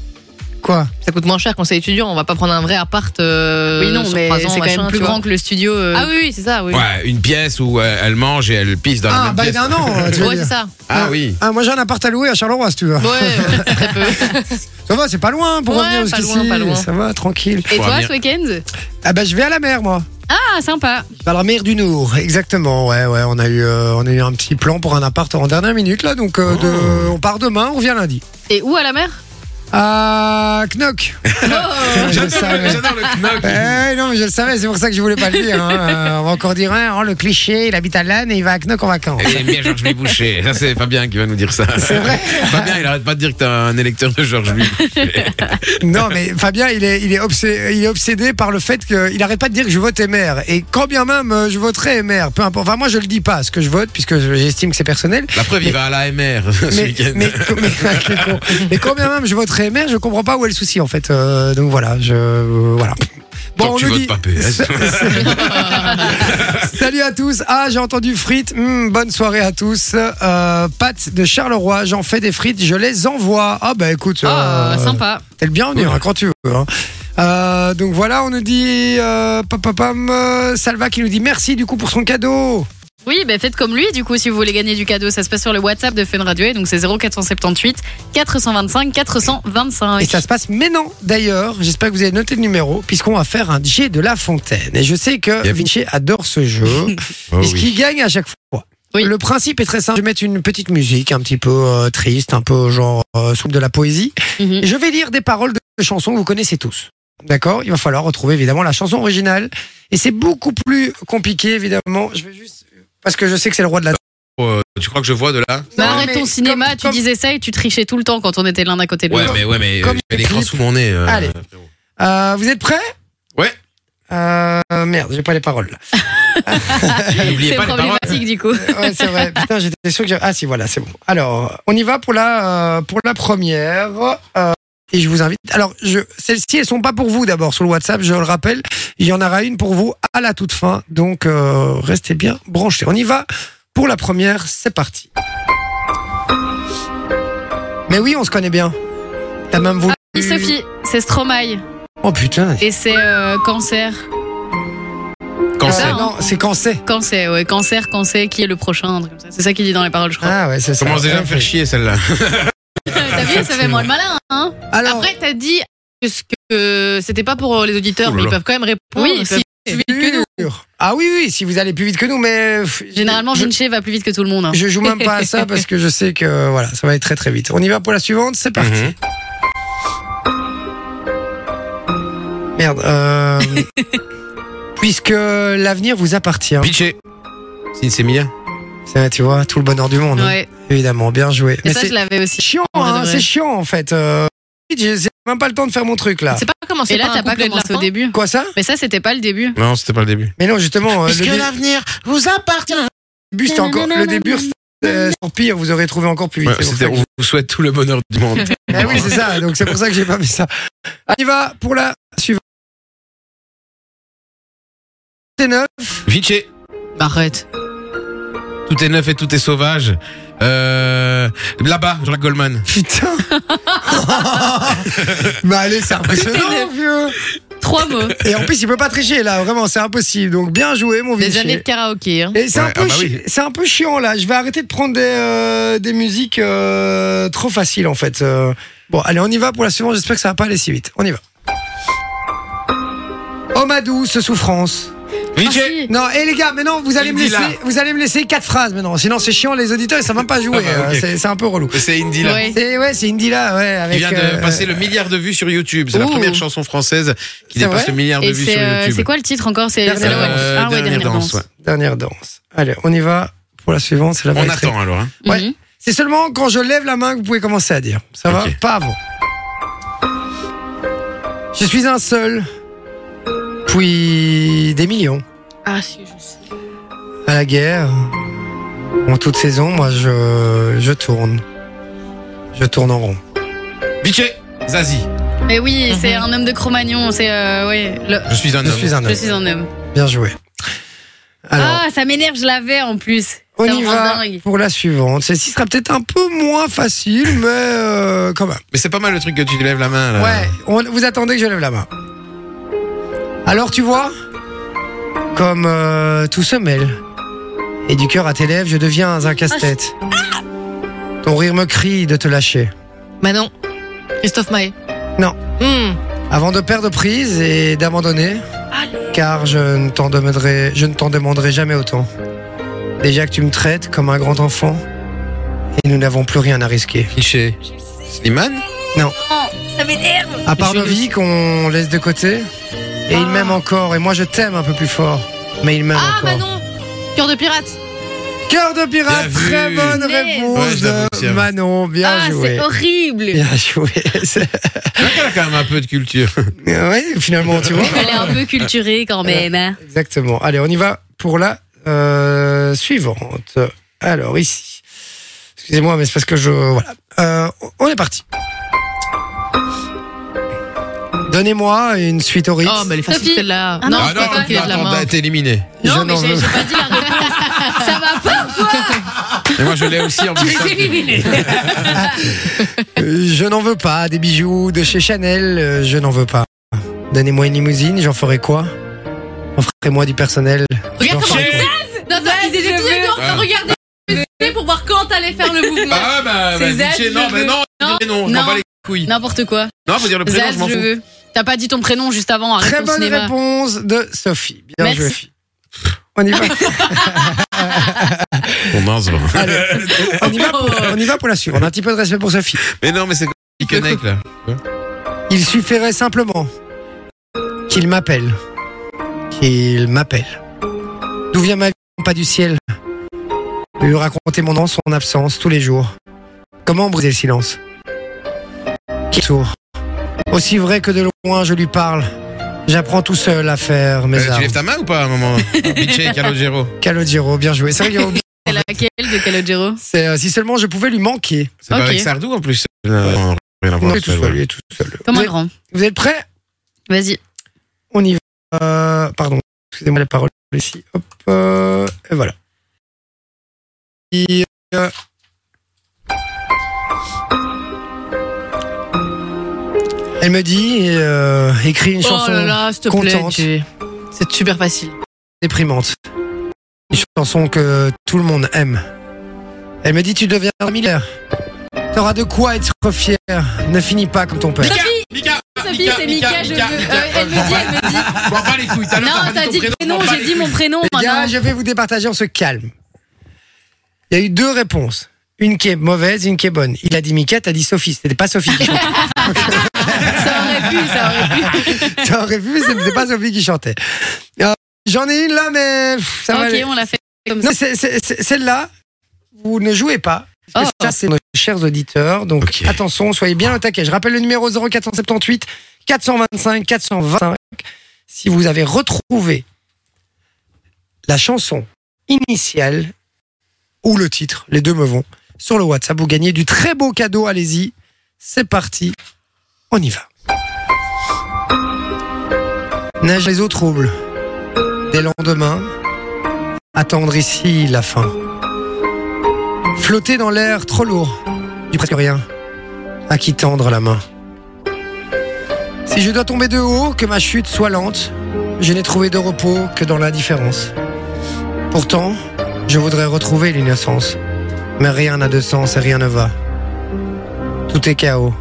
Speaker 3: Quoi
Speaker 6: Ça coûte moins cher quand c'est étudiant. On va pas prendre un vrai appart. euh,
Speaker 4: Oui, non,
Speaker 6: sur
Speaker 4: mais
Speaker 6: trois ans,
Speaker 4: c'est quand
Speaker 6: machin,
Speaker 4: même plus
Speaker 6: tu vois.
Speaker 4: grand que le studio. euh.
Speaker 6: Ah oui, oui, c'est ça, oui.
Speaker 7: Ouais, une pièce où euh, elle mange et elle pisse dans la
Speaker 3: Ah,
Speaker 7: même
Speaker 3: bah
Speaker 7: pièce.
Speaker 3: d'un an. euh, tu veux
Speaker 6: Ouais,
Speaker 3: dire.
Speaker 6: c'est ça.
Speaker 7: Ah oui.
Speaker 3: Ah, moi j'ai un appart à louer à Charleroi si tu veux. Ouais, ça va, c'est pas loin pour
Speaker 4: Ouais,
Speaker 3: revenir
Speaker 4: pas
Speaker 3: jusqu'ici.
Speaker 4: loin, pas loin.
Speaker 3: Ça va, tranquille.
Speaker 4: Et toi, ce week-end
Speaker 3: Ah bah je vais à la mer moi.
Speaker 4: Ah, sympa.
Speaker 3: Dans la mer du Nour, exactement. Ouais, ouais, on a eu, euh, on a eu un petit plan pour un appart en dernière minute là, donc euh, de- on part demain, on revient lundi.
Speaker 4: Et où à la mer
Speaker 3: À Knock.
Speaker 7: J'adore le- j'adore le Knock.
Speaker 3: Eh, non, mais je le savais, c'est pour ça que je voulais pas le dire. hein. Euh, On va encore dire, hein, oh, le cliché, il habite à Lannes et il va à Knock en vacances.
Speaker 7: Il aime bien Georges Louis Boucher. Ça, c'est Fabien qui va nous dire ça.
Speaker 3: C'est vrai
Speaker 7: Fabien, il arrête pas de dire que t'es un électeur de Georges Louis.
Speaker 3: Non, mais Fabien, il est, il est, obsé- il est obsédé par le fait qu'il arrête pas de dire que je vote MR. Et quand bien même euh, je voterai MR, peu importe. Enfin, moi, je le dis pas, ce que je vote, puisque j'estime que c'est personnel.
Speaker 7: La preuve, il va à l'AMR ce
Speaker 3: Mais,
Speaker 7: week-end.
Speaker 3: mais, mais- quel con. Mais quand bien même je voterai MR, je comprends pas où est le souci, en fait. Euh, donc voilà, je. euh, voilà.
Speaker 7: Tant que tu votes pas PS.
Speaker 3: Salut à tous. Ah, j'ai entendu frites. Hmm, bonne soirée à tous. Euh, Pat de Charleroi, j'en fais des frites, je les envoie. Ah bah écoute.
Speaker 4: Ah,
Speaker 3: euh,
Speaker 4: sympa.
Speaker 3: T'es le bienvenu hein, quand tu veux. hein. Euh, donc voilà, on nous dit euh, pam, pam, pam, euh, Salva qui nous dit merci du coup pour son cadeau.
Speaker 4: Oui, ben faites comme lui, du coup, si vous voulez gagner du cadeau, ça se passe sur le WhatsApp de Fun Radio, et donc c'est 0478 425 425.
Speaker 3: Et ça se passe maintenant d'ailleurs. J'espère que vous avez noté le numéro puisqu'on va faire un jet de la fontaine. Et je sais que Vinci adore ce jeu
Speaker 7: Oh
Speaker 3: puisqu'il
Speaker 7: oui.
Speaker 3: gagne à chaque fois. Le principe est très simple. Je vais mettre une petite musique un petit peu euh, triste, un peu genre euh, soupe de la poésie.
Speaker 4: Mhm. Mm.
Speaker 3: Je vais lire des paroles de chansons que vous connaissez tous. D'accord Il va falloir retrouver évidemment la chanson originale. Et c'est beaucoup plus compliqué évidemment. Je vais juste... Parce que je sais que c'est le roi de la...
Speaker 7: Euh, tu crois que je vois de là
Speaker 4: Mais Bah, arrête ton cinéma, tu disais ça et tu trichais tout le temps quand on était l'un à côté de
Speaker 7: Ouais,
Speaker 4: l'autre.
Speaker 7: mais, ouais, mais euh,
Speaker 4: Comme
Speaker 7: j'ai l'écran
Speaker 3: clip.
Speaker 7: sous mon nez. euh,
Speaker 3: Allez. Euh, vous êtes prêts
Speaker 7: Ouais.
Speaker 3: Euh, merde, j'ai pas les paroles.
Speaker 4: C'est problématique du coup.
Speaker 3: Ouais, c'est vrai. Putain, j'étais sûr que j'avais- Ah si, voilà, c'est bon. Alors, on y va pour la, euh, pour la première. Euh, et je vous invite. Alors, je, celles-ci, elles sont pas pour vous d'abord sur le WhatsApp, je le rappelle. Il y en aura une pour vous à la toute fin. Donc, euh, restez bien branchés. On y va pour la première. C'est parti. Mais oui, on se connaît bien. T'as même voulu.
Speaker 4: Oui, Sophie, c'est Stromae
Speaker 3: Oh putain.
Speaker 4: et Ah. c'est euh, Cancer.
Speaker 3: Cancer.
Speaker 4: Ça, hein.
Speaker 3: Non, c'est cancer.
Speaker 4: Cancer, ouais, Cancer, Cancer, qui est le prochain un truc comme ça. C'est ça qu'il dit dans les paroles, je crois.
Speaker 3: Ah ouais, c'est ça.
Speaker 7: Commence déjà à me faire chier celle-là.
Speaker 4: T'as vu, ça fait moins le malin, hein
Speaker 6: Après, t'as dit que ce que c'était pas pour les auditeurs,
Speaker 3: Ouh Oh là
Speaker 6: mais ils
Speaker 3: là.
Speaker 6: peuvent quand même répondre.
Speaker 4: Oui,
Speaker 6: ils
Speaker 4: si-
Speaker 6: peuvent plus vite que nous.
Speaker 3: Ah oui, oui, si vous allez plus vite que nous, mais.
Speaker 4: Généralement, Vinci va plus vite que tout le monde. hein.
Speaker 3: Je joue même pas à ça parce que je sais que voilà, ça va aller très très vite. On y va pour la suivante, c'est parti.
Speaker 7: Mhm.
Speaker 4: Mhm.
Speaker 3: Merde. euh, Puisque l'avenir vous appartient.
Speaker 7: Pitché. Cine Semilla.
Speaker 3: C'est- Tu vois, tout le bonheur du monde. hein.
Speaker 4: Ouais.
Speaker 3: Évidemment, bien joué.
Speaker 4: Et ça,
Speaker 3: c'est
Speaker 4: je l'avais aussi.
Speaker 3: chiant,
Speaker 4: en vrai de
Speaker 3: hein,
Speaker 4: vrai.
Speaker 3: c'est chiant en fait. euh, j'ai j'ai même pas le temps de faire mon truc là.
Speaker 6: C'est pas commencé
Speaker 4: Et là, t'as pas commencé au début.
Speaker 3: Quoi ça
Speaker 4: Mais ça, c'était pas le début.
Speaker 7: Non, c'était pas le début.
Speaker 3: Mais non, justement, euh, le, dé-
Speaker 4: l'avenir vous appartient.
Speaker 3: début, c'était encore le début. euh, sans pire, vous aurez trouvé encore plus vite.
Speaker 7: Ouais,
Speaker 3: c'est pour
Speaker 7: c'était-
Speaker 3: ça que-
Speaker 7: on vous souhaite tout le bonheur du monde.
Speaker 3: Ah oui, c'est ça. Donc c'est pour ça que j'ai pas mis ça. On y va pour la suivante. C'est neuf.
Speaker 7: Vichy.
Speaker 4: Arrête.
Speaker 7: Tout est neuf et tout est sauvage. Euh, là-bas, Jean-Jacques Goldman.
Speaker 3: Putain. Mais allez, c'est impressionnant, vieux.
Speaker 4: Trois mots.
Speaker 3: Et en plus, il peut pas tricher là. Vraiment, c'est impossible. Donc bien joué, mon
Speaker 6: Des
Speaker 3: Vinci.
Speaker 6: années de karaoké. hein.
Speaker 3: Et c'est un,
Speaker 7: Ouais,
Speaker 3: peu
Speaker 7: ah bah
Speaker 3: chi-
Speaker 7: oui.
Speaker 3: c'est un peu chiant là. Je vais arrêter de prendre des, euh, des musiques euh, trop faciles en fait. Euh, bon, allez, on y va pour la suivante. J'espère que ça va pas aller si vite. On y va. Homme à douce souffrance.
Speaker 4: Ah,
Speaker 7: Vinci.
Speaker 3: Non, et les gars, mais non, vous allez me
Speaker 7: Indy,
Speaker 3: laisser,
Speaker 7: là.
Speaker 3: vous allez me laisser quatre phrases maintenant. Sinon, c'est chiant, les auditeurs, ils savent même pas jouer.
Speaker 7: Ah bah, ok.
Speaker 3: Euh, c'est- C'est un peu relou.
Speaker 7: C'est Indy là.
Speaker 4: Ouais.
Speaker 3: C'est ouais, c'est Indy là, ouais. Avec,
Speaker 7: Qui vient
Speaker 3: euh,
Speaker 7: de passer le milliard de vues sur YouTube. C'est la
Speaker 4: Ouh.
Speaker 7: première chanson française qui
Speaker 3: C'est
Speaker 7: dépasse
Speaker 3: vrai
Speaker 7: le milliard de
Speaker 4: Et
Speaker 7: vues sur
Speaker 4: c'est euh, c'est
Speaker 7: YouTube.
Speaker 4: quoi le titre encore C'est
Speaker 3: Dernière
Speaker 4: c'est la-
Speaker 3: danse.
Speaker 7: Euh,
Speaker 4: Ah ouais, dernière danse.
Speaker 7: ouais.
Speaker 3: dernière danse. Allez, on y va pour la suivante. C'est la
Speaker 7: On
Speaker 3: vraie tri-
Speaker 7: attend alors. hein.
Speaker 3: Ouais.
Speaker 4: Mhm.
Speaker 3: C'est seulement quand je lève la main que vous pouvez commencer à dire. Ça va
Speaker 7: Ok.
Speaker 3: Pas avant. Je suis un seul, puis des millions.
Speaker 6: Ah si, je sais.
Speaker 3: À la guerre, en toute saison, moi je, je tourne. Je tourne en rond.
Speaker 7: Vichy. Zazie.
Speaker 4: Mais oui, c'est un homme de Cro-Magnon. C'est euh, ouais. le-
Speaker 7: Je suis un
Speaker 3: Je
Speaker 7: homme.
Speaker 3: suis un homme.
Speaker 4: Je suis un homme.
Speaker 3: Bien joué. Alors,
Speaker 4: Ah, ça m'énerve. Je l'avais en plus.
Speaker 3: on
Speaker 4: Ça me
Speaker 3: y
Speaker 4: rend
Speaker 3: va
Speaker 4: dingue.
Speaker 3: pour la suivante. Celle-ci sera peut-être un peu moins facile, mais euh, quand même.
Speaker 7: Mais c'est pas mal le truc que tu lèves la main là.
Speaker 3: Ouais, on- vous attendez que je lève la main. Alors tu vois, comme euh, tout se mêle, et du cœur à tes lèvres, je deviens un casse-tête. Ton rire me crie de te lâcher.
Speaker 6: Manon. Christophe Maé.
Speaker 3: Non.
Speaker 6: Hmm.
Speaker 3: Avant de perdre prise et d'abandonner, car je ne t'en demanderai, je ne t'en demanderai jamais autant. Déjà que tu me traites comme un grand enfant, et nous n'avons plus rien à risquer.
Speaker 7: Vichy. Slimane.
Speaker 4: Non, ça m'énerve.
Speaker 3: À part
Speaker 6: Je
Speaker 3: nos
Speaker 6: suis
Speaker 3: vies qu'on laisse de côté, et il m'aime encore, et moi je t'aime un peu plus fort, mais il m'aime
Speaker 6: Ah
Speaker 3: encore.
Speaker 6: Manon. Cœur de pirate.
Speaker 3: Cœur de pirate,
Speaker 7: Bien vu.
Speaker 3: très bonne
Speaker 4: Mais-
Speaker 7: Ouais,
Speaker 3: réponse
Speaker 7: je hein. l'avoue,
Speaker 3: de
Speaker 7: tiens.
Speaker 3: Manon, bien
Speaker 4: Ah,
Speaker 3: joué.
Speaker 4: c'est horrible.
Speaker 3: Bien joué. C'est-
Speaker 7: Elle a quand même un peu de culture.
Speaker 3: ouais, finalement, tu vois.
Speaker 4: Elle est un peu culturée quand même. hein.
Speaker 3: Exactement. Allez, on y va pour la euh, suivante. Alors, ici. Excusez-moi, mais c'est parce que je. Voilà. Euh, on est parti. Donnez-moi une suite au rythme.
Speaker 6: Oh, mais elle est facile
Speaker 4: Sophie.
Speaker 6: celle-là.
Speaker 4: Ah non,
Speaker 7: ah
Speaker 4: je peux
Speaker 7: non,
Speaker 4: pas qu'il
Speaker 6: ait de la
Speaker 7: attends,
Speaker 6: main.
Speaker 7: t'as été éliminé.
Speaker 4: Non,
Speaker 3: Je
Speaker 4: mais
Speaker 3: n'en
Speaker 4: j'ai
Speaker 3: veux-
Speaker 4: j'ai pas dit la réponse. ça va pas ou quoi
Speaker 7: Et moi je l'ai aussi en plus.
Speaker 3: Euh, Je n'en veux pas. Des bijoux de chez Chanel, euh, je n'en veux pas. Donnez-moi une limousine, j'en ferai quoi J'en ferai moi du personnel. J'en
Speaker 6: Regarde comment
Speaker 3: ferai-
Speaker 6: Non, non, ils étaient tous les deux en train de regarder le pour voir quand t'allais faire le mouvement.
Speaker 7: Bah ouais, bah,
Speaker 4: C'est
Speaker 7: bah,
Speaker 4: Z,
Speaker 7: Vichy,
Speaker 4: je
Speaker 7: non,
Speaker 4: veux.
Speaker 7: mais non,
Speaker 4: Non,
Speaker 7: non, non, je
Speaker 4: non.
Speaker 7: m'en bats les couilles.
Speaker 4: N'importe quoi.
Speaker 7: Non, faut dire le prénom,
Speaker 4: Zaz,
Speaker 7: je m'en
Speaker 4: je
Speaker 7: fous.
Speaker 4: veux. T'as pas dit ton prénom juste avant. arrête
Speaker 3: Très
Speaker 4: ton
Speaker 3: bonne
Speaker 4: cinéma.
Speaker 3: réponse de Sophie. Bien
Speaker 4: Merci.
Speaker 3: joué, Sophie. On y va.
Speaker 7: On hein. mince, bon.
Speaker 3: Allez, on, y va pour, on y va pour la suivante. Un petit peu de respect pour Sophie.
Speaker 7: Mais non, mais c'est qui connecte là.
Speaker 3: Il suffirait simplement qu'il m'appelle. Qu'il m'appelle. D'où vient ma vie Pas du ciel. Lui raconter mon nom, son absence, tous les jours. Comment briser le silence Qui est sourd. Aussi vrai que de loin je lui parle, j'apprends tout seul à faire mes
Speaker 7: Euh, tu
Speaker 3: armes.
Speaker 7: lèves ta main ou pas à un moment Vichy, Calogero.
Speaker 3: Calogero, bien joué. C'est vrai qu'il y a-
Speaker 4: C'est laquelle de Calogero
Speaker 3: c'est, euh, si seulement je pouvais lui manquer.
Speaker 7: C'est
Speaker 4: Ok.
Speaker 7: pas avec Sardou en plus. Non, rien à
Speaker 3: Non,
Speaker 7: voir.
Speaker 3: il est tout seul, il est tout seul.
Speaker 4: Comme
Speaker 3: vous,
Speaker 4: un
Speaker 3: êtes,
Speaker 4: grand.
Speaker 3: vous êtes prêts
Speaker 4: Vas-y.
Speaker 3: On y va. Euh, pardon, excusez-moi la parole ici. Hop, euh, et voilà. Et, euh, elle me dit, euh, écris une
Speaker 6: Oh
Speaker 3: chanson
Speaker 6: là là, s'il te plaît.
Speaker 3: contente.
Speaker 6: tu- C'est super facile.
Speaker 3: déprimante. Une chanson que tout le monde aime. Elle me dit, tu deviens milleur. T'auras de quoi être fier. Ne finis pas comme ton père.
Speaker 4: Sophie,
Speaker 7: Mika,
Speaker 4: Sophie, c'est Mika, je veux. Euh, Elle me dit, elle me dit.
Speaker 7: Bon, pas les couilles,
Speaker 3: Ah
Speaker 7: t'as
Speaker 4: Non, t'as dit le prénom, j'ai dit mon prénom
Speaker 3: Les gars,
Speaker 4: maintenant.
Speaker 3: je vais vous départager, on se calme. Il y a eu deux réponses. Une qui est mauvaise, une qui est bonne. Il a dit Mika, t'as dit Sophie. C'était pas Sophie qui chantait.
Speaker 4: Ça aurait pu, ça aurait pu.
Speaker 3: T'aurais vu, mais c'était pas Sophie qui chantait. Euh, J'en ai une là, mais pff, ça va
Speaker 4: Ok,
Speaker 3: aller.
Speaker 4: on l'a fait comme
Speaker 3: Non,
Speaker 4: ça.
Speaker 3: c'est- c'est- c'est- Celle-là, vous ne jouez pas.
Speaker 4: Oh.
Speaker 3: Ça, c'est nos chers auditeurs. Donc, attention, soyez bien au taquet. Je rappelle le numéro 0478 425 425. Si vous avez retrouvé la chanson initiale ou le titre, les deux me vont, sur le WhatsApp, vous gagnez du très beau cadeau. Allez-y. C'est parti. On y va. Neige les eaux troubles. Des lendemains, attendre ici la fin. Flotter dans l'air trop lourd, du presque rien, à qui tendre la main. Si je dois tomber de haut, que ma chute soit lente, je n'ai trouvé de repos que dans l'indifférence. Pourtant, je voudrais retrouver l'innocence, mais rien n'a de sens et rien ne va. Tout est chaos.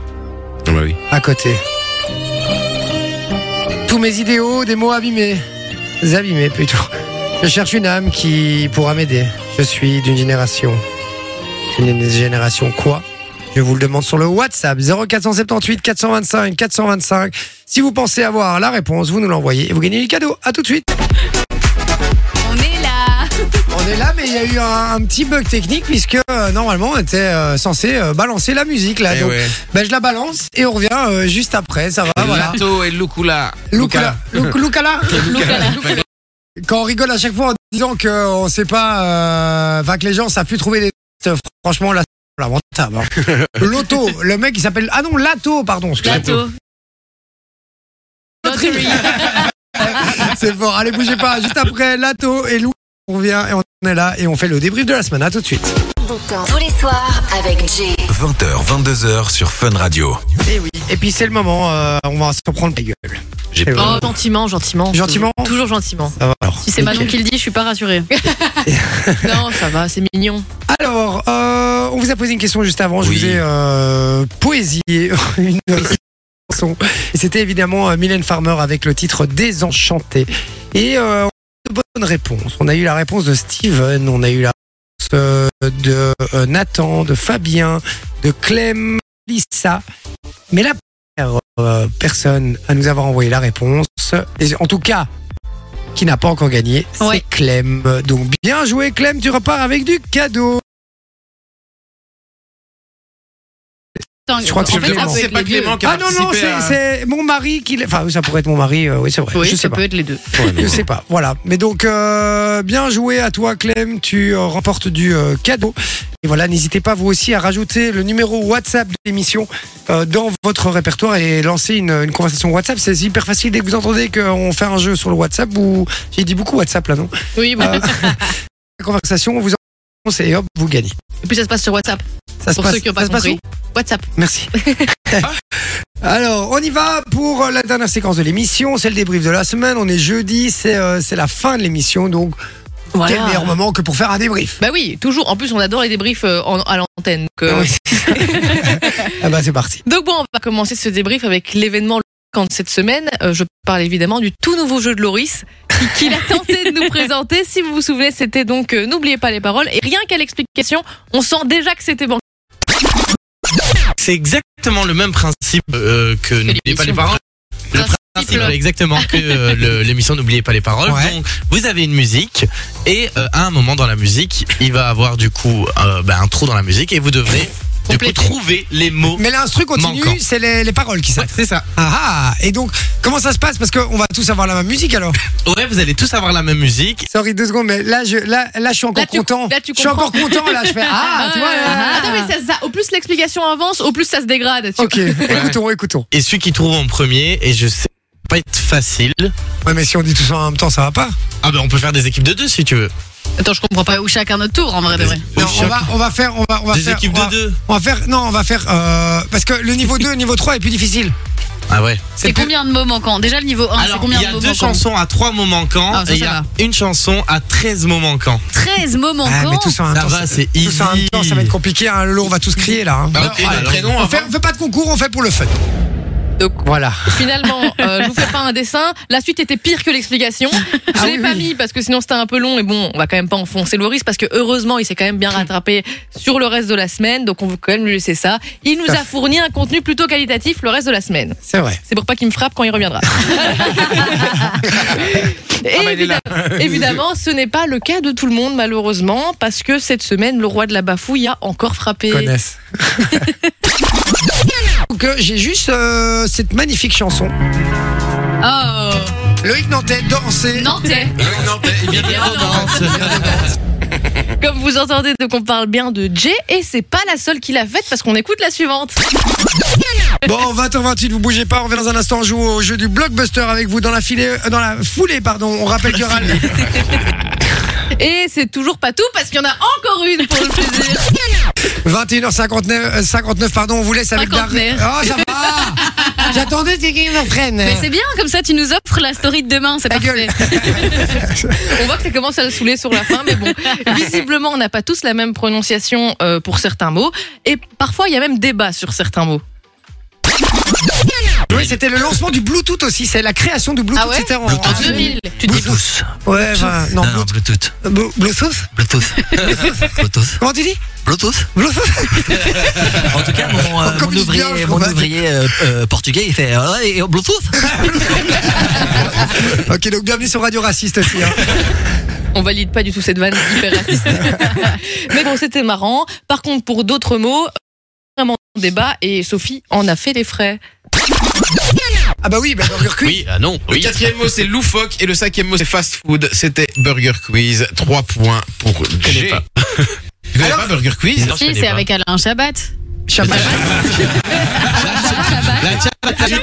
Speaker 7: Ah bah
Speaker 3: À côté. Tous mes idéaux, des mots abîmés. Abîmés plutôt. Je cherche une âme qui pourra m'aider. Je suis d'une génération. Une génération quoi Je vous le demande sur le WhatsApp 0478 425 425. Si vous pensez avoir la réponse, vous nous l'envoyez et vous gagnez le cadeau. À tout de suite.
Speaker 4: On est là.
Speaker 3: On est là, mais il y a eu un, un petit bug technique puisque euh, normalement on était euh, censé euh, balancer la musique là.
Speaker 7: Eh
Speaker 3: Donc,
Speaker 7: ouais. Eh
Speaker 3: ben, je la balance et on revient euh, juste après. Ça va, voilà.
Speaker 7: Lato et Lucula.
Speaker 3: Lucala. Luc- Lucala.
Speaker 7: Lucala.
Speaker 3: Quand on rigole à chaque fois en disant que euh, on sait pas, euh, enfin que les gens savent plus trouver des textes, franchement là, c'est lamentable. hein. Loto, le mec il s'appelle ah non Lato, pardon. excusez-moi.
Speaker 4: Lato.
Speaker 3: C'est fort. Allez bougez pas. Juste après Lato et Lou, on revient et on est là et on fait le débrief de la semaine. À tout de suite.
Speaker 2: Tous les soirs avec Jay.
Speaker 12: 20h, 22h sur Fun Radio.
Speaker 3: Et Eh oui. Et puis c'est le moment. euh, on va se prendre la gueule.
Speaker 12: J'ai
Speaker 3: Et voilà.
Speaker 6: Oh, gentiment, gentiment.
Speaker 3: Gentiment
Speaker 6: Toujours gentiment.
Speaker 3: Ça va, alors.
Speaker 6: Oh. Si c'est
Speaker 3: Nickel.
Speaker 6: Manon qui le dit, je suis pas rassurée. non, ça va, c'est mignon.
Speaker 3: Alors, euh, on vous a posé une question juste avant. Je vous ai euh, poésié une chanson. Et C'était évidemment euh, Mylène Farmer avec le titre Désenchanté. Et euh, on a eu de bonnes réponses. On a eu la réponse de Steven, on a eu la réponse euh, de euh, Nathan, de Fabien, de Clem, Lisa. Mais la première euh, personne à nous avoir envoyé la réponse, et en tout cas qui n'a pas encore gagné, c'est Clem. Donc bien joué Clem, tu repars avec du cadeau. Je crois que c'est Clément.
Speaker 7: c'est pas Clément qui a
Speaker 3: Ah non, non,
Speaker 7: participé
Speaker 3: c'est
Speaker 7: à-
Speaker 3: c'est mon mari qui... l'a- Enfin, ça pourrait être mon mari, euh, oui, c'est vrai.
Speaker 6: Oui,
Speaker 3: je sais
Speaker 6: ça
Speaker 3: pas.
Speaker 6: peut être les deux.
Speaker 3: Je sais pas, voilà. Mais donc, euh, bien joué à toi, Clem. Tu euh, remportes du euh, cadeau. Et voilà, n'hésitez pas, vous aussi, à rajouter le numéro WhatsApp de l'émission euh, dans votre répertoire et lancer une, une conversation WhatsApp. C'est hyper facile. Dès que vous entendez qu'on fait un jeu sur le WhatsApp, ou j'ai dit beaucoup WhatsApp là, non
Speaker 6: Oui, bon.
Speaker 8: Ah.
Speaker 3: Euh, La conversation, vous en et hop, vous gagnez.
Speaker 6: Et puis ça se passe sur WhatsApp.
Speaker 3: Ça se
Speaker 6: Pour
Speaker 3: passe-
Speaker 6: ceux qui n'ont
Speaker 3: ça
Speaker 6: pas
Speaker 3: se passe
Speaker 6: compris. WhatsApp.
Speaker 3: Merci. Alors, on y va pour la dernière séquence de l'émission. C'est le débrief de la semaine. On est jeudi, c'est euh, c'est la fin de l'émission. Donc,
Speaker 6: Voilà.
Speaker 3: quel meilleur moment que pour faire un débrief
Speaker 6: Bah oui, toujours. En plus, on adore les débriefs euh, en- à l'antenne. donc, euh,
Speaker 3: Ah bah, c'est parti.
Speaker 6: Donc bon, on va commencer ce débrief avec l'événement local de cette semaine. Euh, je parle évidemment du tout nouveau jeu de Loris qui- qu'il a tenté de nous présenter. Si vous vous souvenez, c'était donc euh, N'oubliez pas les paroles. Et rien qu'à l'explication, on sent déjà que c'était bon.
Speaker 8: C'est exactement le même principe euh, que N'oubliez pas les paroles. Le principe,
Speaker 6: Principe.
Speaker 8: exactement, que euh, le- l'émission N'oubliez pas les paroles. Donc, vous avez une musique, et euh, à un moment dans la musique, il va avoir du coup euh, bah, un trou dans la musique, et vous devrez du coup, trouver les mots.
Speaker 3: Mais l'instru continue,
Speaker 8: manquants.
Speaker 3: c'est les, les paroles qui s'arrêtent.
Speaker 8: c'est ça.
Speaker 3: Ah, ah. Et donc, comment ça se passe Parce qu'on va tous avoir la même musique alors.
Speaker 8: Ouais, vous allez tous avoir la même musique.
Speaker 3: Sorry, deux secondes, mais là, je, là, là, je suis encore content. je suis encore content, là, je fais Ah, tu vois. là.
Speaker 6: Attends, mais ça- ça- au plus l'explication avance, au plus ça se dégrade. tu
Speaker 3: Ok,
Speaker 6: vois.
Speaker 3: écoutons, écoutons.
Speaker 8: Et celui qui trouve en premier, et je sais pas être facile.
Speaker 3: Ouais, mais si on dit tout ça en même temps, ça va pas.
Speaker 8: Ah ben on peut faire des équipes de deux si tu veux.
Speaker 4: Attends, je comprends pas. Ou chacun notre tour, en vrai de vrai.
Speaker 3: Non, on va, on va faire, on va, on va
Speaker 8: Des
Speaker 3: faire.
Speaker 8: équipes
Speaker 3: on
Speaker 8: de
Speaker 3: va-
Speaker 8: deux.
Speaker 3: On va faire, non, on va faire, euh, parce que le niveau 2, niveau 3 est plus difficile.
Speaker 8: Ah ouais.
Speaker 4: C'est combien de mots manquants Déjà, le niveau 1, c'est
Speaker 8: Alors,
Speaker 4: combien
Speaker 8: il y
Speaker 4: de
Speaker 8: a
Speaker 4: mots
Speaker 8: deux
Speaker 4: manquants
Speaker 8: chansons à trois mots manquants
Speaker 4: Ah, ça,
Speaker 8: et il y
Speaker 4: ça
Speaker 8: a
Speaker 4: va.
Speaker 8: une chanson à 13 mots manquants.
Speaker 4: 13 mots manquants.
Speaker 3: Ah, mais tout ça en même
Speaker 8: Ça
Speaker 3: temps,
Speaker 8: va,
Speaker 3: c'est-
Speaker 8: c'est
Speaker 3: Tout ça en même
Speaker 8: easy.
Speaker 3: temps, ça va être compliqué. Hein. Lolo, on va tous crier là. hein.
Speaker 8: Bah, ok, bah, alors. Prénom
Speaker 3: on,
Speaker 8: avant.
Speaker 3: fait, on fait pas de concours, on fait pour le fun.
Speaker 6: Donc
Speaker 3: voilà.
Speaker 6: Finalement, euh, je vous fais pas un dessin. La suite était pire que l'explication. Je l'ai pas mis parce que sinon c'était un peu long. Et bon, on va quand même pas enfoncer Loris parce que heureusement, il s'est quand même bien rattrapé sur le reste de la semaine. Donc on veut quand même lui laisser ça. Il nous
Speaker 3: Tout à
Speaker 6: a fourni un contenu plutôt qualitatif le reste de la semaine.
Speaker 3: C'est vrai.
Speaker 7: Ah bah,
Speaker 6: C'est pour pas qu'il me frappe quand il reviendra. Et évidemment, Évidemment, ce n'est pas le cas de tout le monde, malheureusement, parce que cette semaine, le roi de la bafouille a encore frappé.
Speaker 3: Connaissent. Donc, euh, j'ai juste euh, cette magnifique chanson.
Speaker 4: Oh.
Speaker 3: Loïc Nantais, danser.
Speaker 4: Nantais.
Speaker 7: Il
Speaker 4: vient de Nantes.
Speaker 6: Comme vous entendez, donc on parle bien de Jay, et c'est pas la seule qui l'a faite, parce qu'on écoute la suivante.
Speaker 3: Bon, 20h28, vous bougez pas, on revient dans un instant jouer au jeu du blockbuster avec vous dans la filée, euh, dans la foulée, pardon. On rappelle qu'il y aura le-
Speaker 6: Et c'est toujours pas tout, parce qu'il y en a encore une pour le plaisir.
Speaker 3: 21h59, euh, 59, pardon, on vous laisse avec Dar-
Speaker 4: Cinquantenaire.
Speaker 3: Oh, ça va J'attendais que quelqu'un me prenne.
Speaker 4: Mais c'est bien, comme ça tu nous offres la story de demain, c'est parfait.
Speaker 6: On voit que ça commence à le saouler sur la fin, mais bon, visiblement, on n'a pas tous la même prononciation euh, pour certains mots, et parfois, il y a même débat sur certains mots.
Speaker 3: Oui, c'était le lancement du Bluetooth aussi, c'est la création du Bluetooth.
Speaker 6: Ah ouais
Speaker 3: c'était en,
Speaker 6: Bluetooth.
Speaker 3: en-
Speaker 6: En 2000.
Speaker 3: Tu dis Bluetooth. Ouais, bah, non,
Speaker 1: non, Bluetooth.
Speaker 3: Bluetooth. Euh, Bluetooth.
Speaker 1: Bluetooth. Bluetooth.
Speaker 3: Comment tu dis
Speaker 1: Bluetooth.
Speaker 3: Bluetooth.
Speaker 1: En tout cas, mon, euh, mon ouvrier, mon ouvrier euh, euh, portugais, il fait euh, et en Bluetooth.
Speaker 3: Ok, donc bienvenue sur Radio Raciste aussi. hein.
Speaker 6: On valide pas du tout cette vanne hyper raciste. Mais bon, c'était marrant. Par contre, pour d'autres mots, vraiment débat et Sophie en a fait les frais.
Speaker 3: Ah bah oui, bah Burger Quiz.
Speaker 8: Oui, ah non,
Speaker 7: Le
Speaker 8: oui.
Speaker 7: quatrième mot c'est loufoque et le cinquième mot c'est fast food. C'était Burger Quiz. 3 points pour G. Tu connais pas Burger Quiz
Speaker 4: Si, c'est avec Alain Chabat.
Speaker 3: Chabat.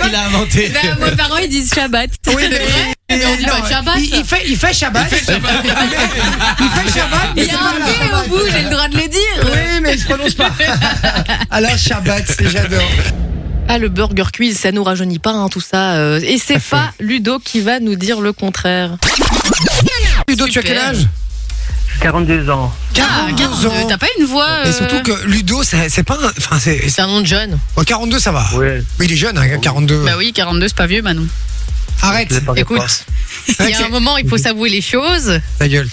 Speaker 1: il a inventé.
Speaker 4: Ben, moi, mes parents, ils disent Shabbat.
Speaker 3: Ah, Oui, mais-
Speaker 4: Ah, Mais on dit
Speaker 3: non,
Speaker 4: pas Shabbat.
Speaker 3: Il, il fait, il fait Shabbat. Il fait Shabbat. il fait
Speaker 1: Ah,
Speaker 3: Shabbat. mais
Speaker 4: Il y
Speaker 3: c'est
Speaker 4: a
Speaker 3: pas
Speaker 4: un
Speaker 3: Alain
Speaker 4: T
Speaker 3: Shabbat.
Speaker 4: au bout, j'ai le droit de le dire.
Speaker 3: Oui, mais il se prononce pas. Alain Shabbat, c'est j'adore.
Speaker 6: Ah, le burger quiz, ça nous rajeunit pas, hein, tout ça. euh, et c'est pas Ludo qui va nous dire le contraire.
Speaker 3: Ludo, tu as quel âge
Speaker 15: 42 ans.
Speaker 4: Ah,
Speaker 3: 42
Speaker 4: 42,
Speaker 3: ans.
Speaker 4: T'as pas une voix.
Speaker 3: Et
Speaker 4: euh,
Speaker 3: surtout que Ludo, ça- c'est pas. un- Enfin, c'est.
Speaker 6: C'est un nom de jeune.
Speaker 3: Ouais, 42, ça va. Mais il est jeune, hein, 42.
Speaker 4: Bah oui, 42, c'est pas vieux, Manon.
Speaker 3: Arrête.
Speaker 4: Écoute, il y a un moment, il faut s'avouer les choses.
Speaker 3: Ta gueule.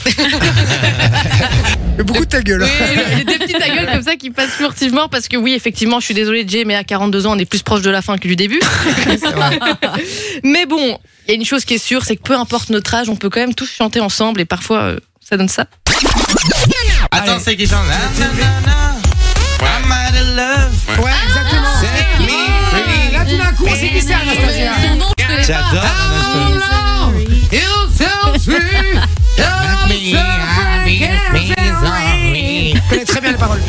Speaker 3: Mais beaucoup de ta gueule.
Speaker 6: Oui, il y a des
Speaker 4: Eh
Speaker 6: petites ta gueule comme ça qui passent furtivement parce que oui, effectivement, je suis désolée, Jay, mais à 42 ans, on est plus proche de la fin que du début. mais bon, il y a une chose qui est sûre, c'est que peu importe notre âge, on peut quand même tous chanter ensemble et parfois, euh, ça donne ça.
Speaker 8: Attends, c'est qui chante
Speaker 3: Ouais, exactement. Et Là, tout d'un coup, c'est qui c'est
Speaker 4: Eh
Speaker 3: Anastasia
Speaker 4: Ah,
Speaker 8: J'adore
Speaker 3: Je connais très bien les paroles.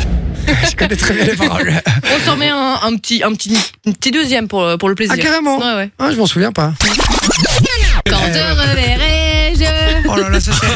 Speaker 3: ah, Je connais très bien les paroles.
Speaker 6: On s'en met un, un petit, un petit, une petite deuxième pour, pour le plaisir.
Speaker 3: Ah, carrément
Speaker 6: Ouais, ouais.
Speaker 3: Ah, je m'en souviens pas.
Speaker 4: Quand te reverrai-je
Speaker 3: Oh là là, ça c'est.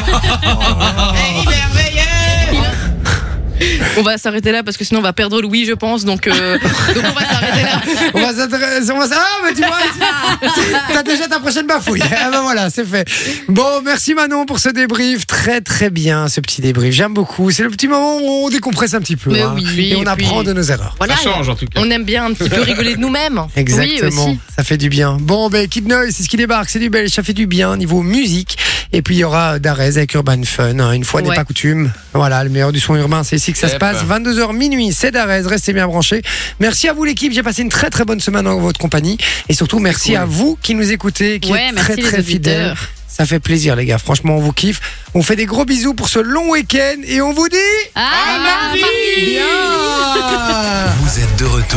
Speaker 6: On va s'arrêter là parce que sinon on va perdre Louis, je pense. Donc, euh, donc on va s'arrêter là.
Speaker 3: On va s'intéresser. on va s- Ah, mais tu vois, t'as déjà ta prochaine bafouille. Ah ben voilà, c'est fait. Bon, merci Manon pour ce débrief. Très très bien ce petit débrief. J'aime beaucoup. C'est le petit moment où on décompresse un petit peu.
Speaker 6: Mais
Speaker 3: hein.
Speaker 6: oui,
Speaker 3: et on
Speaker 6: et
Speaker 3: apprend
Speaker 6: puis-
Speaker 3: de nos erreurs.
Speaker 6: Voilà,
Speaker 7: change, en tout cas.
Speaker 6: On aime bien un petit peu rigoler de nous-mêmes.
Speaker 3: Exactement,
Speaker 6: Oui, aussi.
Speaker 3: ça fait du bien. Bon, ben Kid Noise, c'est ce qui débarque, c'est du belge, ça fait du bien niveau musique. Et puis il y aura Darez avec Urban Fun, hein. une fois n'est
Speaker 6: Ouais.
Speaker 3: pas coutume. Voilà, le meilleur du son urbain, c'est ici que ça se
Speaker 7: Yep.
Speaker 3: passe. 22h minuit, c'est Darez, restez bien branchés. Merci à vous l'équipe, j'ai passé une très très bonne semaine en votre compagnie. Et surtout, merci à vous qui nous écoutez, qui
Speaker 4: Ouais,
Speaker 3: êtes
Speaker 4: merci
Speaker 3: très
Speaker 4: les
Speaker 3: très fidèles.
Speaker 4: auditeurs.
Speaker 3: Ça fait plaisir les gars, franchement on vous kiffe. On fait des gros bisous pour ce long week-end et on vous dit...
Speaker 4: Ah,
Speaker 3: Bien
Speaker 12: Vous êtes de retour.